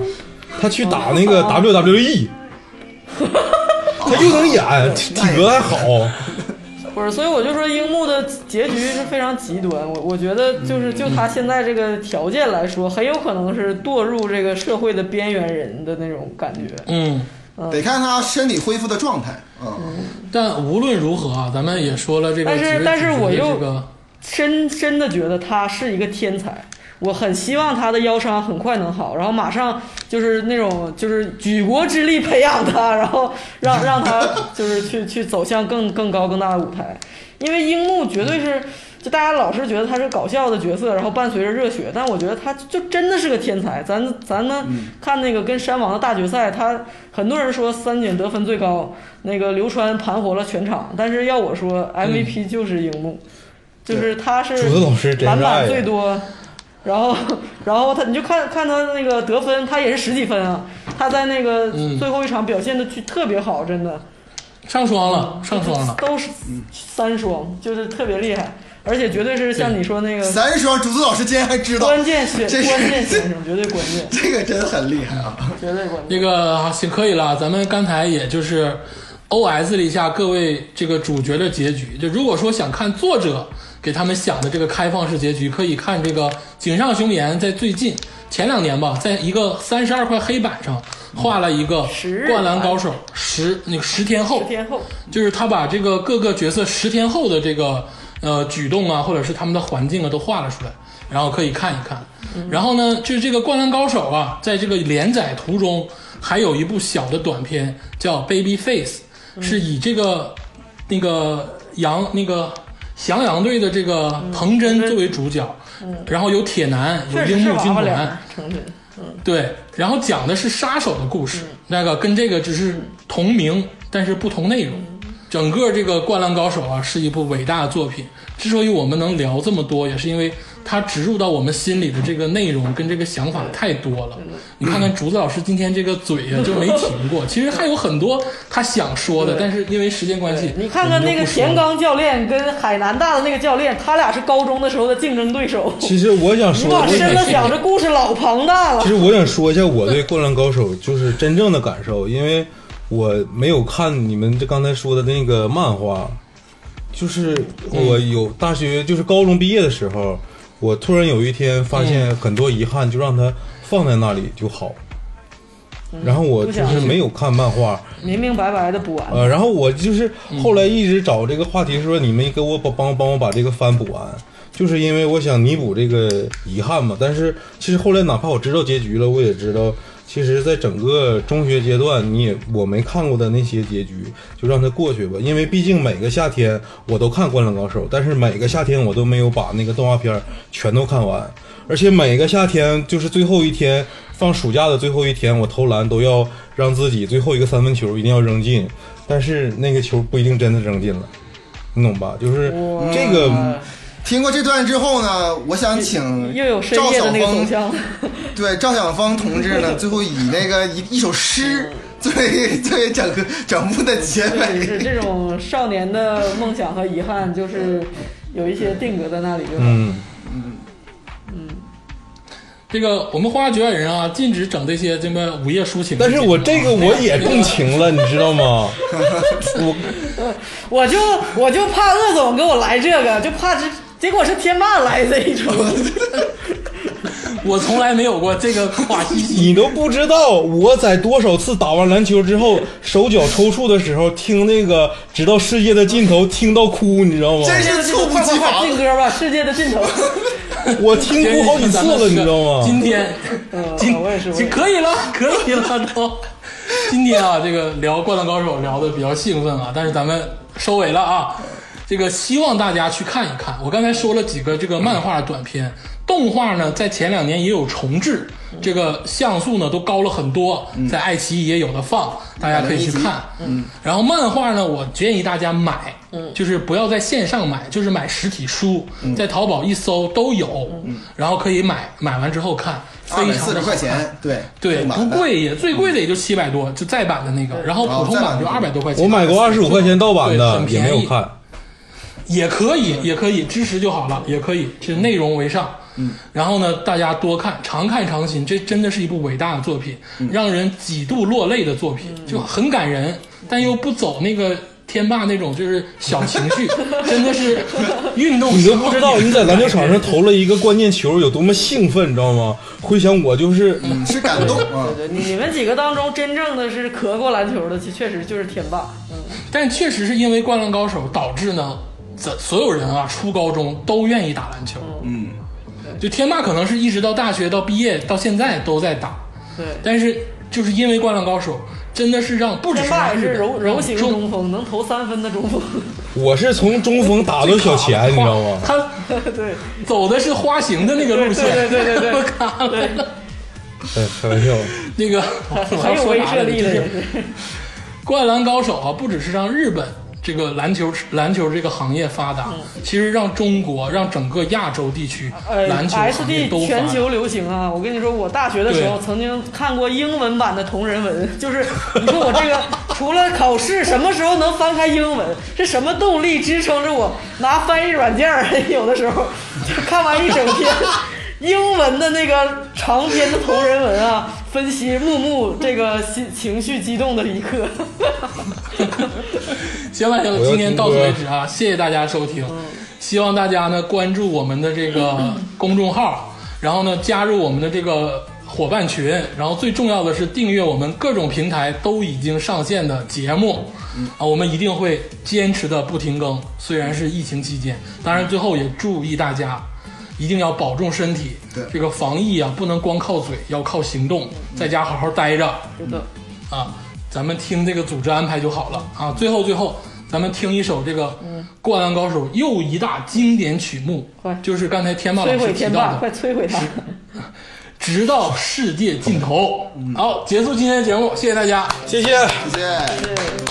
[SPEAKER 3] 他去打那个 WWE，他又能演，体体格还好，
[SPEAKER 2] 不是，所以我就说樱木的结局是非常极端。我我觉得就是就他现在这个条件来说，很有可能是堕入这个社会的边缘人的那种感觉。
[SPEAKER 1] 嗯。
[SPEAKER 4] 得看他身体恢复的状态啊。嗯
[SPEAKER 1] 但无论如何啊，咱们也说了这个，
[SPEAKER 2] 但是
[SPEAKER 1] 几位
[SPEAKER 2] 但是我
[SPEAKER 1] 主角的
[SPEAKER 2] 又
[SPEAKER 1] 这个
[SPEAKER 2] 真真的觉得他是一个天才。我很希望他的腰伤很快能好，然后马上就是那种就是举国之力培养他，然后让让他就是去去走向更更高更大的舞台。因为樱木绝对是，就大家老是觉得他是搞笑的角色，然后伴随着热血，但我觉得他就真的是个天才。咱咱呢、看那个跟山王的大决赛，他很多人说三井得分最高，那个流川盘活了全场，但是要我说 MVP 就是樱木。就是他是
[SPEAKER 3] 主子老师真是
[SPEAKER 2] 篮
[SPEAKER 3] 爱
[SPEAKER 2] 板
[SPEAKER 3] 呀
[SPEAKER 2] 最多，然后然后他你就看看他那个得分，他也是十几分啊，他在那个
[SPEAKER 1] 嗯
[SPEAKER 2] 最后一场表现的去特别好，真的
[SPEAKER 1] 上双了，上双
[SPEAKER 3] 啊
[SPEAKER 1] 了。
[SPEAKER 2] 都是
[SPEAKER 3] 嗯
[SPEAKER 2] 三双，就是特别厉害，而且绝对是像你说那个
[SPEAKER 4] 三十双，竹子老师竟然还知道，
[SPEAKER 2] 关键选
[SPEAKER 4] 这是
[SPEAKER 2] 关键选手，绝对关键，
[SPEAKER 4] 这个真很厉害啊！
[SPEAKER 2] 绝对关键。
[SPEAKER 1] 那个啊行可以了，咱们刚才也就是 O S 了一下各位这个主角的结局。就如果说想看作者给他们想的这个开放式结局，可以看这个井上雄彦在最近前两年吧，在一个三十二块黑板上画了一个
[SPEAKER 2] 十
[SPEAKER 1] 《
[SPEAKER 2] 日
[SPEAKER 1] 灌篮
[SPEAKER 2] 版
[SPEAKER 1] 高手》十那个十天后
[SPEAKER 2] 十，天后，
[SPEAKER 1] 就是他把这个各个角色十天后的这个呃举动啊，或者是他们的环境啊，都画了出来，然后可以看一看。然后呢，就是这个《灌篮高手》啊，在这个连载途中，还有一部小的短片叫《Baby Face》，是以这个那个杨那个翔阳队的这个彭真作为主角，然后有铁男，有
[SPEAKER 2] 嗯确实
[SPEAKER 1] 樱
[SPEAKER 2] 是
[SPEAKER 1] 木
[SPEAKER 2] 娃
[SPEAKER 1] 军
[SPEAKER 2] 娃脸
[SPEAKER 1] 团
[SPEAKER 3] 啊
[SPEAKER 2] 儿，，成真。
[SPEAKER 1] 对，然后讲的是杀手的故事，那个跟这个只是同名，但是不同内容。整个这个《灌篮高手》啊，是一部伟大的作品。之所以我们能聊这么多，也是因为它植入到我们心里的这个内容跟这个想法太多了。你看看竹子老师今天这个嘴呀、就没停过，其实还有很多他想说的，
[SPEAKER 2] 对
[SPEAKER 1] 但是因为时间关系，
[SPEAKER 2] 你看看
[SPEAKER 1] 我们
[SPEAKER 2] 那
[SPEAKER 1] 就
[SPEAKER 2] 个
[SPEAKER 1] 不说了
[SPEAKER 2] 田刚教练跟海南大的那个教练，他俩是高中的时候的竞争对手。
[SPEAKER 3] 其实我想
[SPEAKER 2] 你
[SPEAKER 3] 说，
[SPEAKER 2] 往
[SPEAKER 3] 我
[SPEAKER 2] 深
[SPEAKER 3] 想
[SPEAKER 2] 了想，这故事老庞大 了
[SPEAKER 3] 其。实我想说一下我对《灌篮高手》就是真正的感受，因为我没有看你们这刚才说的那个漫画，就是我有大学就是高中毕业的时候，我突然有一天发现很多遗憾，就让它放在那里就好。然后我就是没有看漫画，
[SPEAKER 2] 明明白白的补完。
[SPEAKER 3] 呃，然后我就是后来一直找这个话题说，你们给我帮帮帮我把这个番补完，就是因为我想弥补这个遗憾嘛。但是其实后来哪怕我知道结局了，我也知道，其实在整个中学阶段，你也我没看过的那些结局，就让它过去吧。因为毕竟每个夏天我都看《灌篮高手》，但是每个夏天我都没有把那个动画片儿全都看完，而且每个夏天就是最后一天。放暑假的最后一天，我投篮都要让自己最后一个三分球一定要扔进，但是那个球不一定真的扔进了，你懂吧？就是
[SPEAKER 2] 哇
[SPEAKER 3] 这个，
[SPEAKER 4] 听过这段之后呢，我想请
[SPEAKER 2] 又有深
[SPEAKER 4] 呃赵
[SPEAKER 2] 夜
[SPEAKER 4] 晓
[SPEAKER 2] 的那个走
[SPEAKER 4] 峰
[SPEAKER 2] 向，
[SPEAKER 4] 对赵晓峰同志呢，最后以那个一一首诗作为作为整个整部的结
[SPEAKER 2] 对，是
[SPEAKER 4] 尾。
[SPEAKER 2] 这种少年的梦想和遗憾，就是有一些定格在那里就好。
[SPEAKER 3] 嗯，
[SPEAKER 1] 这个我们花花局外人啊，禁止整这些这么午夜抒情的
[SPEAKER 3] 但
[SPEAKER 1] 节
[SPEAKER 3] 是
[SPEAKER 1] 目啊。
[SPEAKER 3] 我这个我 也共情了，你知道吗？我
[SPEAKER 2] 我就我就怕鄂总给我来这个，就怕这结果是天霸来这一出。
[SPEAKER 1] 我从来没有过这个垮兮 兮
[SPEAKER 3] 你都不知道我在多少次打完篮球之后，手脚抽搐的时候，听那个直到世界的尽头，听到哭，你知道吗？
[SPEAKER 4] 真是猝不
[SPEAKER 2] 快
[SPEAKER 4] 及
[SPEAKER 2] 快快
[SPEAKER 4] 防
[SPEAKER 2] 进歌吧，世界的尽头。
[SPEAKER 3] 我听哭好几次了，你知道吗？
[SPEAKER 1] 今天，
[SPEAKER 2] 嗯
[SPEAKER 1] 今
[SPEAKER 2] 我也是我也是
[SPEAKER 1] 可以了， 可以了都。今天啊，这个聊《灌篮高手》聊的比较兴奋啊，但是咱们收尾了啊。这个希望大家去看一看。我刚才说了几个这个漫画短片，动画呢在前两年也有重制，这个像素呢都高了很多，在爱奇艺也有的放，大家可以去看。嗯，然后漫画呢，我建议大家买，嗯，就是不要在线上买，就是买实体书，在淘宝一搜都有，然后可以买，买完之后看，
[SPEAKER 4] 二
[SPEAKER 1] 非
[SPEAKER 4] 百
[SPEAKER 1] 常
[SPEAKER 4] 四
[SPEAKER 1] 的
[SPEAKER 4] 十块钱，对
[SPEAKER 1] 对，
[SPEAKER 4] 正版
[SPEAKER 1] 不
[SPEAKER 4] 的
[SPEAKER 1] 贵也，最贵的也就七百多，就再版的那个，嗯然后
[SPEAKER 4] 哦
[SPEAKER 1] 普通版就
[SPEAKER 4] 再
[SPEAKER 1] 二
[SPEAKER 4] 版
[SPEAKER 1] 百
[SPEAKER 4] 的
[SPEAKER 1] 多块钱。
[SPEAKER 3] 我买过二十五块钱盗版
[SPEAKER 1] 对
[SPEAKER 3] 的
[SPEAKER 1] 很，
[SPEAKER 3] 也
[SPEAKER 1] 便宜
[SPEAKER 3] 没有看。
[SPEAKER 1] 也可以，也可以，支持就好了，也可以，是内容为上。嗯，然后呢，大家多看，常看常新，这真的是一部伟大的作品，让人几度落泪的作品，就很感人，但又不走那个天霸那种就是小情绪， 真的是运动
[SPEAKER 3] 你都不知道你在篮球场上投了一个关键球有多么兴奋，你知道吗？回想我就是，
[SPEAKER 4] 嗯是感动啊
[SPEAKER 2] 对，对，你你们几个当中真正的是磕过篮球的，其确实就是天霸。嗯
[SPEAKER 1] 但确实是因为《灌篮高手》导致呢，这所有人啊，初高中都愿意打篮球。嗯，就天霸可能是一直到大学到毕业到现在都在打，
[SPEAKER 2] 对，
[SPEAKER 1] 但是就是因为《灌篮高手》，真的是让不只
[SPEAKER 2] 天
[SPEAKER 1] 是
[SPEAKER 2] 霸也
[SPEAKER 1] 日
[SPEAKER 2] 是
[SPEAKER 1] 本
[SPEAKER 2] 柔柔型
[SPEAKER 1] 中
[SPEAKER 2] 中锋，能投三分的中锋。
[SPEAKER 3] 我是从中锋打到小前，你知道吗？
[SPEAKER 1] 他
[SPEAKER 2] 对，
[SPEAKER 1] 走的是花形的那个路线，
[SPEAKER 2] 对对对 对对对，
[SPEAKER 3] 哎开玩笑，
[SPEAKER 1] 那个 我
[SPEAKER 2] 很
[SPEAKER 1] 要
[SPEAKER 2] 有
[SPEAKER 1] 说
[SPEAKER 2] 威
[SPEAKER 1] 啥
[SPEAKER 2] 慑
[SPEAKER 1] 来
[SPEAKER 2] 力
[SPEAKER 1] 着？就
[SPEAKER 2] 的
[SPEAKER 1] 是
[SPEAKER 2] 也是。
[SPEAKER 1] 灌篮高手啊，不只是让日本这个篮球篮球这个行业发达，
[SPEAKER 2] 嗯
[SPEAKER 1] 其实让中国让整个亚洲地区
[SPEAKER 2] 呃
[SPEAKER 1] 篮球行业都
[SPEAKER 2] ，SD
[SPEAKER 1] 发
[SPEAKER 2] 全
[SPEAKER 1] 达。
[SPEAKER 2] 球流行啊！我跟你说，我大学的时候
[SPEAKER 1] 对
[SPEAKER 2] 曾经看过英文版的同人文，就是你说我这个除了考试，什么时候能翻开英文？是什么动力支撑着我拿翻译软件儿？ 有的时候就看完一整 篇英文的那个长篇的同人文啊，分析木木这个心情绪激动的 一刻。
[SPEAKER 1] 行了行了，
[SPEAKER 3] 我要
[SPEAKER 1] 今天
[SPEAKER 3] 听
[SPEAKER 1] 到此
[SPEAKER 3] 歌
[SPEAKER 1] 为止啊，谢谢大家收听，希望大家呢关注我们的这个公众号，然后呢加入我们的这个伙伴群，然后最重要的是订阅我们各种平台都已经上线的节目。
[SPEAKER 3] 嗯
[SPEAKER 1] 啊，我们一定会坚持的不停更，虽然是疫情期间，当然最后也注意大家一定要保重身体。
[SPEAKER 4] 对
[SPEAKER 1] 这个防疫啊，不能光靠嘴，要靠行动，
[SPEAKER 3] 嗯
[SPEAKER 1] 在家好好待着。
[SPEAKER 2] 是的，
[SPEAKER 1] 啊，咱们听这个组织安排就好了啊。最后最后，咱们听一首这个《灌篮高手》又一大经典曲目
[SPEAKER 2] 快，
[SPEAKER 1] 就是刚才天霸老
[SPEAKER 2] 摧
[SPEAKER 1] 师
[SPEAKER 2] 毁
[SPEAKER 1] 提
[SPEAKER 2] 天霸，
[SPEAKER 1] 到
[SPEAKER 2] 快
[SPEAKER 1] 的
[SPEAKER 2] 摧毁他！
[SPEAKER 1] “直到世界尽头”。好，结束今天的节目，谢谢大家。
[SPEAKER 3] 谢谢。
[SPEAKER 4] 谢谢。
[SPEAKER 2] 对。